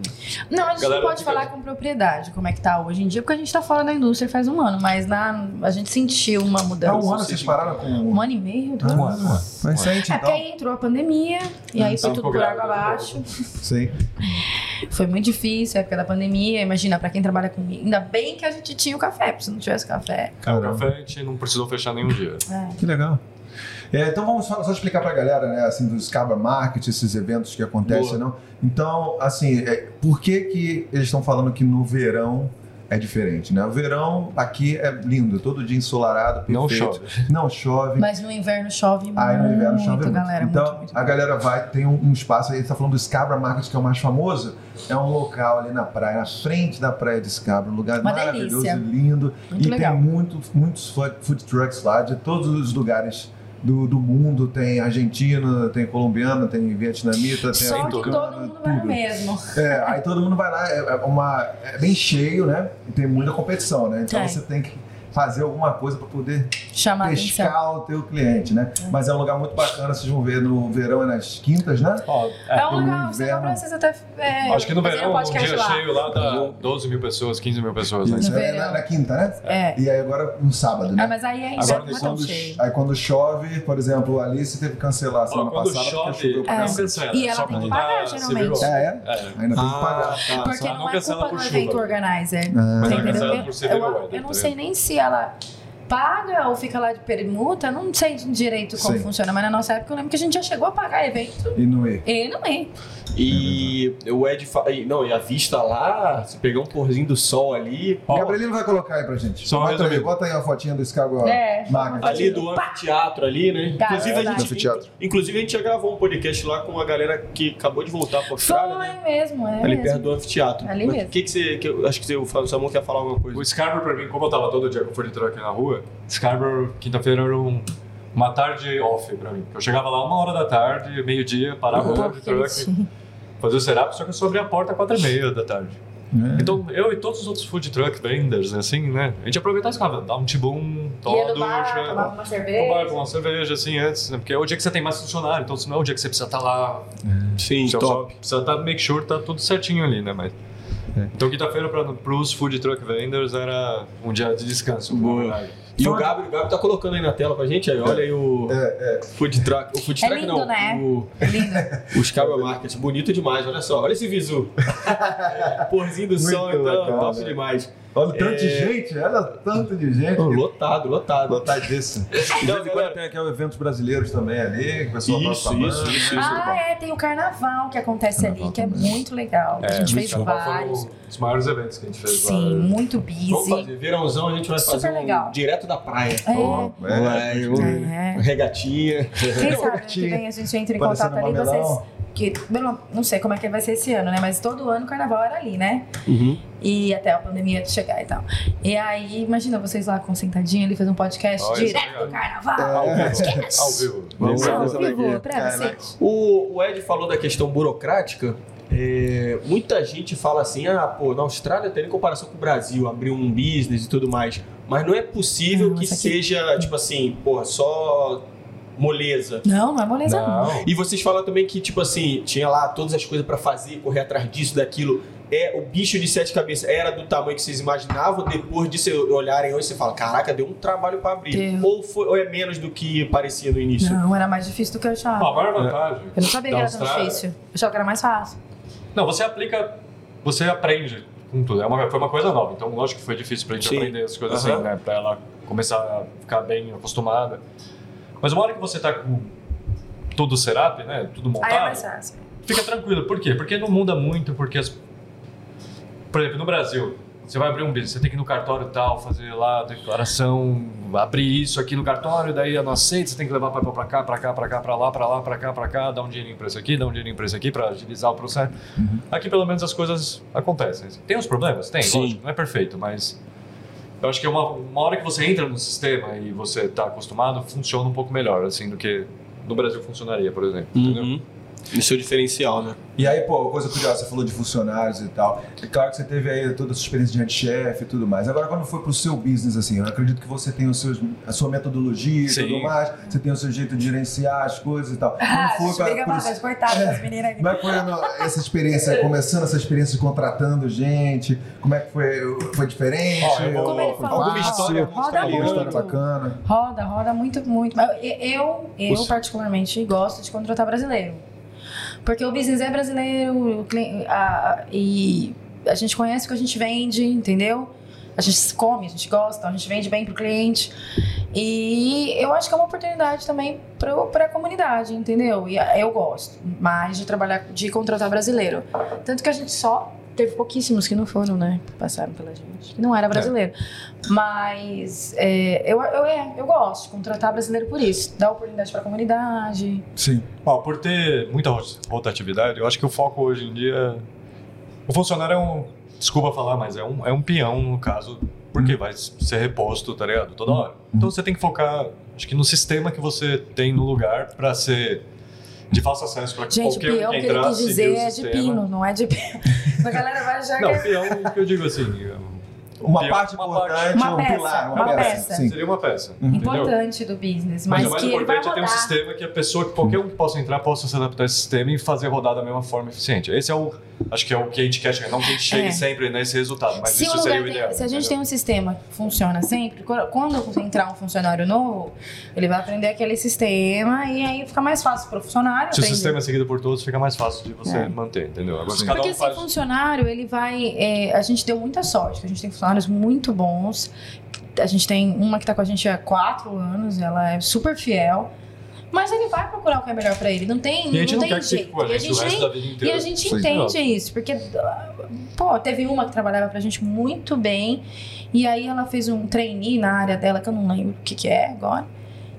Não, a gente Galera, não pode fica- falar com propriedade como é que tá hoje em dia, porque a gente tá fora da indústria faz um ano, mas na, a gente sentiu uma Há mudança. um ano vocês pararam com... Um ano e meio? Ah, dois anos. Recente, É porque então. aí entrou a pandemia e aí foi Então tudo ficou por água um- grávida, né? abaixo. Sim. Foi muito difícil, época da pandemia. Imagina, pra quem trabalha comigo. Ainda bem que a gente tinha o café, porque se não tivesse café. O café a gente não precisou fechar nenhum dia. é. Que legal. É, então vamos só, só explicar pra galera, né, assim, dos Cabra Market, esses eventos que acontecem, não. Então, assim, é, por que que eles estão falando que no verão é diferente, né? O verão aqui é lindo, todo dia ensolarado, perfeito. Não chove. Não chove. Mas no inverno chove muito. Aí É. Ah, no inverno chove muito. galera. então, muito, muito. a galera vai, tem um, um espaço aí, tá falando do Scabra Market, que é o mais famoso. É um local ali na praia, na frente da praia de Scabra, um lugar Uma maravilhoso delícia. e lindo. Muito e legal. tem muito, muitos food, food trucks lá de todos os lugares. Do, do mundo, tem argentina, tem colombiana, tem vietnamita, tem Só que todo americana, mundo vai no tudo. mesmo. É, aí todo mundo vai lá, é, é uma, é bem cheio, né? E tem muita competição, né? Então Tem. você tem que fazer alguma coisa para poder Chamar atenção. pescar o teu cliente, né? Mas é um lugar muito bacana, vocês vão ver no verão e nas quintas, né? Ó, É no um lugar, você não inverno. precisa até. é, Acho que no fazer um verão, um podcast dia lá. cheio lá dá 12 mil pessoas, 15 mil pessoas. Né? Uhum. Isso, No é verão. na, na quinta, né? É. E aí agora no sábado, Ah, né? mas aí é Agora inverno não é tão quando, cheio. aí quando chove, por exemplo, a Alice teve que cancelar a Ó, semana quando passada porque chove, choveu pra não cacete. cancela. É. E ela só tem quando que pagar, dá geralmente. civil. É, é? É. Ainda tem que Ah, pagar. tá. Porque Só não, não é cancela culpa por do chuva. evento organizer. Ah, Mas Você é entendeu? organizado Eu- por civil eu, weather, eu não tá sei nem se ela paga ou fica lá de permuta, não sei direito como Sim. funciona, mas na nossa época eu lembro que a gente já chegou a pagar evento E não é. e não é. E o Ed fa... e- Não, e a vista lá, se pegar um porzinho do sol ali. ó, Gabrielino vai colocar aí pra gente. Só bota, aí, resumindo. bota aí a fotinha do Chicago É. Market. ali do anfiteatro ali, né? Tá, inclusive, a verdade. gente, Anfiteatro. inclusive a gente já gravou um podcast lá com a galera que acabou de voltar pra Foi Austrália, né? mesmo, é Ali perto mesmo. do anfiteatro. Ali Mas mesmo. O que, que você. que eu- acho que você- o Fábio Samuel quer falar alguma coisa. O Scarborough, pra mim, como eu tava todo dia com food truck na rua, Scarborough, quinta-feira era um- uma tarde off pra mim. Eu chegava lá uma hora da tarde, meio-dia, parava Uhum. o food truck, fazia o setup, só que eu só abria a porta às quatro e meia da tarde. Né? Então, eu e todos os outros food truck vendors, assim, né? A gente aproveitava e ficava, dá um tibum, Ia toma no bar, ducha, tomava uma cerveja. Então vai com uma cerveja, assim, antes, né? Porque é o dia que você tem mais funcionário, então se não é o dia que você precisa estar lá. Sim, Você só precisa estar, make sure, tá tudo certinho ali, né? Mas... Então quinta-feira para pros food truck vendors era um dia de descanso. na Boa. verdade. E o Gabi, o Gabi tá colocando aí na tela pra gente, aí olha aí o food truck, o food É truck lindo, não, né? o, os Cabra Market, bonito demais, olha só, olha esse visu. Porzinho do Muito sol, então, bacana, top né? demais. Olha o tanto de É. gente, olha o tanto de gente. Pô, Lotado, lotado. Lotadíssimo. De Então, vez em quando galera, tem aqui eventos brasileiros também ali, que o pessoal Isso, passa a mão, isso, isso, né? isso. Ah, é, tem o carnaval que acontece Carnaval ali, que é também. muito legal. a gente fez Carnaval vários. Então, Foram os maiores eventos que a gente fez Sim, lá. muito Vamos busy. fazer, verãozão a gente vai Super fazer um legal. direto da praia. É, É, Vai, É. um- Regatinha. Quem sabe ano que vem a gente entra em Parecendo contato ali um mamelão. vocês. Que, eu não, não sei como é que vai ser esse ano, né? Mas todo ano o carnaval era ali, né? E até a pandemia chegar e tal. E aí, imagina vocês lá com sentadinho ali, fazer um podcast Olha, isso direto é do carnaval. Ao vivo. Esquece. Ao vivo. Vamos lá. Ao Vamos vivo, aqui. pra É, né? vocês. O, o Ed falou da questão burocrática. É, muita gente fala assim: ah, pô, na Austrália tem comparação com o Brasil, abrir um business e tudo mais. Mas não é possível Não, que isso aqui- seja, tipo assim, porra, só moleza. Não, não é moleza não. Não. E vocês falam também que, tipo assim, tinha lá todas as coisas pra fazer, correr atrás disso, daquilo. É, o bicho de sete cabeças era do tamanho que vocês imaginavam, depois de vocês olharem hoje, você fala, caraca, deu um trabalho pra abrir. Deu. Ou, foi- ou é menos do que parecia no início? Não, era mais difícil do que eu achava. A maior vantagem. Eu não sabia que da era tão Austrália- difícil. Eu achava que era mais fácil. Não, você aplica, você aprende com tudo. É uma, foi uma coisa nova. Então, lógico que foi difícil pra gente Sim. aprender as coisas Aham. assim, né? Pra ela começar a ficar bem acostumada. Mas uma hora que você tá com tudo setup, né? Tudo Aí é montado, mais fácil. fica tranquilo. Por quê? Porque não muda muito, porque as... Por exemplo, no Brasil, você vai abrir um business, você tem que ir no cartório tal, fazer lá a declaração, abrir isso aqui no cartório, daí eu não aceito, você tem que levar papel pra cá, pra cá, pra cá, pra lá, pra lá, pra cá, pra cá, dar um dinheirinho pra isso aqui, dar um dinheirinho pra isso aqui, pra agilizar o processo. Aqui, pelo menos, as coisas acontecem. Tem os problemas? Tem, Sim. lógico, não é perfeito, mas... Eu acho que é uma, uma hora que você entra no sistema e você tá acostumado, funciona um pouco melhor, assim, do que no Brasil funcionaria, por exemplo. Entendeu? Entendeu? Isso é o diferencial, né? E aí, pô, coisa curiosa, você falou de funcionários e tal. É claro que você teve aí toda a sua experiência de head-chefe e tudo mais. Agora, quando foi pro seu business, assim, eu acredito que você tem os seus, a sua metodologia e Sim. tudo mais, você tem o seu jeito de gerenciar as coisas e tal. Ah, Quando foi pra, chega pra pro trás, coitada das meninas aqui. Como é que foi no- essa experiência, começando essa experiência de contratando gente? Como é que foi? Foi diferente? Ó, eu vou- Como ele foi falou, fácil? história roda Alguma história muito. bacana? Roda, roda muito, muito. Mas eu, eu, eu particularmente, gosto de contratar brasileiro. Porque o business é brasileiro o cli- a- e a gente conhece o que a gente vende, entendeu? A gente come, a gente gosta, então a gente vende bem pro cliente. E eu acho que é uma oportunidade também pro- pra comunidade, entendeu? E a- eu gosto mais de trabalhar, de contratar brasileiro. Tanto que a gente só teve pouquíssimos que não foram, né? que Passaram pela gente. que Não era brasileiro. Mas é, eu, eu, é, eu gosto de contratar brasileiro por isso. Dar oportunidade pra comunidade. Sim. Ó, por ter muita rot- rotatividade, eu acho que o foco hoje em dia. O funcionário é um. Desculpa falar, mas é um, é um peão, no caso, porque vai ser reposto, tá ligado? Toda hora. Então você tem que focar, acho que no sistema que você tem no lugar pra ser de fácil acesso pra Gente, o qualquer peão um que que ele entrar, quis dizer seguir o é de sistema. pino, não é de pino. A galera vai já Não, que- é peão que eu digo assim. Uma Pior- parte uma importante, parte. um Uma pilar, uma, peça, uma peça. peça. Sim. Seria uma peça. Entendeu? importante do business, Mas, mas, o mais que ele vai importante é ter um rodar. sistema que a pessoa, que qualquer um que possa entrar, possa se adaptar a esse sistema e fazer rodar da mesma forma eficiente. Esse é o. Acho que é o que a gente quer chegar. Não que a gente chegue É. sempre nesse resultado, mas Se, o isso lugar seria o tem- ideal. se a gente entendeu? tem um sistema que funciona sempre, quando quando entrar um funcionário novo, ele vai aprender aquele sistema e aí fica mais fácil pro funcionário Se o aprender. É. sistema é seguido por todos, fica mais fácil de você manter, entendeu? Agora, se Sim. cada Porque um assim, faz. funcionário, ele vai. é, a gente deu muita sorte, que a gente tem funcionários muito bons. A gente tem uma que tá com a gente há quatro anos, ela é super fiel. Mas ele vai procurar o que é melhor pra ele. Não tem, E a gente não não, tem quer que fique jeito. com a e a gente o gente, resto nem- da vida e inteira. a gente Sim. entende isso, porque, pô, teve uma que trabalhava pra gente muito bem, e aí ela fez um trainee na área dela, que eu não lembro o que, que é agora.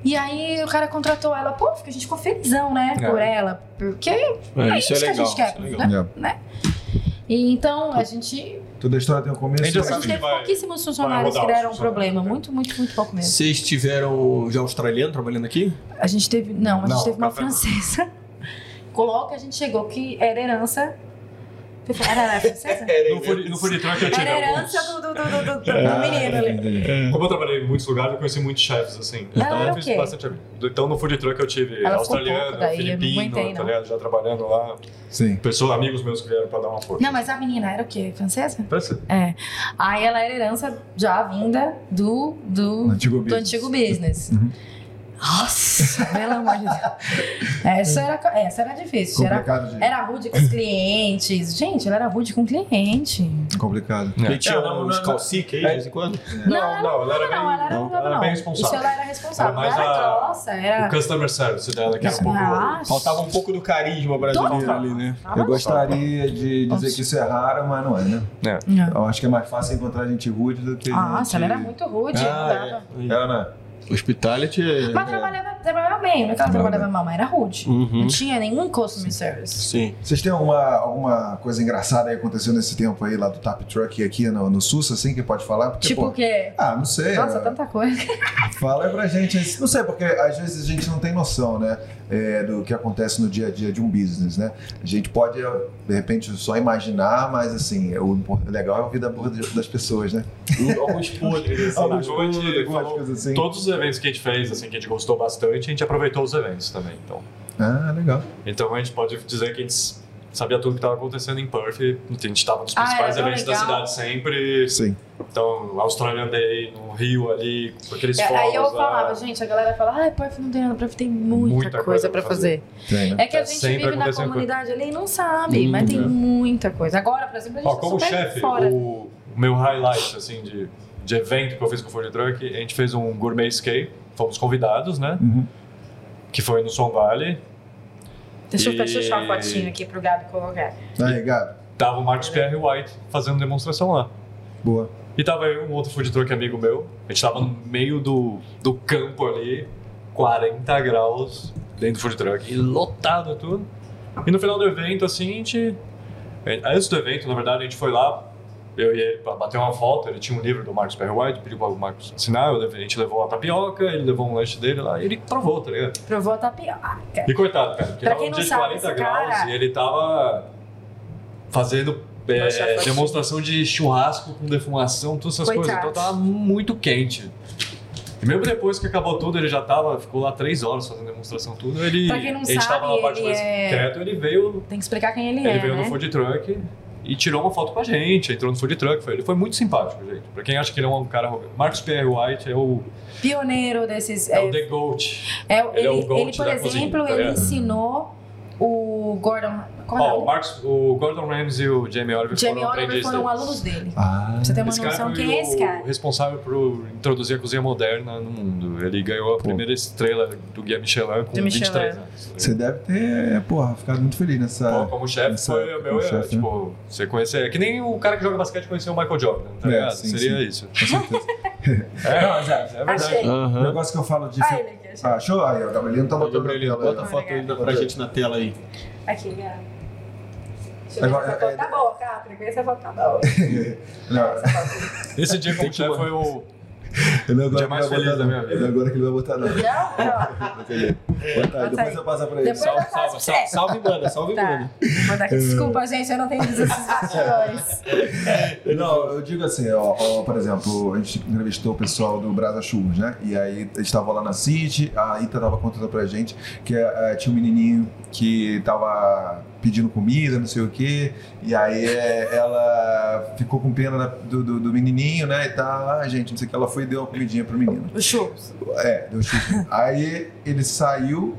E aí o cara contratou ela, pô, a gente ficou felizão, né, É. por ela, porque é isso isso é que a legal. gente quer, isso é legal. né? E então a gente, Toda história tem um começo. A gente já a mas- sabe gente que teve vai- pouquíssimos funcionários vai que rodar deram os problema, funcionários, muito, né? muito, muito pouco mesmo. Vocês tiveram já australiano trabalhando aqui? A gente teve, não, a gente Não, teve uma café. francesa. Coloca, a gente chegou que era herança. Era, era francesa? É, No food, no food truck eu tive Era herança alguns. do, do, do, do, do, do Ah, menino ali. entendi. Como eu trabalhei em muitos lugares, eu conheci muitos chefs, assim. Ela Então era eu Ah, é o fiz quê? bastante amigo. Então no food truck eu tive Ela ficou pouco daí, australiano, eu não aguentei, filipino, tá não. ligado? Já trabalhando lá. Sim. Pessoa, amigos meus que vieram pra dar uma força. Não, mas a menina era o quê? Francesa? Parece- É. Aí ela era herança já vinda do, do, No antigo do business. antigo business. Uhum. Nossa, pelo amor de Deus. Essa era, essa era difícil. Era, Complicado, gente. era rude com os clientes. Gente, ela era rude com o cliente. Complicado. Ele tinha É, não, não, uns não. calciques aí de vez em quando? Não, não, ela era Não, não, ela era, bem, não, ela era não. bem Isso responsável. ela era responsável. Era mais ela era a- grossa, era. O customer service dela, que era um pouco. Nossa. Faltava um pouco do carisma brasileiro Total. ali, né? Eu gostaria de dizer que isso é raro, mas não é, né? Não. Eu acho que é mais fácil encontrar gente rude do que. Nossa, gente... ela era muito rude. não dava. é. É, né? Hospitality é... Mas trabalhava, trabalhava bem, não é que ela trabalhava mal, mas era rude. Uhum. Não tinha nenhum customer service. Sim. Vocês têm alguma, alguma coisa engraçada aí acontecendo nesse tempo aí lá do Tap Truck aqui no, no SUS, assim, que pode falar? Porque, Tipo o pô, quê? ah, não sei. Nossa, é, tanta coisa. Fala aí pra gente. aí. Não sei, porque às vezes a gente não tem noção, né? é, do que acontece no dia a dia de um business, né? A gente pode, de repente, só imaginar, mas assim, é o impor- o legal é ouvir da boca de- das pessoas, né? Alguns podres, assim. Algumas Algumas coisas, coisas, algumas falou. coisas assim. Todos os eventos que a gente fez, assim, que a gente gostou bastante, a gente aproveitou os eventos também. Então, Ah, legal. então a gente pode dizer que a gente sabia tudo que estava acontecendo em Perth. e A gente estava nos Ah, era principais tão eventos da legal. cidade sempre. Sim. Então, Australian Day, no Rio ali, com aqueles fogos. É, Aí eu lá. falava, gente, a galera fala, ai, Perf não tem nada pra tem muita, Muita coisa coisa pra pra fazer. Tem, né? É que a Tá gente sempre vive na acontecendo comunidade ali e não sabe, Hum, mas tem é. muita coisa. Agora, por exemplo, a gente Ó, tá como super chefe, fora. o, o meu highlight assim, de, de evento que eu fiz com o Food Truck, a gente fez um gourmet escape, fomos convidados, né? Uhum. Que foi no Som Valley. Deixa, eu, e- deixa eu tirar uma fotinho aqui pro Gabi colocar. Aí, Gabi. Tava o Marcos Pierre White fazendo demonstração lá. Boa. E tava eu e um outro food truck amigo meu. A gente tava no meio do, do campo ali, 40 graus dentro do food truck, e lotado tudo. E no final do evento, assim, a gente. eh, Antes do evento, na verdade, a gente foi lá, eu e ele, pra bater uma foto. Ele tinha um livro do Marcos Perry White, pediu pra o Marcos assinar. eu levei- a gente levou a tapioca, ele levou um lanche dele lá, e ele provou, tá ligado? Provou a tapioca. E coitado, cara, porque Pra tava quem um não dia de sabe, 40 esse graus cara- e ele tava fazendo é, Nossa, foi assim. demonstração de churrasco com defumação, todas essas coisas. Coitado. Então tava muito quente. E mesmo depois que acabou tudo, ele já tava, ficou lá três horas fazendo demonstração, tudo. Ele, Pra quem não a gente sabe, tava na parte ele mais é- quieto, ele veio, Tem que explicar quem ele, ele é, veio né? no food truck e tirou uma foto com a gente, entrou no food truck. Foi, ele foi muito simpático, gente. Pra quem acha que ele é um cara. Marcos Pierre White é o, Pioneiro desses... é é, o The Goat. é o- ele é o ele, GOAT ele, por da exemplo, cozinha, tá ele ligado? ensinou o Gordon. Qual é o Ó, o, nome? Marcos, o Gordon Ramsay e o Jamie Oliver Jamie foram Oliver aprendizes foram dele. alunos dele. Ah, Pra você ter uma Esse cara noção foi quem é esse o cara. responsável por introduzir a cozinha moderna no mundo. Ele ganhou a primeira estrela do Guia Michelin com Do Michelin. 23 anos. você deve ter, é, porra, ficado muito feliz tá nessa. Pô, como chefe, Essa foi época, o meu. como chefe, né? tipo, você conhecer. É que nem o cara que joga basquete conheceu o Michael Jordan, tá É, ligado? sim, Seria sim. isso. Com certeza. É, não, mas é, é verdade. Achei. O negócio que eu falo de. Ah, ele aqui, achei. Ah, show. Aí, o Gabrielino tá botando Gabrielino, na tela aí. bota a foto aí na- pra gente na tela aí. Aqui, ó. Deixa eu ver Agora, essa foto é- tá boa, Capri. Vê se essa foto tá boa. Não, Esse dia como chefe foi o. ele agora Dia mais que ele vai feliz né, da botar, minha não. vida. Ele agora que ele vai botar, não. Não? Bota aí. Bota aí, Bota Depois aí. eu passo pra ele. Depois eu Salve, salve, faço pra salve, você. salve, mana, salve, Tá. mana. Vou É. dar aqui. Desculpa, gente, eu não tenho esses bastidores. Não, eu digo assim, ó, ó, por exemplo, a gente entrevistou o pessoal do Brasa Churros, né? E aí eles estavam lá na City, a Ita tava contando pra gente que eh, tinha um menininho que tava pedindo comida, não sei o quê, e aí eh, ela ficou com pena da- do, do- do menininho, né? E tá, ah, gente, não sei o que, ela foi e deu uma comidinha pro menino. Os churros. É, deu chute. aí ele saiu,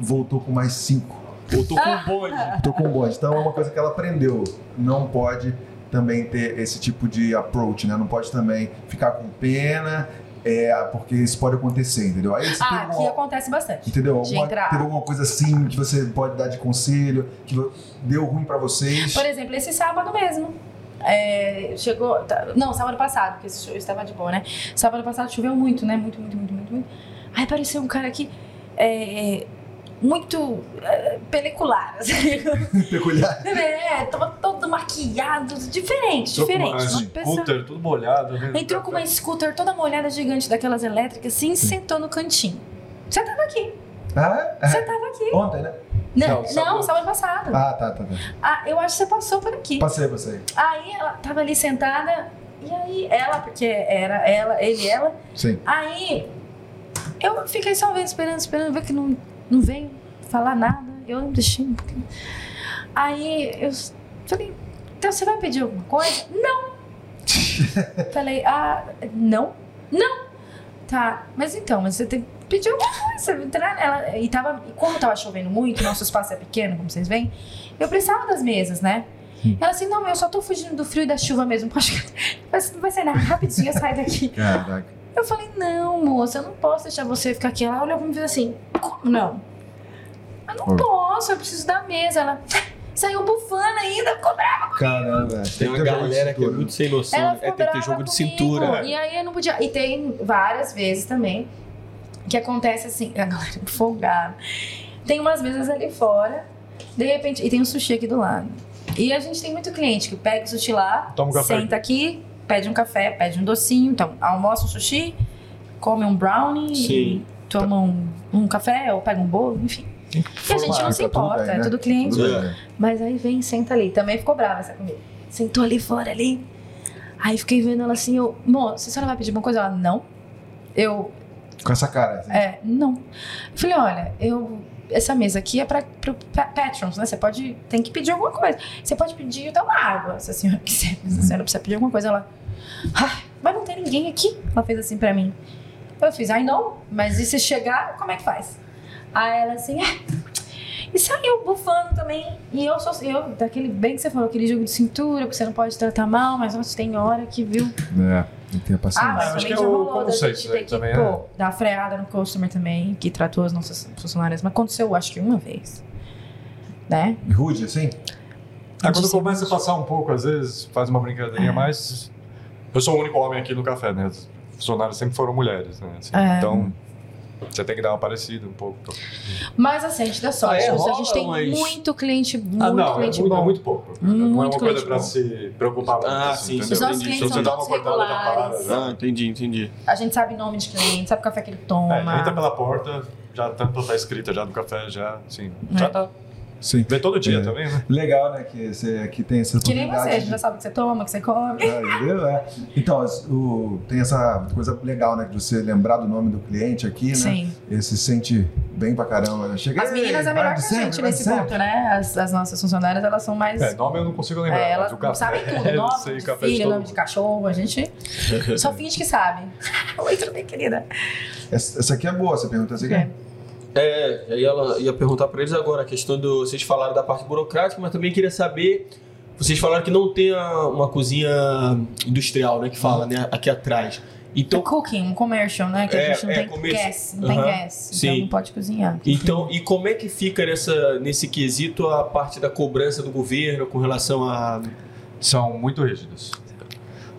voltou com mais cinco. Voltou com um Ah, bonde. Tô com bonde. Então é uma coisa que ela aprendeu. Não pode também ter esse tipo de approach, né? Não pode também ficar com pena, é, porque isso pode acontecer, entendeu? Aí você Ah, teve aqui uma- acontece bastante. Entendeu? de Alguma, entrar. teve alguma coisa assim que você pode dar de conselho, que vo- deu ruim pra vocês. Por exemplo, esse sábado mesmo. é, chegou. tá- não, sábado passado, porque esse show estava de boa, né? Sábado passado choveu muito, né? Muito, muito, muito, muito, muito. Aí apareceu um cara aqui. é, muito é, pelicular, assim. Peculiar. É, tava todo maquiado, diferente, diferente. Uma pessoa- Scooter, um tudo molhado. né? Entrou com uma scooter toda molhada gigante daquelas elétricas, assim, e sentou no cantinho. Você tava aqui. Ah, é? Você tava aqui. Ontem, né? Não, não, sábado. sábado passado. Ah, tá, tá, tá. Ah, eu acho que você passou por aqui. Passei, passei. Aí ela tava ali sentada, e aí ela, porque era ela, ele e ela. Sim. Aí eu fiquei só vendo, esperando, esperando, ver que não, não veio falar nada. Eu não deixei um pouquinho. Aí eu falei, então você vai pedir alguma coisa? Não! falei, ah, não? Não! Tá, mas então, mas você tem que pedir alguma coisa. entrar nela. E tava, e como tava chovendo muito, nosso espaço é pequeno, como vocês veem, eu precisava das mesas, né? Ela assim, não, eu só tô fugindo do frio e da chuva mesmo. Acho que vai- vai sair nada, rapidinho, eu saio daqui. Caraca. Eu falei, não, moça, eu não posso deixar você ficar aqui. Ela olhou pra mim e fez assim, como não? Eu não Hum. posso, eu preciso da mesa. Ela saiu bufando ainda, ficou brava. Caramba. Tem uma que ter um jogo de galera que é cintura. muito sem noção. Ela né? ficou É, tem que ter brava jogo de comigo. cintura. E aí eu não podia. E tem várias vezes também que acontece assim, a galera é folgada. Tem umas mesas ali fora, de repente, e tem um sushi aqui do lado. E a gente tem muito cliente que pega o sushi lá, Toma um café. senta aqui, pede um café, pede um docinho, então almoça um sushi, come um brownie, Sim. toma um, um café ou pega um bolo, enfim. E a gente não Claro, se tá tudo importa, bem, é né? tudo cliente. Tudo bem. Mas aí vem, senta ali. Também ficou brava essa comigo. Sentou ali fora, ali. Aí fiquei vendo ela assim, eu... Mô, se a senhora vai pedir alguma coisa? Ela, não. Eu, Com essa cara. assim. é, não. Eu falei, olha, eu... Essa mesa aqui é para pro pa- patrons, né? Você pode... Tem que pedir alguma coisa. Você pode pedir até uma água, se a senhora quiser. Mas a senhora precisa pedir alguma coisa. Ela... Ah, mas não tem ninguém aqui. Ela fez assim pra mim. Eu fiz, ai não. Mas e se chegar, como é que faz? Aí ela assim... "Ah, e saiu bufando também. E eu sou. Eu, daquele bem que você falou, aquele jogo de cintura, que você não pode tratar mal, mas nossa, tem hora que viu. É, tem que ter Ah, paciência. mas acho também que é já o rolou da conceito gente aí ter que, também, né? pô, dar uma freada no customer também, que tratou as nossas funcionárias. Mas aconteceu, acho que uma vez. Né? Rude, assim? Aí Ah, quando Disse- começa a passar um pouco, às vezes faz uma brincadeirinha, É. mas eu sou o único homem aqui no café, né? Os funcionários sempre foram mulheres, né? Assim, É. Então você tem que dar uma parecida um pouco. Mas assim, a gente dá sorte. Ah, é? a gente tem Rola, mas- muito cliente, muito ah, não, cliente é, muito, bom. é muito pouco. não é Muito uma coisa cliente pra bom. se preocupar muito. Ah, assim, sim, entendeu? Os nossos Se clientes você são dá uma todos cortada na regulares. parada, Ah, entendi, entendi. A gente sabe nome de cliente, sabe o café que ele toma. É, já entra pela porta, já a tampa tá escrita já do café, já, sim. É. Já tá. Sim. Vê todo dia É. também, né? Legal, né? Que, você, que tem essa que nem você, a oportunidade gente de- já sabe o que você toma, o que você come. É, entendeu? É. Então, as- o- tem essa coisa legal, né? De você lembrar do nome do cliente aqui, né? Sim. Ele se sente bem pra caramba. Né? Chega, As meninas é "Ei, melhor vai que a sempre, gente vai nesse sempre." ponto, né? As, as nossas funcionárias, elas são mais. É, nome eu não consigo lembrar. É, mas elas o café, sabem tudo, eu nome sei o de café de filho, todo nome de mundo. cachorro, a gente só finge que sabe. Oi, tudo bem, querida? É. Essa, essa aqui é boa, você pergunta essa aqui. É. É, aí ela ia perguntar pra eles agora a questão do. Vocês falaram da parte burocrática, mas também queria saber. Vocês falaram que não tem a- uma cozinha industrial, né? Que fala, né? Aqui atrás. Então, Cooking, um commercial, né? Que É, a gente não é, tem commercial. gas, não tem Aham. gas. Então Sim. não pode cozinhar. então e como é que fica nessa, nesse quesito a parte da cobrança do governo com relação a. São muito rígidos.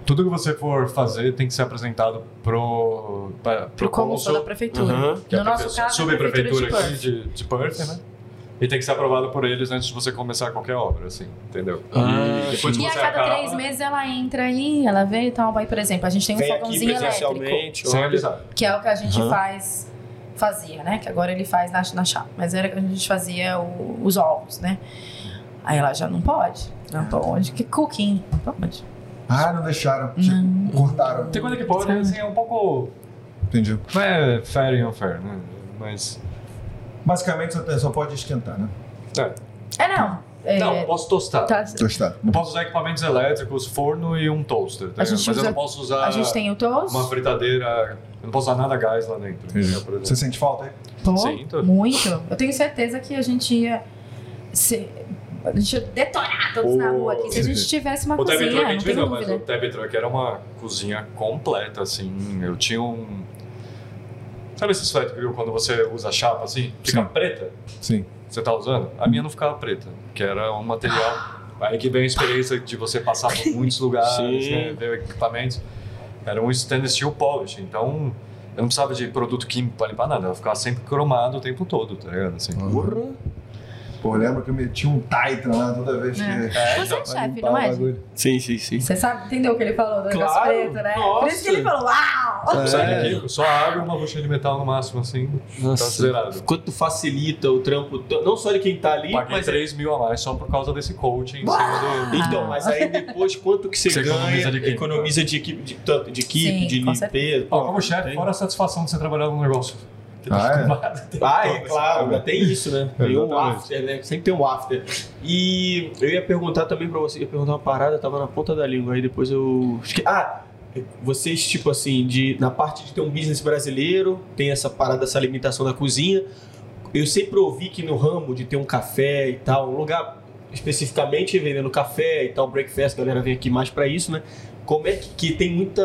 Tudo que você for fazer tem que ser apresentado pro, pra, Pro cônsul da prefeitura. Aham. que é No a nosso prefe- caso, é a subprefeitura prefeitura aqui de, de Perth, né? E tem que ser aprovado por eles antes de você começar qualquer obra, assim, entendeu? Ah, e depois que E a você cada acaba, três meses ela entra aí, ela vê e tal. Aí, por exemplo, a gente tem um Vem aqui fogãozinho elétrico, presencialmente. Sem olha. avisar. que é o que a gente Aham. faz, fazia, né? Que agora ele faz na, na chapa. Mas era que a gente fazia o- os ovos, né? Aí ela já não pode. Não pode. Que cooking. Não pode. Ah, não deixaram. Te- Hum. Cortaram. Tem coisa que pode, assim, é um pouco. Entendi. Não é fair e unfair, né? Mas. Basicamente, só, tem- só pode esquentar, né? É, não. É, Não, posso tostar. tá- Tostar. Eu posso usar equipamentos elétricos, forno e um toaster, tá A ligado? gente Mas eu usa- não posso usar a gente tem o toast. Ah, uma fritadeira. Eu não posso usar nada a gás lá dentro. né, por exemplo. Você sente falta aí? Pô, Sim, tô- muito. Eu tenho certeza que a gente ia ser. A gente ia detonar todos na O- rua aqui se a gente tivesse uma O Teve cozinha, Truck a não gente tenho vendeu, mas o dúvida. Teve Truck era uma cozinha completa, assim. Eu tinha um. Sabe esses flat grill quando você usa a chapa assim? Fica Sim. preta? Sim. Você tá usando? A minha não ficava preta, que era um material. Aí que vem a experiência de você passar por muitos lugares, Sim. né, ver equipamentos. Era um stainless steel polish, então eu não precisava de produto químico pra limpar nada, ela ficava sempre cromado o tempo todo, tá ligado? Assim. Porra. Pô, lembra que eu meti um Titan lá toda vez que. É. Você é Pra chefe, limpar não o é? gente? bagulho. Sim, sim, sim. Você sabe, entendeu o que ele falou do negócio Claro, preto, né? Por nossa. isso que ele falou, "Ah, uau! Não então, sai daqui, só água e uma buchinha de metal no máximo, assim, tá zerado. Quanto facilita o trampo, t- não só de quem tá ali, Paguei mas 3 mil a mais só por causa desse coaching em cima do. Ah. Então, mas aí depois quanto que você, Você ganha, economiza de equipe. economiza de equipe, de, tanto de equipe, Sim, de com limpeza. Ó, como chefe, fora a satisfação de você trabalhar num negócio. Ah, Ah, é claro, ainda tem isso, né? Tem um Exatamente. after, né? Sempre tem um after. E eu ia perguntar também pra você, ia perguntar uma parada, tava na ponta da língua, aí depois eu. esque- Ah! Vocês, tipo assim, de, na parte de ter um business brasileiro, tem essa parada, essa limitação da cozinha. Eu sempre ouvi que no ramo de ter um café e tal, um lugar especificamente vendendo café e tal, breakfast, a galera vem aqui mais pra isso, né? Como é que, que tem muita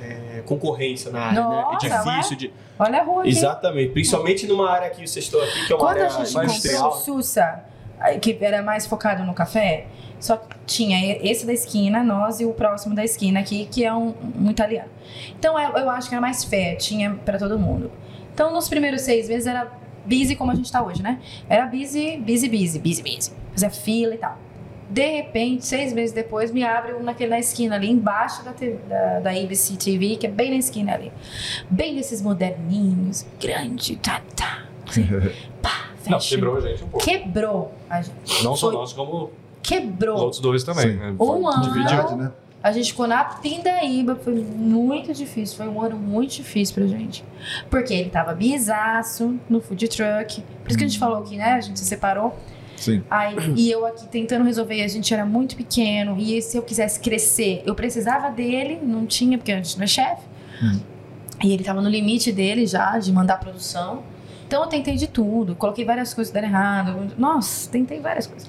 é, concorrência na área, Nossa, né? É difícil de. Olha a rua aqui. Exatamente, principalmente numa área que vocês estão aqui, que é uma Quando a área gente comprou o industrial. Sussa, aí, que era mais focado no café, só tinha e- esse da esquina, nós e o próximo da esquina aqui, que é um, um italiano. Então eu, eu acho que era mais fair, tinha pra todo mundo. Então nos primeiros seis meses era busy como a gente tá hoje, né? Era busy, busy, busy, busy, busy. Fazia fila e tal. De repente, seis meses depois, me abre um naquele na esquina ali, embaixo da, TV da, da ABC TV, que é bem na esquina ali. Bem desses moderninhos, grande, tá, tá. Pá, Não, fashion. quebrou a gente um pouco. Quebrou a gente. Não só Foi- nós, como os Quebrou. outros dois também. Sim. Né? Um ano. Dividiu. verdade, né? A gente ficou na Pindaíba, foi muito difícil, foi um ano muito difícil pra gente. Porque ele tava bisaço no food truck. Por isso que a gente falou que, né, a gente se separou. Sim. Aí, e eu aqui tentando resolver, a gente era muito pequeno. E se eu quisesse crescer, eu precisava dele, não tinha, porque a gente não é chefe. E ele tava no limite dele já, de mandar produção. Então eu tentei de tudo, coloquei várias coisas que deram errado. Nossa, tentei várias coisas.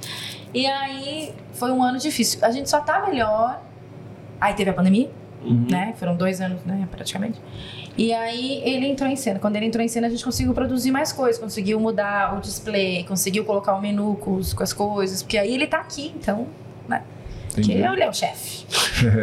E aí foi um ano difícil. A gente só tá melhor. Aí teve a pandemia, Uhum. Uhum. né? Foram dois anos, né, praticamente. E aí ele entrou em cena. Quando ele entrou em cena, a gente conseguiu produzir mais coisas, conseguiu mudar o display, conseguiu colocar o menu com, os- com as coisas, porque aí ele tá aqui, então, né? Porque Entendi. ele é o chefe.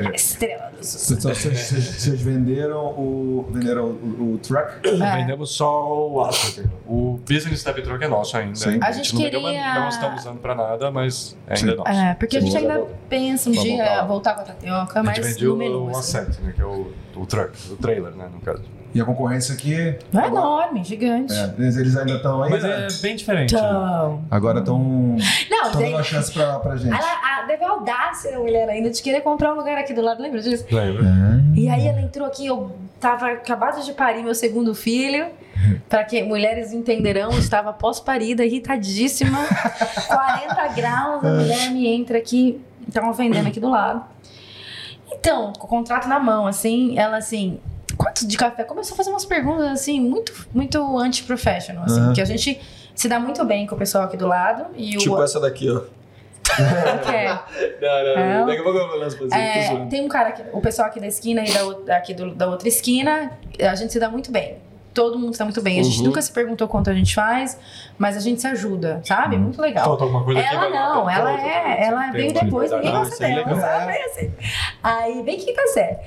A Estrela do sucesso. Vocês- Vocês vocês venderam o. Venderam o, o truck? É. né? Vendemos só o After. O Business Step Truck é nosso ainda. Sim. A gente não, vendeu, mas queria- não estamos usando pra nada, mas ainda Sim. é nosso. É, porque a gente Vamos ainda pensa um Vamos dia voltar lá. voltar, com a tapioca, A gente mas vendeu no menu. o assim. asset, né? Que é o, o truck, o trailer, né? No caso. E a concorrência aqui. Não é agora, enorme, gigante. é, eles eles ainda estão aí. Mas né? é bem diferente. né? Então. Agora estão. Não, Estão dando gente. uma chance pra, pra gente. Ela a, teve a audácia da mulher ainda de querer comprar um lugar aqui do lado, lembra disso? Lembra? É. E aí ela entrou aqui, eu tava acabado de parir meu segundo filho. Pra que mulheres entenderão, eu estava pós-parida, irritadíssima. 40 graus, a mulher me entra aqui, tava vendendo aqui do lado. Então, com o contrato na mão, assim, ela assim, quantos de café, começou a fazer umas perguntas, assim, muito, muito anti-professional, assim, Aham. que a gente se dá muito bem com o pessoal aqui do lado e Tipo o essa daqui, ó. quer. Não, não, É. não. Daqui a pouco eu vou nas É, tem um cara, aqui, o pessoal aqui da esquina e da, ou- aqui do- da outra esquina, a gente se dá muito bem. Todo mundo se dá muito bem. A gente Uhum. nunca se perguntou quanto a gente faz, mas a gente se ajuda, sabe? Muito legal. Falta alguma coisa Uhum. aqui. Ela vai lá, não, tá, ela tá, é, tá, ela tem veio uma- depois, ninguém Ah, gosta isso aí é dela, legal. sabe? Bem assim. Aí, bem que tá sério.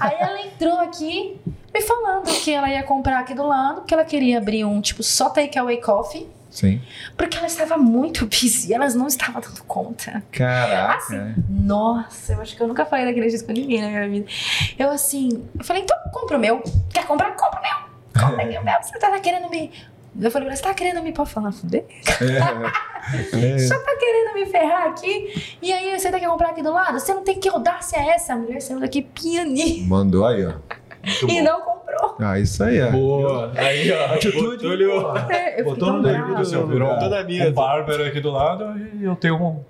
Aí ela entrou aqui me falando que ela ia comprar aqui do lado, que ela queria abrir um tipo só takeaway coffee, Sim. porque ela estava muito busy, elas não estavam dando conta. Caraca. Assim. Nossa, eu acho que eu nunca falei daquele jeito com ninguém na minha vida. Eu assim, eu falei, então compra o meu. Quer comprar? Compra o meu. Compra aqui o meu. Você tá querendo me. Eu falei, você tá querendo me pôr falar, fuder? É. Só tá querendo me ferrar aqui. E aí você tá quer comprar aqui do lado? Você não tem que audácia essa, mulher saiu daqui pianinho. Mandou aí, ó. E não comprou. Ah, isso aí é. Boa. Aí, ó. Atitude. Botulho. É, Eu Botou no fiquei dedo do tão brava. seu Virou lugar. Toda um, minha. assim. um bárbaro aqui do lado e eu tenho um.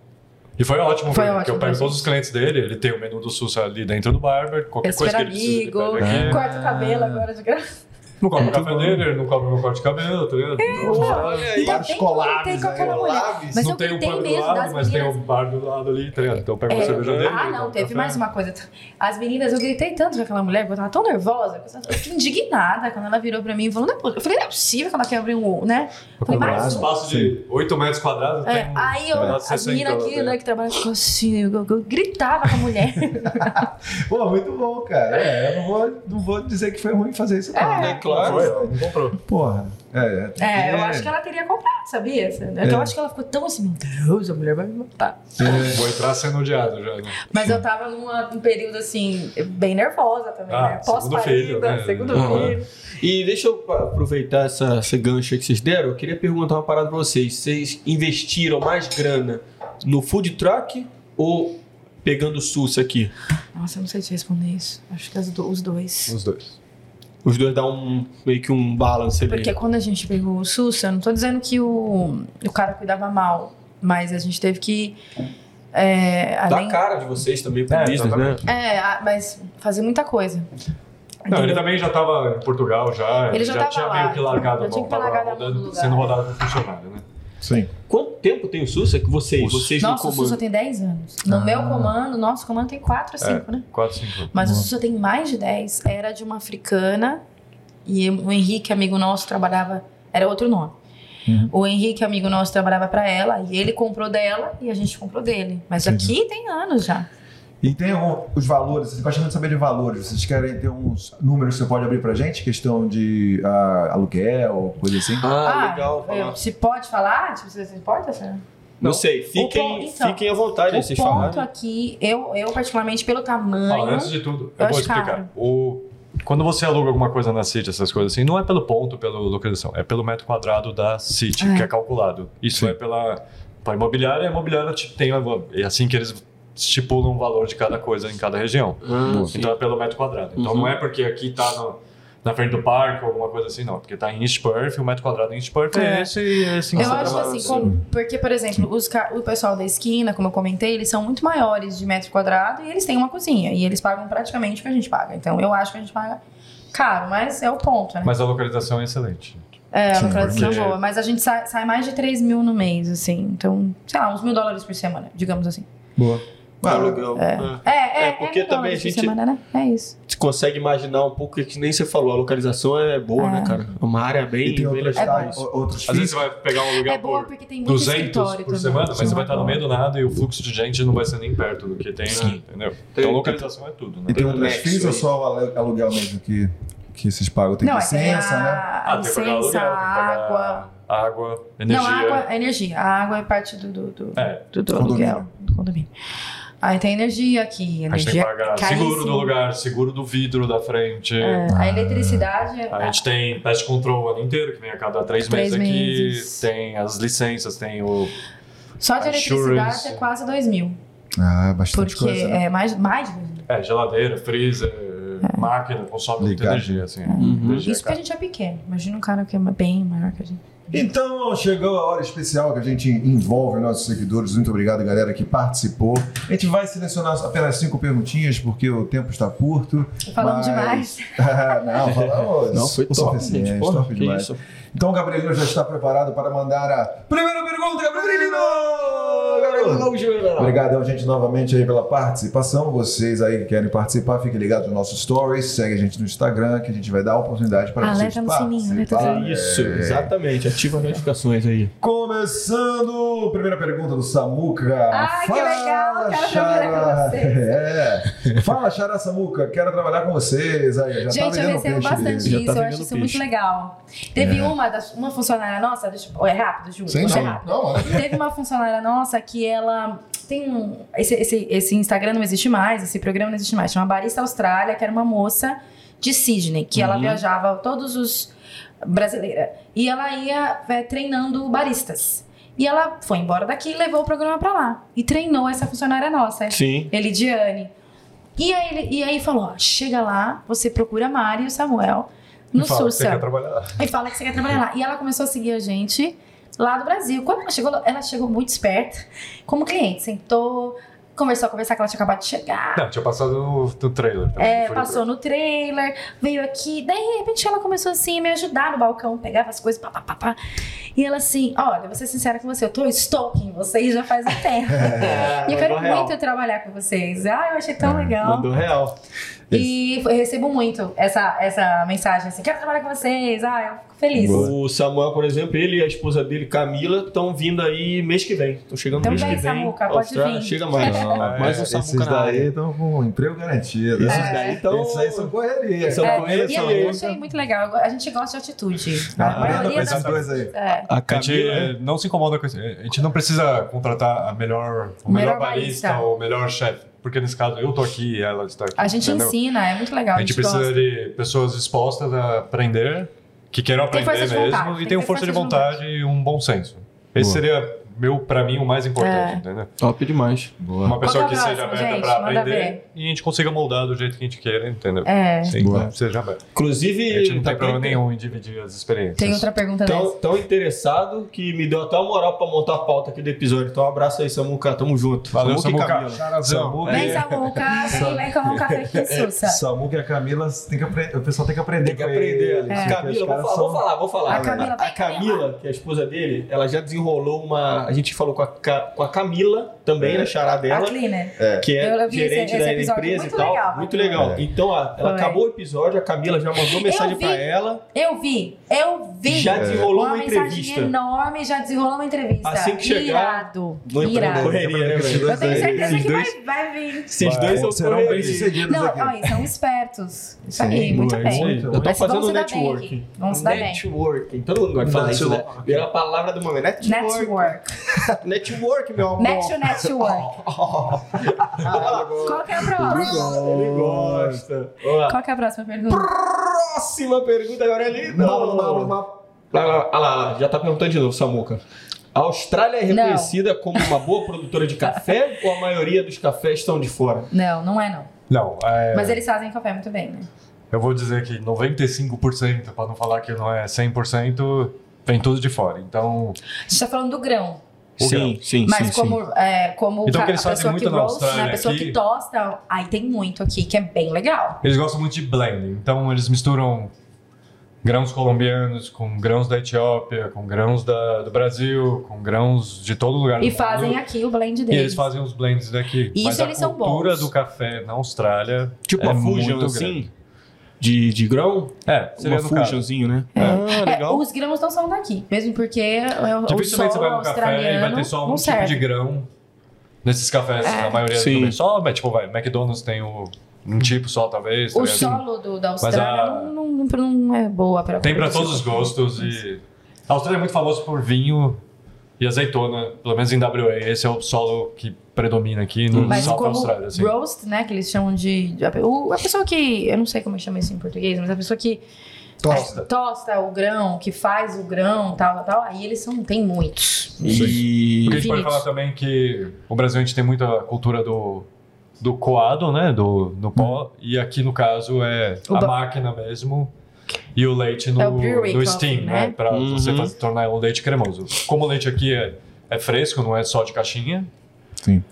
E foi ótimo, Foi porque ótimo, eu pego foi todos os clientes dele, ele tem o menu do SUS ali dentro do Barber, qualquer É super coisa que ele precisa, ele amigo, É. pega aqui. corta o cabelo agora de graça. Não É, cobra o Muito café bom. dele, ele não cobra meu corte de cabelo, tá ligado? Ainda bem que eu gritei com né? aquela mulher. Mas É. eu não tem o gritei pub do mesmo das lado, mas tem o meninas. bar do lado ali, tá ligado? Então eu um pego É. a cerveja dele. Ah, pego não, o teve café. mais uma coisa. As meninas, eu gritei tanto com aquela mulher, porque eu tava tão nervosa, que eu tava- eu fiquei indignada quando ela virou pra mim e falou: não é possível. Eu falei, não é possível que ela quer abrir um, né? Eu falei, Um mas espaço de 8 metros quadrados. É, tem um aí eu, pedaço de as 60 meninas lá, aqui, tá né, ligado? que trabalham, ficou assim, eu, eu- eu gritava com a mulher. Pô, muito bom, cara. É, eu não vou, não vou dizer que foi ruim fazer isso, não. É. né? Foi, não comprou. Porra. É, é, tem É, eu acho que ela teria comprado, sabia? É que Eu acho que ela ficou tão assim, meu Deus, a mulher vai me matar. Vou entrar sendo odiado já, né? Mas eu tava numa- num período, assim, bem nervosa também, Ah, né? segundo filho, Pós-parida, né? segundo Uhum. filho. E deixa eu aproveitar essa, essa gancho aí que vocês deram. Eu queria perguntar uma parada pra vocês. Vocês investiram mais grana no food truck ou pegando o SUS aqui? Nossa, eu não sei te responder isso. Acho que as do- os dois. Os dois. Os dois dão um, meio que um balance ali. Porque quando a gente pegou o SUS, eu não tô dizendo que o, o cara cuidava mal, mas a gente teve que. É, Dá além, Tá cara de vocês também pro É, business, né? exatamente. é, a- mas fazer muita coisa. Não, ele tá Entendeu? também já tava em Portugal já. Ele já tava tinha lá. meio que largado Já a tinha mão, que ter tava largado a mão rodando- no lugar. sendo rodado por funcionário, né? Sim. Quanto tempo tem o SUS? É que vocês, Nossa, vocês no Nossa, o SUS é comando. só tem 10 anos. Ah. No meu comando, nosso comando tem É. 4 ou 5, né? 4, 5. Mas o SUS só tem mais de 10. Era de uma africana e o Henrique, amigo nosso, trabalhava. Era outro nome. Uhum. O Henrique, amigo nosso, trabalhava pra ela e ele comprou dela e a gente comprou dele. Mas aqui tem anos já. E tem algum- os valores, vocês gostam muito de saber de valores. Vocês querem ter uns números que você pode abrir pra gente? Questão de ah, aluguel, coisa assim? Ah, legal. eu- falar. se pode falar? Tipo, você se importa, Sara? Não sei, O fiquem, ponto, então. fiquem à vontade, O vocês ponto é falarem. aqui, eu, eu particularmente, pelo Ó, tamanho. antes de tudo, Eu eu, vou acho caro. explicar. O, quando você aluga alguma coisa na City, essas coisas assim, não é pelo ponto, pela localização, é pelo metro quadrado da City, É. que é calculado. Isso Sim. é pela, pela imobiliária, e a imobiliária te- tem a- é assim que eles estipulam o valor de cada coisa em cada região. Ah, sim. Então é pelo metro quadrado. Então Uhum. não é porque aqui tá no- na frente do parque ou alguma coisa assim, não. Porque tá em East Perth, o metro quadrado em East Perth é, É. esse e é assim que Eu você acho trabalha. assim, como- porque, por exemplo, os ca- o pessoal da esquina, como eu comentei, eles são muito maiores de metro quadrado e eles têm uma cozinha. E eles pagam praticamente o que a gente paga. Então eu acho que a gente paga caro, mas é o ponto, né? Mas a localização é excelente. é, a sim, localização é porque- boa. Mas a gente sai, sai mais de 3 mil no mês, assim. Então, sei lá, uns mil dólares por semana, digamos assim. Boa. Ah, legal. Ah. É, é, É, porque também a mil dólares por gente- Semana, né? É isso. Você consegue imaginar um pouco, que nem você falou, a localização é boa, né, cara? É uma área bem... e tem bem outros, legal. tais- outros Às vezes fins? você vai pegar um lugar É boa por porque tem muito 200 escritório por também. semana, mas Sim, você vai é estar no bom. meio do nada e o fluxo de gente não vai ser nem perto do que tem, lá, entendeu? Então localização é tudo, né? E tem um outros nexo fins ou aí. só o alu- aluguel mesmo que, que vocês pagam? Tem Não, é tem licença, né? a, a Ah, tem que pagar licença, aluguel, a tem que pagar água. água, energia. Não, a água, a energia. A água é parte do, do, do, É. do, do Condomínio. aluguel, do condomínio. Aí tem energia aqui, A gente tem energia que pagar caríssima. seguro do lugar, seguro do vidro da frente. É, a eletricidade, é A gente tem pest control o ano inteiro, que vem a cada três, Três meses aqui. meses. Tem as licenças, tem o. só de eletricidade insurance. é quase 2 mil. Ah, bastante Porque coisa. né? é mais, mais de dois mil. É, geladeira, freezer, máquina, consome muita Ligado. energia, assim. energia Isso porque a gente é pequeno. Imagina um cara que é bem maior que a gente. Então chegou a hora especial que a gente envolve nossos seguidores. Muito obrigado, galera, que participou. A gente vai selecionar apenas cinco perguntinhas, porque o tempo está curto. Falamos mas- não, falamos. Não, foi o top, suficiente, gente. Porra, top que demais. isso. Então o Gabrielino já está preparado para mandar a primeira pergunta, Gabrielino! Obrigadão, gente, novamente aí pela participação. Vocês aí que querem participar, fiquem ligados nos nossos stories, segue a gente no Instagram, que a gente vai dar a oportunidade para vocês Alerta no sininho, né? participarem. É isso, exatamente. Ativa as notificações aí. Começando, primeira pergunta do Samuca. Ah, que legal, quero trabalhar com vocês. É. Fala, Xará Samuca, quero trabalhar com vocês. Aí, já Gente, tá eu vendendo recebo peixe É. bastante dele. já tá isso, eu vendendo acho isso peixe. muito legal. Teve uma, das- uma funcionária nossa, deixa, eu- é rápido, Ju, Sim, é sim. rápido. Não, é. Teve uma funcionária nossa que ela tem um. Esse, esse, esse Instagram não existe mais, esse programa não existe mais. Tinha uma barista Austrália, que era uma moça de Sydney, que ela Uhum. viajava todos os. brasileira. E ela ia é, treinando baristas. E ela foi embora daqui e levou o programa pra lá. E treinou essa funcionária nossa, Sim. Elidiane. E aí, ele- e aí falou: ó, chega lá, você procura a Mari e o Samuel no fala que você Sursa. quer trabalhar. E fala que você quer trabalhar lá. E ela começou a seguir a gente lá do Brasil. Quando ela chegou, ela chegou muito esperta como cliente. Sentou, conversou, conversar que ela tinha acabado de chegar. Não, tinha passado no, no trailer. Também, É, não foi no passou no trailer, veio aqui. Daí, de repente, ela começou assim a me ajudar no balcão, pegava as coisas, pá, pá, pá, pá. E ela assim, olha, vou ser sincera com você, eu tô stalking vocês já faz um tempo. É. e eu quero mandou É, real. É, muito trabalhar com vocês. Ah, eu achei tão legal. Mandou real. E eu recebo muito essa, essa mensagem assim, quero trabalhar com vocês. Ah, eu fico feliz. O Samuel, por exemplo, ele e a esposa dele, Camila, estão vindo aí mês que vem. Estão chegando Então mês vem, que vem. Samuca, pode Austrália, vir. Chega mais. Não, mais é, um Samuca Esses na daí área. estão com emprego garantido. Esses Esses- daí estão... Esses aí são correria. É. Então, São cara. É, correria, e são eu, correria. eu achei muito legal. A gente gosta de atitude. A Ah, Tá vendo com maioria esses das dois aí? é. A A gente Camila... eh, não se incomoda com isso. A gente não precisa contratar a melhor, o melhor, Melhor barista, barista. ou o melhor chefe. Porque nesse caso eu tô aqui e ela está aqui. A gente entendeu? ensina, é muito legal. A gente precisa gosta. de pessoas dispostas a aprender, que queiram Tem aprender força de mesmo, vontade, tem e que tenham ter força de força de vontade. vontade e um bom senso. Esse seria, meu, pra mim, o mais É. importante, entendeu? Top demais. Boa. Uma pessoa Qual que que é o seja próximo, aberta gente? pra Manda aprender ver. e a gente consiga moldar do jeito que a gente queira, entendeu? É. Sim, Boa. seja aberto. Inclusive... A gente não tá tem problema tão- nenhum em dividir as experiências. Tem outra pergunta Tão, dessa. tão interessado que me deu até uma moral pra montar a pauta aqui do episódio. Então, um abraço aí, Samuca. Tamo junto. Valeu, e Samuca. Camila. Charazão. é. Vem, Samuca, vem, vem tomar um café aqui em Sussa. Samuca e a Camila, tem que apre- o pessoal tem que aprender. Tem que com aprender. eles, Alex. porque os Camila, vou caras falar, são- vou falar, vou falar. É. A Camila, a vai, Camila. Camila, que é a esposa dele, ela já desenrolou uma. A gente falou com a, Ca- com a Camila também, né? Chará A dela. cleaner. Que é Eu- eu vi esse- gerente esse da episódio, empresa muito e tal. legal. muito legal. É. Então, ó, ela Foi. acabou o episódio, a Camila já mandou mensagem vi. pra ela. Eu vi, eu vi. Já desenrolou uma mensagem entrevista. enorme, já desenrolou uma entrevista. Assim que chegar, Irado. Vou entrar na Irado. correria, né, Esses velho? dois Eu tenho certeza Esses que dois, vai, vai vir. esses dois são serão bem correria. sucedidos Não, aqui. olha, são espertos. Isso Sim, aí, muito Boa, bem. é isso aí. Muito Eu tô Mas fazendo vamos se dar network. bem. Vamos se dar bem. Networking. Todo mundo gosta de falar isso, né? Networking. Virou a palavra do momento. Network. Network. Network, meu amor. Mete o network. Qual que é a próxima? Ele gosta. Ó, Qual que é a próxima pergunta? Próxima pergunta, Aurelino. Lá, lá, lá, lá, já tá perguntando de novo, Samuca. A Austrália é Não. reconhecida como uma boa produtora de café ou a maioria dos cafés estão de fora? Não, não é não. Não, é, Mas eles fazem café muito bem, né? eu vou dizer que 95%, para não falar que não é 100%, vem tudo de fora. Então, A gente tá falando do grão. O grão. sim, Mas como, é, como Então, ca- o que eles a fazem pessoa muito que na roast, né, Austrália a pessoa aqui- que tosta, aí tem muito aqui, que é bem legal. Eles gostam muito de blend, então eles misturam grãos colombianos com grãos da Etiópia, com grãos da- do Brasil, com grãos de todo lugar E do fazem mundo. aqui o blend E deles. eles fazem os blends daqui. Isso Mas eles a são cultura bons. do café na Austrália Tipo é a Fusion, muito assim, de, de grão? grande. É, seria uma no caso. Fusionzinho, né? É, Ah, legal. os grãos não são daqui, mesmo porque é o- o solo Dificilmente você vai num café e australiano vai ter só um não tipo serve. É. de grão nesses cafés, na maioria Sim. também. Só, mas, tipo, vai, McDonald's tem o- um tipo só, talvez. tá O ligado? solo do, da Austrália a- não, não, não- não é boa pra Tem pra todos os gostos e a Austrália é muito famosa por vinho e azeitona, pelo menos em WA. Esse é o solo que predomina aqui no Mas South como Austrália, assim. roast, né, que eles chamam de... de- o- a pessoa que... Eu não sei como chama isso em português, mas a pessoa que Tosta. é, tosta o grão, que faz o grão, tal, tal, aí eles são... Tem muitos. Porque a gente pode Infinito. falar também que o Brasil a gente tem muita cultura do do coado, né? Do, do pó. E aqui, no caso, é O a ba- máquina mesmo. E o leite no, É o brewery no coffee, steam, né? né? Pra Uhum. você fazer, tornar um leite cremoso. Como o leite aqui é, é fresco, não é só de caixinha. Sim.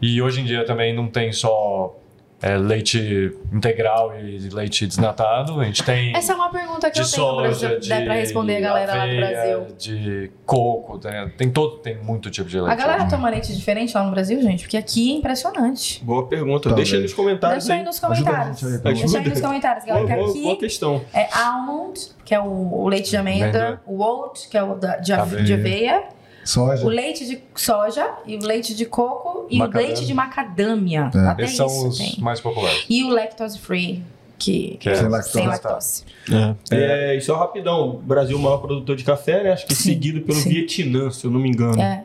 E hoje em dia também não tem só é, leite integral e leite desnatado. A gente tem Essa é uma pergunta que de eu tenho pra, soja, você, de dá pra responder a galera lá do aveia, Brasil. De coco, tem, tem todo, tem muito tipo de leite. A galera toma leite diferente lá no Brasil, gente? Porque aqui é impressionante. Boa pergunta. Talvez. Deixa aí nos Tá, comentários Deixa aí aí. nos Ajuda a comentários. gente aí, pelo amor de Deixa aí Deus. nos comentários, Boa, galera. que boa, boa aqui questão. é almond, que é o, o leite de amêndoa, Amêndoa. o oat, que é o da- de, ave- Aveia. de aveia, É. o Soja. leite de soja, e o leite de coco e Macadâmia. o leite de macadâmia. É. Até Esses isso são os tem. mais populares. E o lactose free, que, Que é Sem lactose. sem lactose. É, e só rapidão. O Brasil é o maior produtor de café, né? Acho que Sim, seguido pelo sim. Vietnã, se eu não me engano. É.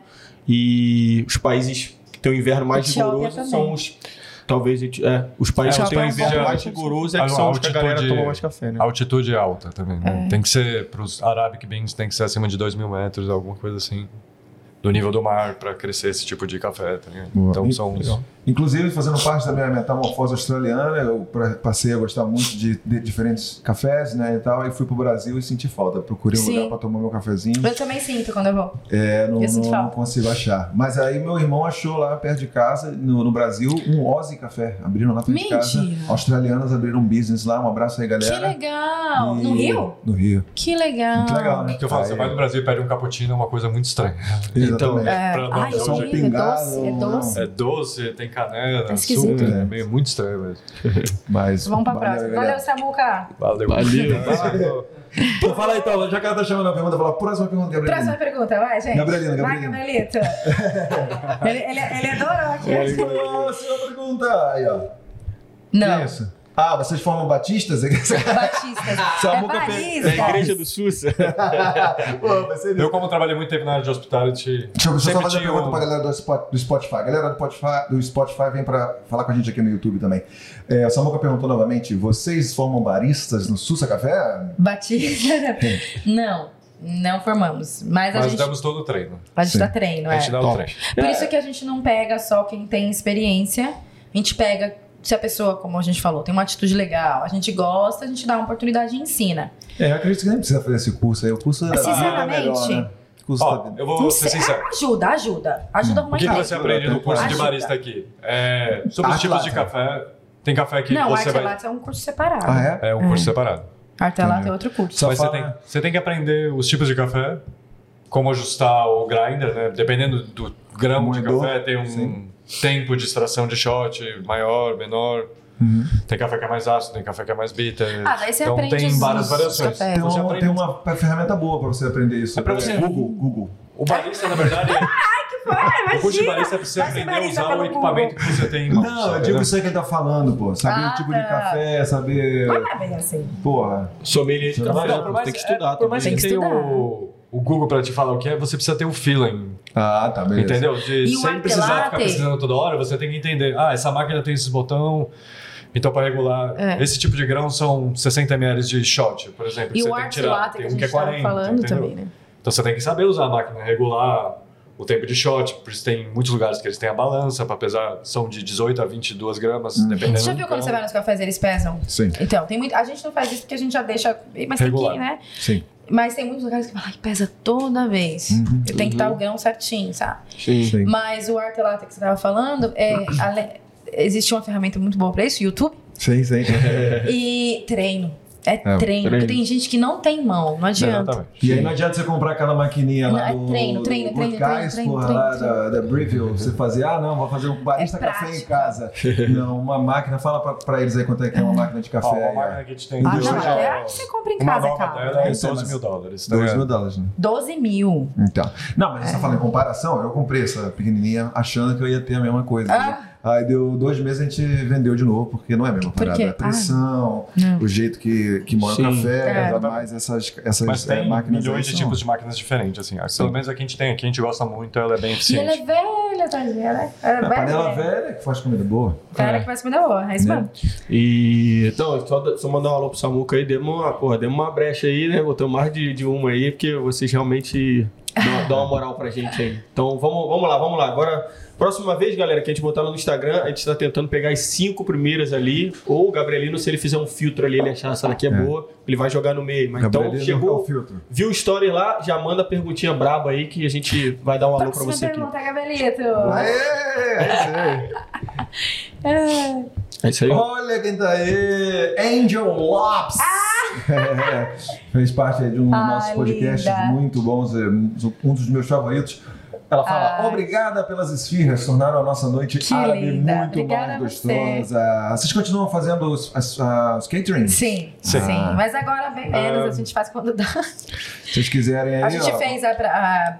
E os países que têm o inverno mais Etiópia rigoroso também. são os. Talvez. eti- É, os países que têm o Etiópia é um inverno bom mais país. rigoroso é Ah, que são os que a altitude- galera toma mais café, né? Altitude alta também. né? Tem que ser, para os Arabic Beans, tem que ser acima de 2 mil metros, alguma coisa assim. Do nível do mar para crescer esse tipo de café. Tá ligado? Boa. então E- são uns. legal. Inclusive, fazendo parte da minha metamorfose australiana, eu pra- passei a gostar muito de, de diferentes cafés, né, e tal, e fui pro Brasil e senti falta. Procurei um Sim. lugar pra tomar meu cafezinho, Eu também sinto quando eu vou. é, não, eu sinto não- falta. não consigo achar. Mas aí meu irmão achou lá perto de casa, no, no Brasil, um Ozzy Café. Abriram lá perto Mentira. de casa. Australianas abriram um business lá, um abraço aí, Que galera. legal! No E- Rio? Ah, No Rio. Que legal! Muito legal, né? Porque eu falo, Aí, você vai então, no Brasil e pede um cappuccino, é uma coisa muito estranha. Exatamente. É. Pra Ai, nós, é hoje horrível, é pingado, doce, é não. doce. É doce, tem canela, Tá esquisito. açúcar, É. é meio muito estranho mesmo. Mas, Vamos pra valeu, próxima. galera. Valeu, Samuca! Valeu. Então fala aí, Paula, já que ela tá chamando a pergunta, fala, próxima pergunta, Gabriel. Próxima pergunta, vai, gente. Gabrielina, Vai, Gabrielina. É. Gabrielita. ele, ele, ele adorou aqui. Próxima pergunta. Aí, ó. Que Não, isso? Ah, vocês formam batistas? batistas. é Samuca é baristas. a igreja do Sussa. Pô, vai ser Eu, como trabalhei muito tempo na área de hospitality, Deixa eu deixa eu só sempre fazer uma tinha pergunta um- pra galera do, Spot- do Spotify. Galera do Spotify, do Spotify vem pra falar com a gente aqui no YouTube também. É, a Samuca perguntou novamente: vocês formam baristas no Sussa Café? Batista. Não, não formamos. Mas a Nós gente, damos todo o treino. a gente dá treino, A é. gente dá o treino. Por isso que a gente não pega só quem tem experiência. A gente pega se a pessoa, como a gente falou, tem uma atitude legal, a gente gosta, a gente dá uma oportunidade e ensina. É, eu acredito que nem precisa fazer esse curso aí. O curso é Sinceramente. melhor, né? O curso Ó, tá- eu Não vou ser sei, sincero. Ajuda, ajuda. Hum. Ajuda a O arrumar que, que emprego. você aprende no curso de barista aqui? É, sobre os Arte tipos de latte. café, tem café que Não, você arte vai... latte é um curso separado. Ah, é? É um curso separado. Arte latte é outro curso. Só Mas fala- você, tem, você tem que aprender os tipos de café, como ajustar o grinder, né? Dependendo do gramo de Moedor, café, tem um é sim. tempo de extração de shot maior, menor. Uhum. Tem café que é mais ácido, tem café que é mais bitter. Ah, daí você então aprende tem os- várias os variações. cafés. Tem Então você uma, tem aprende. uma ferramenta boa pra você aprender isso. É pra você. Google, Google. O barista, na verdade, o curso de barista é pra você Vai ser aprender a barista usar o pelo equipamento que você tem. em mãos, Não, eu sabe, digo né? isso aí que ele tá falando, pô. Saber Ah, o tipo de tá. café, saber. Não é bem assim. Porra. Sommelier de Não, café. Não, por mais, um tem que estudar é, por mais também. que Tem que tenha estudar. o, o Google pra te falar o que é, você precisa ter o feeling Ah, tá, beleza. Entendeu? E De, o sem arte precisar latte? ficar pesquisando toda hora, você tem que entender. Ah, essa máquina tem esses botão. Então, para regular, É. esse tipo de grão são 60 ml de shot, por exemplo. que E você o tem que arte tirar. latte Tem que a um que gente é estava 40, falando entendeu? também, né? Então, você tem que saber usar a máquina, regular o tempo de shot. Por isso, tem muitos lugares que eles têm a balança para pesar. São de 18 a 22 gramas, dependendo. Você Hum. já do viu quando grão. você vai nos cafés eles pesam? Sim. Então, tem muito. A gente não faz isso porque a gente já deixa. Mas Regular. tem que, né? Sim. Mas tem muitos lugares que falam, ai, pesa toda vez. Tem que estar o Uhum. grão certinho, sabe? Uhum. Sim. Mas o arte latte que você estava falando, é, ale- existe uma ferramenta muito boa para isso, YouTube. Sim, sim. E treino. É, treino. treino. Porque tem gente que não tem mão, não adianta. Exatamente. E aí não adianta você comprar aquela maquininha lá Não, é do... treino, treino, do Good treino, treino, Guys, treino, porra, treino, lá treino. Da, da Breville. Você fazer, ah, não, vou fazer um barista É café em prática. casa. não, uma máquina. Fala pra, pra eles aí quanto é que é uma máquina de Ó, uma café. máquina aí, que te tem Ah, indústria não, já- até que você compra em Um uma casa, nova cara. dela é Eu sei, 12 mas- mil dólares. ó. Dois né? mil dólares, né? 12 mil. Então. Não, mas você tá falando em comparação. Eu comprei essa pequenininha achando que eu ia ter a mesma coisa. Ah. Aí deu dois meses a gente vendeu de novo, porque não é a mesma Por parada. quê? Ah, É a pressão, Não. o jeito que, que mora o Sim. café, É. mais essas, essas Mas eh, tem máquinas. milhões aí de são- tipos de máquinas diferentes, assim. Pelo menos a que a gente tem aqui, a gente gosta muito, ela é bem E ela é eficiente. velha, tadinha, né? Ela A é panela velha. velha que faz comida boa. Cara que vai se me dar boa, é isso Né? mesmo. E então, só, da- só mandar um alô pro Samuca aí, demos uma, porra, demos uma brecha aí, né? Botamos mais de, de uma aí, porque vocês realmente Dá, dá uma moral pra gente aí. Então vamos, vamos lá, vamos lá. Agora, próxima vez, galera, que a gente botar lá no Instagram, a gente tá tentando pegar as cinco primeiras ali. Ou o Gabrielino, se ele fizer um filtro ali, ele achar essa daqui é, É. boa, ele vai jogar no meio. Mas então Gabrielino é o tipo, chegou, filtro. viu o story lá, já manda a perguntinha braba aí que a gente vai dar um alô pra Próxima você aqui. pergunta, Gabrielito. Aê! Ah, É isso aí. Olha quem tá aí! Angel Lopes! É, fez parte aí de um dos Ah, nossos podcasts linda. muito bons, é, um dos meus favoritos. Ela fala, Ai. obrigada pelas esfirras, tornaram a nossa noite Ah. Que árabe linda. muito Obrigada a mais você. gostosa. Vocês continuam fazendo os, as- ah, os caterings? Sim, sim. Sim. Mas agora bem menos, a gente faz quando dá. Se vocês quiserem aí, A gente É, ó, fez a, pra, a-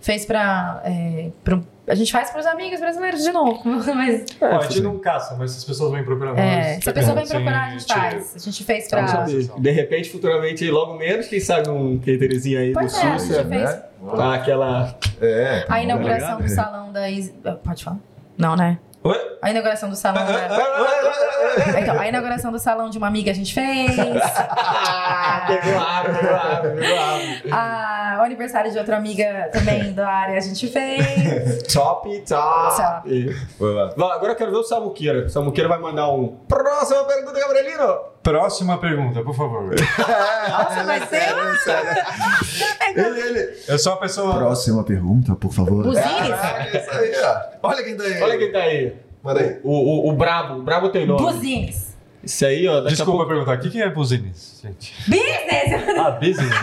fez pra, é, pro- a gente faz pros amigos brasileiros de novo, mas Ó, a gente não caça, mas se as pessoas vêm procurar é, nós, se a pessoa vem assim, procurar, a gente faz. A gente fez pra... Vamos saber. De repente, futuramente, logo menos, quem sabe um caterzinho aí do Pois é, a Sussa. gente fez né? Tá, aquela. É, Tá a inauguração do salão da... Is- Ah, Pode falar? Não, né? Oi? Ah, A inauguração do salão da... Então, a inauguração do salão de uma amiga a gente fez. Ah, Pegou a água, pegou a água, pegou a água. Ah, o aniversário de outra amiga também da área a gente fez. Top, top. Top. Foi lá. Vai, agora eu quero ver o Samuqueira. O Samuqueira vai mandar um. Próxima pergunta, Gabrielino! Próxima pergunta, por favor. Nossa, vai ser... É, então. Ele, ele. Eu sou a pessoa. Próxima pergunta, por favor. Buziris? Ah, é isso aí, ó. Olha quem tá aí. Olha quem tá aí. Manda aí. O, o, o Brabo. O Brabo tem nome. Buzines. Isso aí, ó. Daqui Desculpa a pouco... perguntar, o que que é business, gente? Business! Ah, business.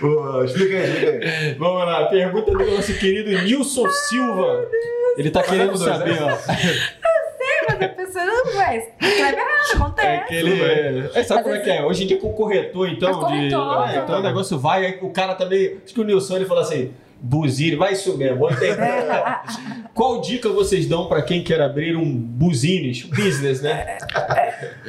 Boa, explica aí, explica aí. Vamos lá. Pergunta do nosso querido Nilson Ah, Silva. Ele tá querendo dois, saber, ó. Mas a pessoa não faz. Escreve errado, É acontece. que ele. É, sabe Às como é vezes- que é? Hoje em dia com corretor, então. Mas corretor, de- é. Então o negócio vai, aí o cara também. Acho que o Nilson ele falou assim. Buzine, vai isso mesmo, vou É. entender. Qual dica vocês dão pra quem quer abrir um buzines, business, né?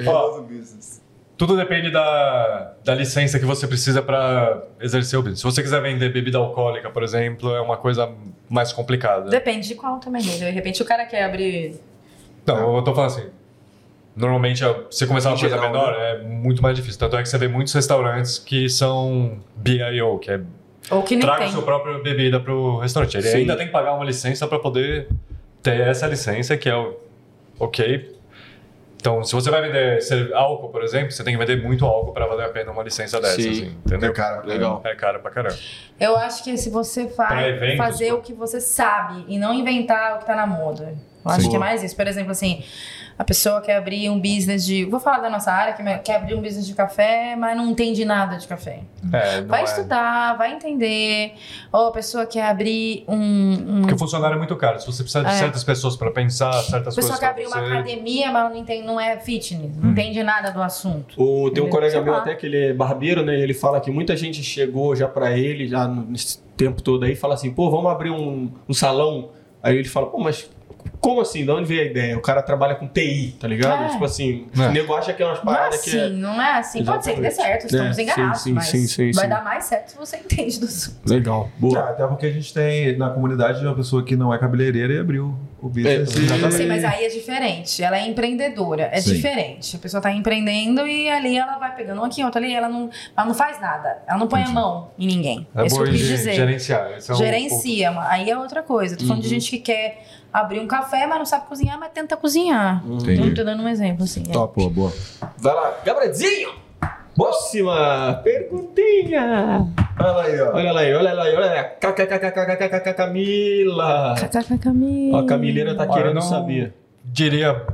Famoso business. Tudo depende da, da licença que você precisa para exercer o business. Se você quiser vender bebida alcoólica, por exemplo, é uma coisa mais complicada. Depende de qual também. né? De repente o cara quer abrir. Não, eu tô falando assim. Normalmente, você começar uma Em coisa geral, menor é muito mais difícil. Tanto é que você vê muitos restaurantes que são BIO, que é Ou que nem traga tem. sua própria bebida pro restaurante. Ele Sim. ainda tem que pagar uma licença para poder ter essa licença, que é o ok. Então, se você vai vender ser- álcool, por exemplo, você tem que vender muito álcool para valer a pena uma licença dessa, Sim. assim, entendeu? Meu cara. É caro pra caramba. Eu acho que se você Pra vai eventos, fazer pô. o que você sabe e não inventar o que tá na moda. Eu acho Sim. que é mais isso. Por exemplo, assim, a pessoa quer abrir um business de. Vou falar da nossa área, que quer abrir um business de café, mas não entende nada de café. É, não vai é. estudar, vai entender. Ou a pessoa quer abrir um. um... Porque o funcionário é muito caro. Se você precisa de É. certas pessoas para pensar, certas A pessoa quer coisas pra abrir uma você... tá Hum. academia, mas não, entende, não é fitness, não entende nada do assunto. O, tem um colega Sei meu lá. até que ele é barbeiro, né? E ele fala que muita gente chegou já pra ele, já no- nesse tempo todo aí, fala assim, pô, vamos abrir um, um salão. Aí ele fala, pô, mas como assim? De onde veio a ideia? O cara trabalha com TI, tá ligado? É. Tipo assim, É. o nego acha que é umas Não é paradas assim, que não é assim. Pode ser que dê certo, estamos É, enganados, sim, sim, mas sim, sim, vai sim. dar mais certo se você entende do assunto. é. Legal, boa. Ah, até porque a gente tem na comunidade uma pessoa que não é cabeleireira e abriu o business. É, e- exatamente. Sim, mas aí é diferente. Ela é empreendedora, é Sim. diferente. A pessoa tá empreendendo e ali ela vai pegando um aqui, outro ali, ela não, ela não faz nada. Ela não põe a mão em ninguém. É É isso que bom eu quis ge- dizer. gerenciar. um Esse é o ponto. Gerencia, mas aí é outra coisa. Tô falando de gente que quer abrir um café, mas não sabe cozinhar, mas tenta cozinhar. Então, tô dando um exemplo assim. é. Top, boa, boa. Vai lá, Gabrielzinho! Próxima perguntinha! Olha aí, ó. Olha lá aí, olha lá aí, olha lá. KKKKKKKKK Camila! Cacá, Camila. Ó, A Camileira tá Olha, querendo não saber. Diria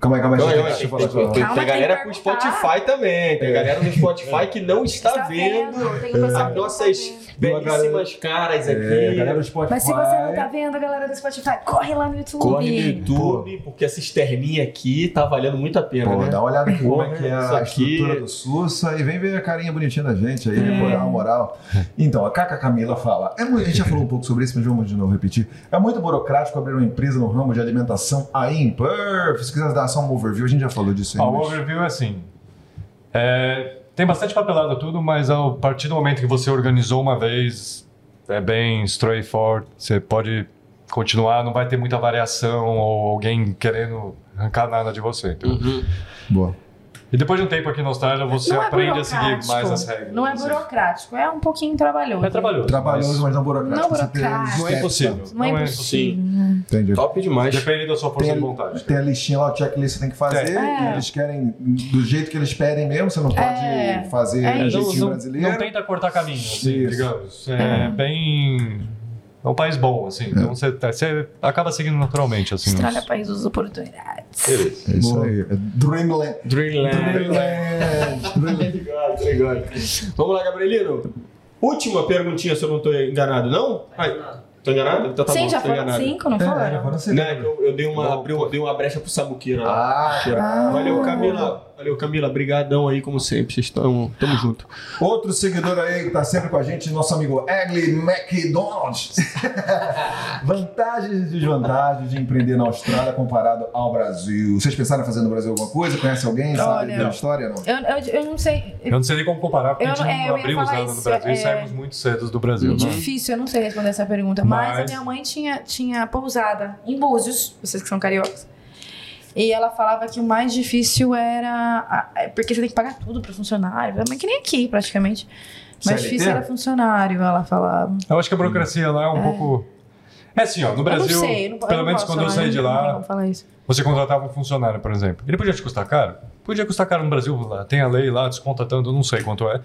Calma aí, calma aí. Olha, gente, deixa olha, eu falar, tem, tem, deixa eu tem- falar. Calma, tem tem galera que com perguntar. Spotify também. Tem galera no Spotify que não está, Está tá vendo, tem um pessoal as que não tá nossas vendo. belíssimas caras aqui. É, galera do Spotify. Mas se você não tá vendo, galera do Spotify, corre lá no YouTube. Corre no YouTube, porque essa externinha aqui tá valendo muito a pena, Pô, né? dá uma olhada aqui como é que é Isso a aqui- estrutura do Sussa e vem ver a carinha bonitinha da gente aí, É. moral, moral. Então, a Caca Camila fala, é mu- a gente já falou um pouco sobre isso, mas vamos de novo repetir. É muito burocrático abrir uma empresa no ramo de alimentação aí em Perth. Se quiser dar só um overview, a gente já falou disso aí. Ó, o mas- overview é assim. é, tem bastante papelada tudo, mas ao- a partir do momento que você organizou uma vez, é bem straightforward. Você pode continuar, não vai ter muita variação ou alguém querendo arrancar nada de você. entendeu? Boa. E depois de um tempo aqui na Austrália, você não é aprende a seguir burocrático. mais as regras. Não é assim. burocrático, é um pouquinho trabalhoso. É trabalhoso. Trabalhoso, mas mas não burocrático. Não Você tem burocrático. os Não é steps, impossível. Não é um impossível. tá? Entendi. Top demais. Depende da sua força Tem, de vontade. tem a listinha lá, o checklist que você tem que fazer, É. que eles querem do jeito que eles pedem mesmo, você não pode É. fazer É do isso. jeitinho Então, não, brasileiro. não tenta cortar caminho, assim, Isso. digamos. É bem. É um país bom, assim. Então você, você acaba seguindo naturalmente, assim. Austrália é país das oportunidades. É isso aí. Dreamland. Dreamland. Dreamland. Dreamland. Obrigado, obrigado. Vamos lá, Gabrielino. Última perguntinha, se eu não tô enganado, não? Ai, tô enganado? Então tá Sim, bom, já tô foram enganado. cinco, não É, foram? já foram cinco. Não, é que eu, eu dei uma, abri uma, dei uma brecha pro Sabuqueira lá. Ah, Valeu, Camila. Valeu, Camila. Brigadão aí, como sempre. Vocês estão... Tamo junto. Outro seguidor aí que tá sempre com a gente, nosso amigo Egli McDonald's. Vantagens e desvantagens de empreender na Austrália comparado ao Brasil. Vocês pensaram em fazer no Brasil alguma coisa? Conhece alguém? Sabe Olha, da história? Não. Eu, eu, eu não sei. é Eu não sei nem como comparar, porque Eu a gente não- é, eu não ia abriu os falar anos no isso, Brasil é. e saímos muito cedo do Brasil, né? Difícil, eu não sei responder essa pergunta. Mas, Mas- a minha mãe tinha, tinha pousada em Búzios, vocês que são cariocas. E ela falava que o mais difícil era. a- é Porque você tem que pagar tudo pro funcionário. Mas que nem aqui, praticamente. O mais CLT? difícil era funcionário, ela falava. Eu acho que a burocracia lá é um pouco. É assim, ó, no Brasil, eu não sei, eu não, eu pelo não menos posso quando eu falar, saí de não tem lá, como falar isso. Você contratava um funcionário, por exemplo. Ele podia te custar caro? Podia custar caro no Brasil. Lá. Tem a lei lá, desconta tanto, eu não sei quanto é.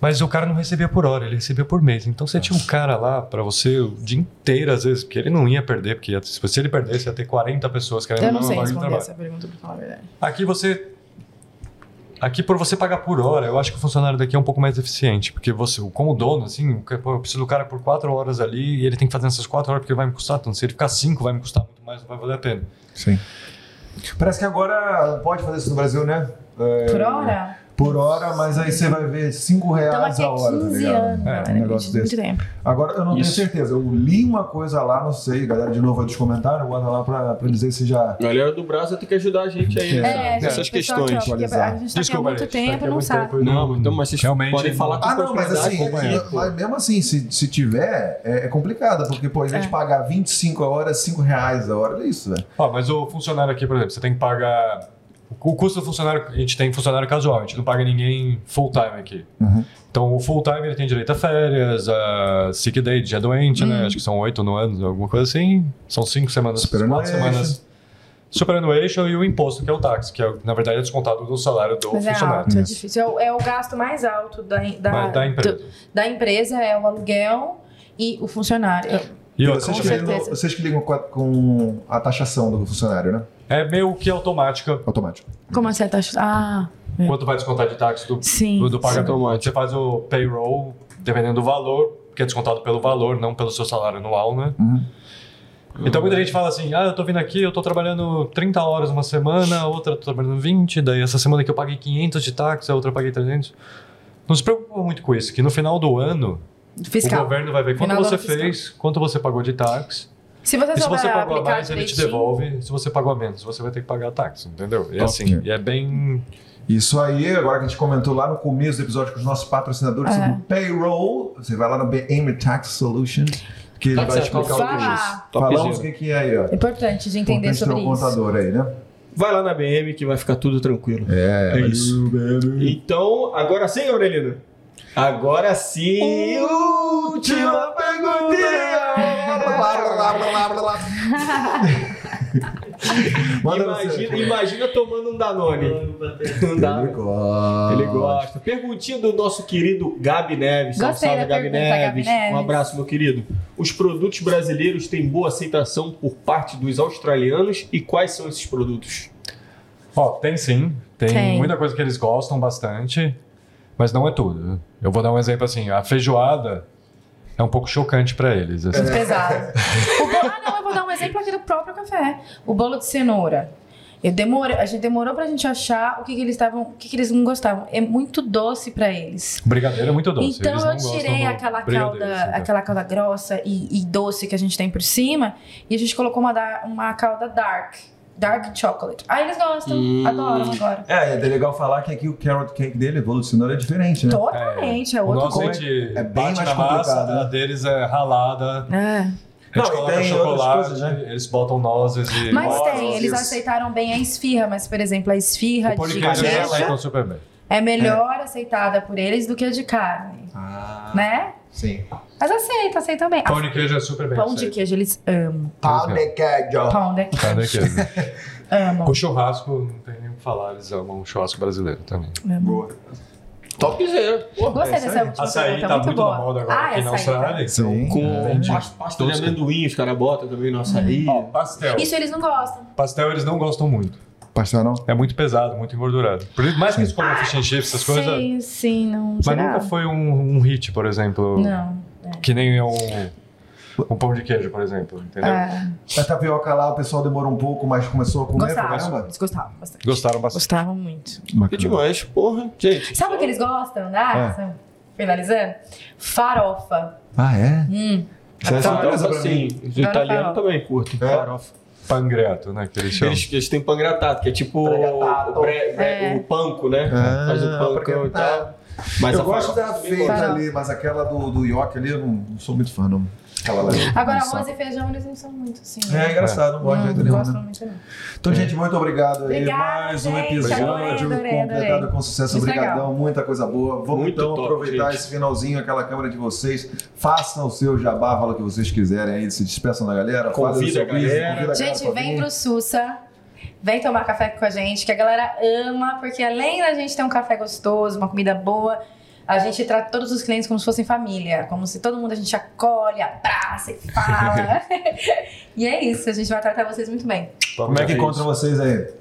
Mas o cara não recebia por hora, ele recebia por mês. Então você tinha um cara lá pra você o dia inteiro, às vezes, porque ele não ia perder, porque ia- se ele perdesse, ia ter 40 pessoas querendo Eu a não mesma sei vaga de responder trabalho. essa pergunta, pra falar a verdade. Aqui você. Aqui, por você pagar por hora, eu acho que o funcionário daqui é um pouco mais eficiente. Porque você, como dono, assim, o ca- pô, eu preciso do cara por quatro horas ali e ele tem que fazer essas quatro horas porque vai me custar tanto. Se ele ficar cinco, vai me custar muito mais, não vai valer a pena. Sim. Parece que agora pode fazer isso no Brasil, né? É, Por hora? Por hora, mas aí você vai ver 5 reais Estamos aqui a há hora, tá 15 ligado? anos, É, galera. um negócio muito desse. tempo. Agora, eu não Isso. tenho certeza. Eu li uma coisa lá, não sei, galera, de novo aí dos comentários, bota lá pra, pra dizer se já... Galera do Brasil tem que ajudar a gente aí nessa- É, nessas gente, pessoal aqui, ó, questões. porque a gente tá aqui há Desculpa, muito gente, tempo, não sabe. Não, então, mas vocês Realmente- podem falar com Ah, não, mas propriedade, assim, companheiro. mas- mas mesmo assim, se, se tiver, é, é complicado, porque, pô, a gente É. pagar 25 a hora, é 5 reais a hora, é isso, velho. Ó, mas o funcionário aqui, por exemplo, você tem que pagar. O custo do funcionário, a gente tem funcionário casual, a gente não paga ninguém full-time aqui. Uhum. Então, o full-time ele tem direito a férias, a sick day, dia doente, Uhum. né? Acho que são oito no ano, alguma coisa assim. São cinco semanas, quatro Superannuation. semanas. Superannuation e o imposto, que é o táxi, que é, na verdade é descontado do salário do Mas é funcionário. alto, é difícil. É o, é o gasto mais alto da, da, Mas da empresa. do- da empresa, é o aluguel e o funcionário. E outra, vocês, com que ligam, certeza. vocês que ligam com a, com a taxação do funcionário, né? é meio que automática. Automático. Como assim a taxa? Ah, Quanto vai descontar de táxi do, sim. do, do pagamento? Automático. Você faz o payroll, dependendo do valor, que é descontado pelo valor, não pelo seu salário anual, né? Então muita gente fala assim, ah, eu tô vindo aqui, eu tô trabalhando 30 horas uma semana, outra eu tô trabalhando 20, daí essa semana que eu paguei 500 de táxi, a outra eu paguei 300. Não se preocupa muito com isso, que no final do ano, o Fiscal. governo vai ver quanto Final do você ano fiscal. fez, quanto você pagou de táxi, Se você e se souber você pagou a aplicar mais, ele te direitinho, devolve, se você pagou a menos, você vai ter que pagar táxi, entendeu? E é Top. assim, e é bem Isso aí, agora que a gente comentou lá no começo do episódio com os nossos patrocinadores É. sobre sobre payroll, você vai lá no BM Tax Solution, que ele Tá vai certo, explicar o que é isso. Falar. Falamos o que que é aí, ó. É importante de entender Importante ter sobre um isso. contador aí, né? Vai lá na BM que vai ficar tudo tranquilo. É, valeu, isso. Uhum. Então, agora sim, Gabrielino. Agora sim. Última pergunta. Manda você. Imagina, imagina tomando um Danone. Um Não dá. Ele gosta. Ele gosta. Perguntinha do nosso querido Gabi Neves. Salve, Gostei salve da Gabi, pergunta, Gabi Neves. Neves. Um abraço, meu querido. Os produtos brasileiros têm boa aceitação por parte dos australianos e quais são esses produtos? Ó, tem sim. Tem, Tem. muita coisa que eles gostam bastante, mas não é tudo. Eu vou dar um exemplo assim, a feijoada é um pouco chocante pra eles. assim. É. Muito pesado. O bolo- ah, não, eu vou dar um exemplo aqui do próprio café. O bolo de cenoura. Eu demorei, a gente demorou pra gente achar o que, que eles estavam, o que, que eles não gostavam. É muito doce pra eles. O Brigadeiro é muito doce. Então eles não eu gostam tirei do aquela brigadeiro, calda, assim, tá? aquela calda grossa e, e doce que a gente tem por cima e a gente colocou uma, da- uma calda dark, dark chocolate. Aí eles gostam, Hum. adoram agora. É, é legal falar que aqui o carrot cake dele, o bolo de cenoura, é diferente, né? Totalmente, é, O outro nosso a gosto. gente é bem bate mais na massa, complicado, né? a deles é ralada. É. A gente Não, e coloca tem outras chocolate, coisas, né? eles botam nozes e. Mas nozes. tem, eles aceitaram bem a esfirra, mas, por exemplo, a esfirra O de podcast cabeça eles aceitam super bem. é melhor aceitada por eles do que a de carne, Ah, né? sim. Mas aceita, aceita bem. Pão de queijo é super bem. Ah, pão de aceito. queijo, eles amam. Pau de queijo. Pão de queijo, Pão de queijo. amam. Com churrasco, não tem nem o que falar, eles amam o churrasco brasileiro também. Boa. Topzera. Porra, Gostei é isso dessa aí. última Açaí pergunta, tá muito muito boa. na moda agora ah, aqui na açaí, tá. Austrália. Sim. Com pasta, pasta de amendoim, os caras botam também no açaí. Uhum. Pastel. Isso eles não gostam. Pastel eles não gostam muito. Pastel não? É muito pesado, muito engordurado. Por isso, mais que eles comam fish and chips, essas coisas. Ah, é- Sim, sim, não. Mas será? nunca foi um, um hit, por exemplo. Não. Que nem é um, um pão de queijo, por exemplo. Entendeu? É, A tapioca lá, o pessoal demorou um pouco, mas começou a comer. pra gostavam. caramba. Eles gostavam bastante. Gostaram bastante. Gostavam muito. É demais, porra. Gente, Sabe o que eles gostam da É. Arsa? Finalizando? Farofa. Ah, é? Hum. Isso é surpresa Farofa, pra assim, mim. sim. Os Adoro italianos farofa. também curtem É? farofa. Pangreato, né? Que eles chamam. Eles, eles têm pangratato, que é tipo Pangratato. o, bre- bre- É. o panco, né? Ah, Faz o panco e pangratato. tal. Mas eu a gosto farofa da também feita gosto. ali, mas aquela do, do York ali, eu não, não sou muito fã, não. Aquela lá. Agora, Hum, Nossa. arroz e feijão, eles não são muito, assim. É engraçado, não gosto de não, jeito não nenhum. gostam né? muito, não. Então, gente, muito obrigado aí. Obrigada, Mais um gente. episódio Adorei, adorei, completado adorei. com sucesso. Muito Obrigadão, legal. muita coisa boa. Vamos Muito então top, aproveitar gente. esse finalzinho, aquela câmera de vocês. Façam o seu jabá, fala o que vocês quiserem aí. Se despeçam da galera. Convida fazem o seu a quiz, galera. convida a Gente, galera pra vem vir. pro Sussa. Vem tomar café com a gente, que a galera ama, porque além da gente ter um café gostoso, uma comida boa, a gente trata todos os clientes como se fossem família, como se todo mundo a gente acolhe, abraça e fala. e é isso, a gente vai tratar vocês muito bem. Como é que encontram vocês aí?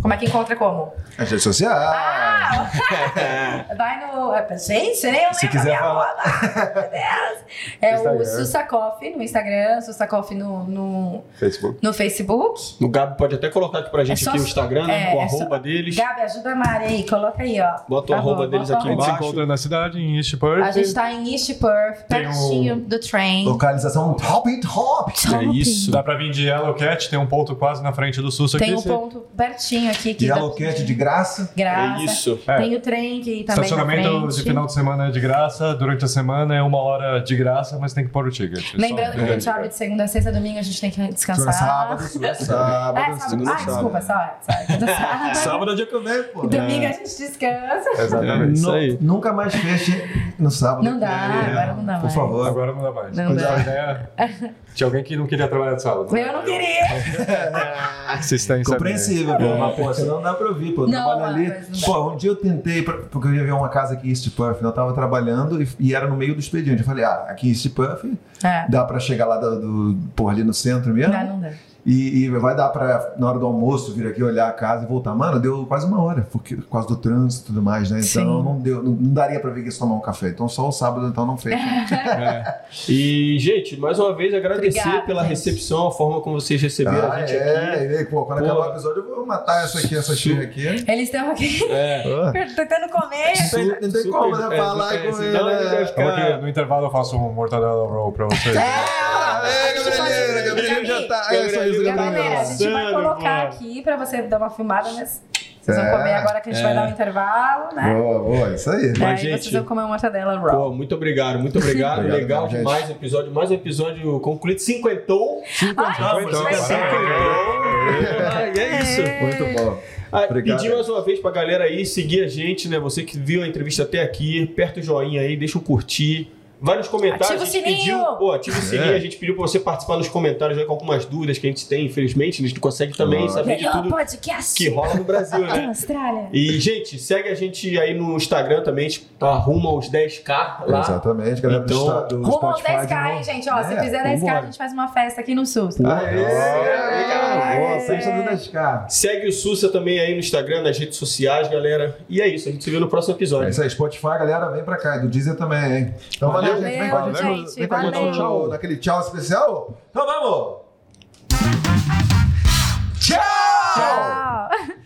Como é que encontra como? As redes sociais. Ah! Vai no. é, Gente, nem eu Se lembro quiser a minha falar. roda. Meu Deus. É o Instagram. Sussacoff no Instagram, Sussacoff no, no, Facebook. no Facebook. O Gabi pode até colocar aqui pra gente É só- aqui o Instagram, né? é, o é só- arroba deles. Gabi, ajuda a Mari aí, coloca aí, ó. Bota o Tá arroba bom, deles bota aqui A gente se embaixo. encontra na cidade, em East Perth. A gente tá em East Perth, Tem um- pertinho do trem. Localização top, top. É isso. Dá pra vir de Yellow Cat, tem um ponto quase na frente do SUS aqui. é Tem um Você- ponto pertinho aqui que E a dá Loquete de graça. graça. É isso. É. Tem o trem que também Estacionamento na de frente. final de semana é de graça, durante a semana é uma hora de graça, mas tem que pôr o ticket. É só- Lembrando que a é. gente abre de segunda a sexta, domingo a gente tem que Segunda descansar. sábado, segunda sábado, Então, Ah, é sábado. segunda Ah, desculpa, sorry, sorry. é. Segunda sábado. é o dia que eu venho, pô. Domingo a gente descansa. Exatamente. Isso Nu- aí. Nunca mais feche no sábado. Não dá, É, agora não dá Por mais. favor. Agora não dá mais. Não Mas dá. a ideia- Tinha alguém que não queria trabalhar de sábado. né? Eu não queria. Vocês é estão Compreensível, pô. Mas, pô, senão não dá pra ouvir, pô. Eu Não, trabalho mas ali. não dá. Pô, um dia eu tentei, pra- porque eu ia ver uma casa aqui em East Puff, eu tava trabalhando e, e era no meio do expediente. Eu falei, ah, aqui em East Puff, É, dá pra chegar lá do, do pô, ali no centro mesmo. dá, não dá. E, e vai dar pra, na hora do almoço, vir aqui olhar a casa e voltar. Mano, deu quase uma hora, porque, por causa do trânsito e tudo mais, né? Então Sim. não, deu, não, não daria pra vir aqui tomar um café. Então só o sábado, então não fez. E, gente, mais uma vez agradecer Obrigada, pela gente. recepção, a forma como vocês receberam Ah, a gente aqui. é, e, pô, quando Pô. acabar o episódio, eu vou matar essa aqui, essa xirra aqui. Eles estão aqui É. tentando comer. Não tem- não tem como, né? é, Falar não tem- com senão ele, ele vai né? ficar- Calma que no intervalo eu faço um mortadela roll pra vocês. Ah, é, Gabrieleira, Gabrieleira já tá. É, só isso, Galera, a Gabrieleira. gente vai Sério, colocar mano. aqui pra você dar uma filmada, mas vocês É. vão comer agora que a gente vai dar um intervalo, né? Boa, boa, isso aí. Aí Mas, vocês gente, vão comer uma mortadela raw. Pô, muito obrigado, muito obrigado. Obrigado, Legal gente. demais o episódio, mais um episódio concluído. Cinquentou. Ai, Então, vai parabéns. ser. Ah, e é isso. Muito bom. Ah, Obrigado. pedir mais uma vez pra galera aí seguir a gente, né? Você que viu a entrevista até aqui, aperta o joinha aí, deixa um curtir. Vai nos comentários. Ativa a o gente sininho. pediu, pô, É. ativa o sininho, a gente pediu pra você participar nos comentários aí com algumas dúvidas que a gente tem, infelizmente, a gente não consegue também Claro. saber de Melhor tudo podcast que rola no Brasil, né? da Austrália. E, gente, segue a gente aí no Instagram também, a gente tá rumo aos 10k lá. Exatamente, galera do Então, Sta- do Rumo ao Spotify. 10k, de hein, novo. gente. Ó, se É, fizer 10k, a vambora. gente faz uma festa aqui no SUS. Aê! Aê! Boa, sexta do 10K. Segue o Sussa também aí no Instagram, nas redes sociais, galera. E é isso, a gente se vê no próximo É episódio. isso aí, Spotify, galera, vem pra cá. E do Deezer também, hein? Então valeu, Valeu, gente. Vem com a gente. gente, vem com a gente valeu. no- naquele tchau especial. Então vamos! Tchau! Tchau.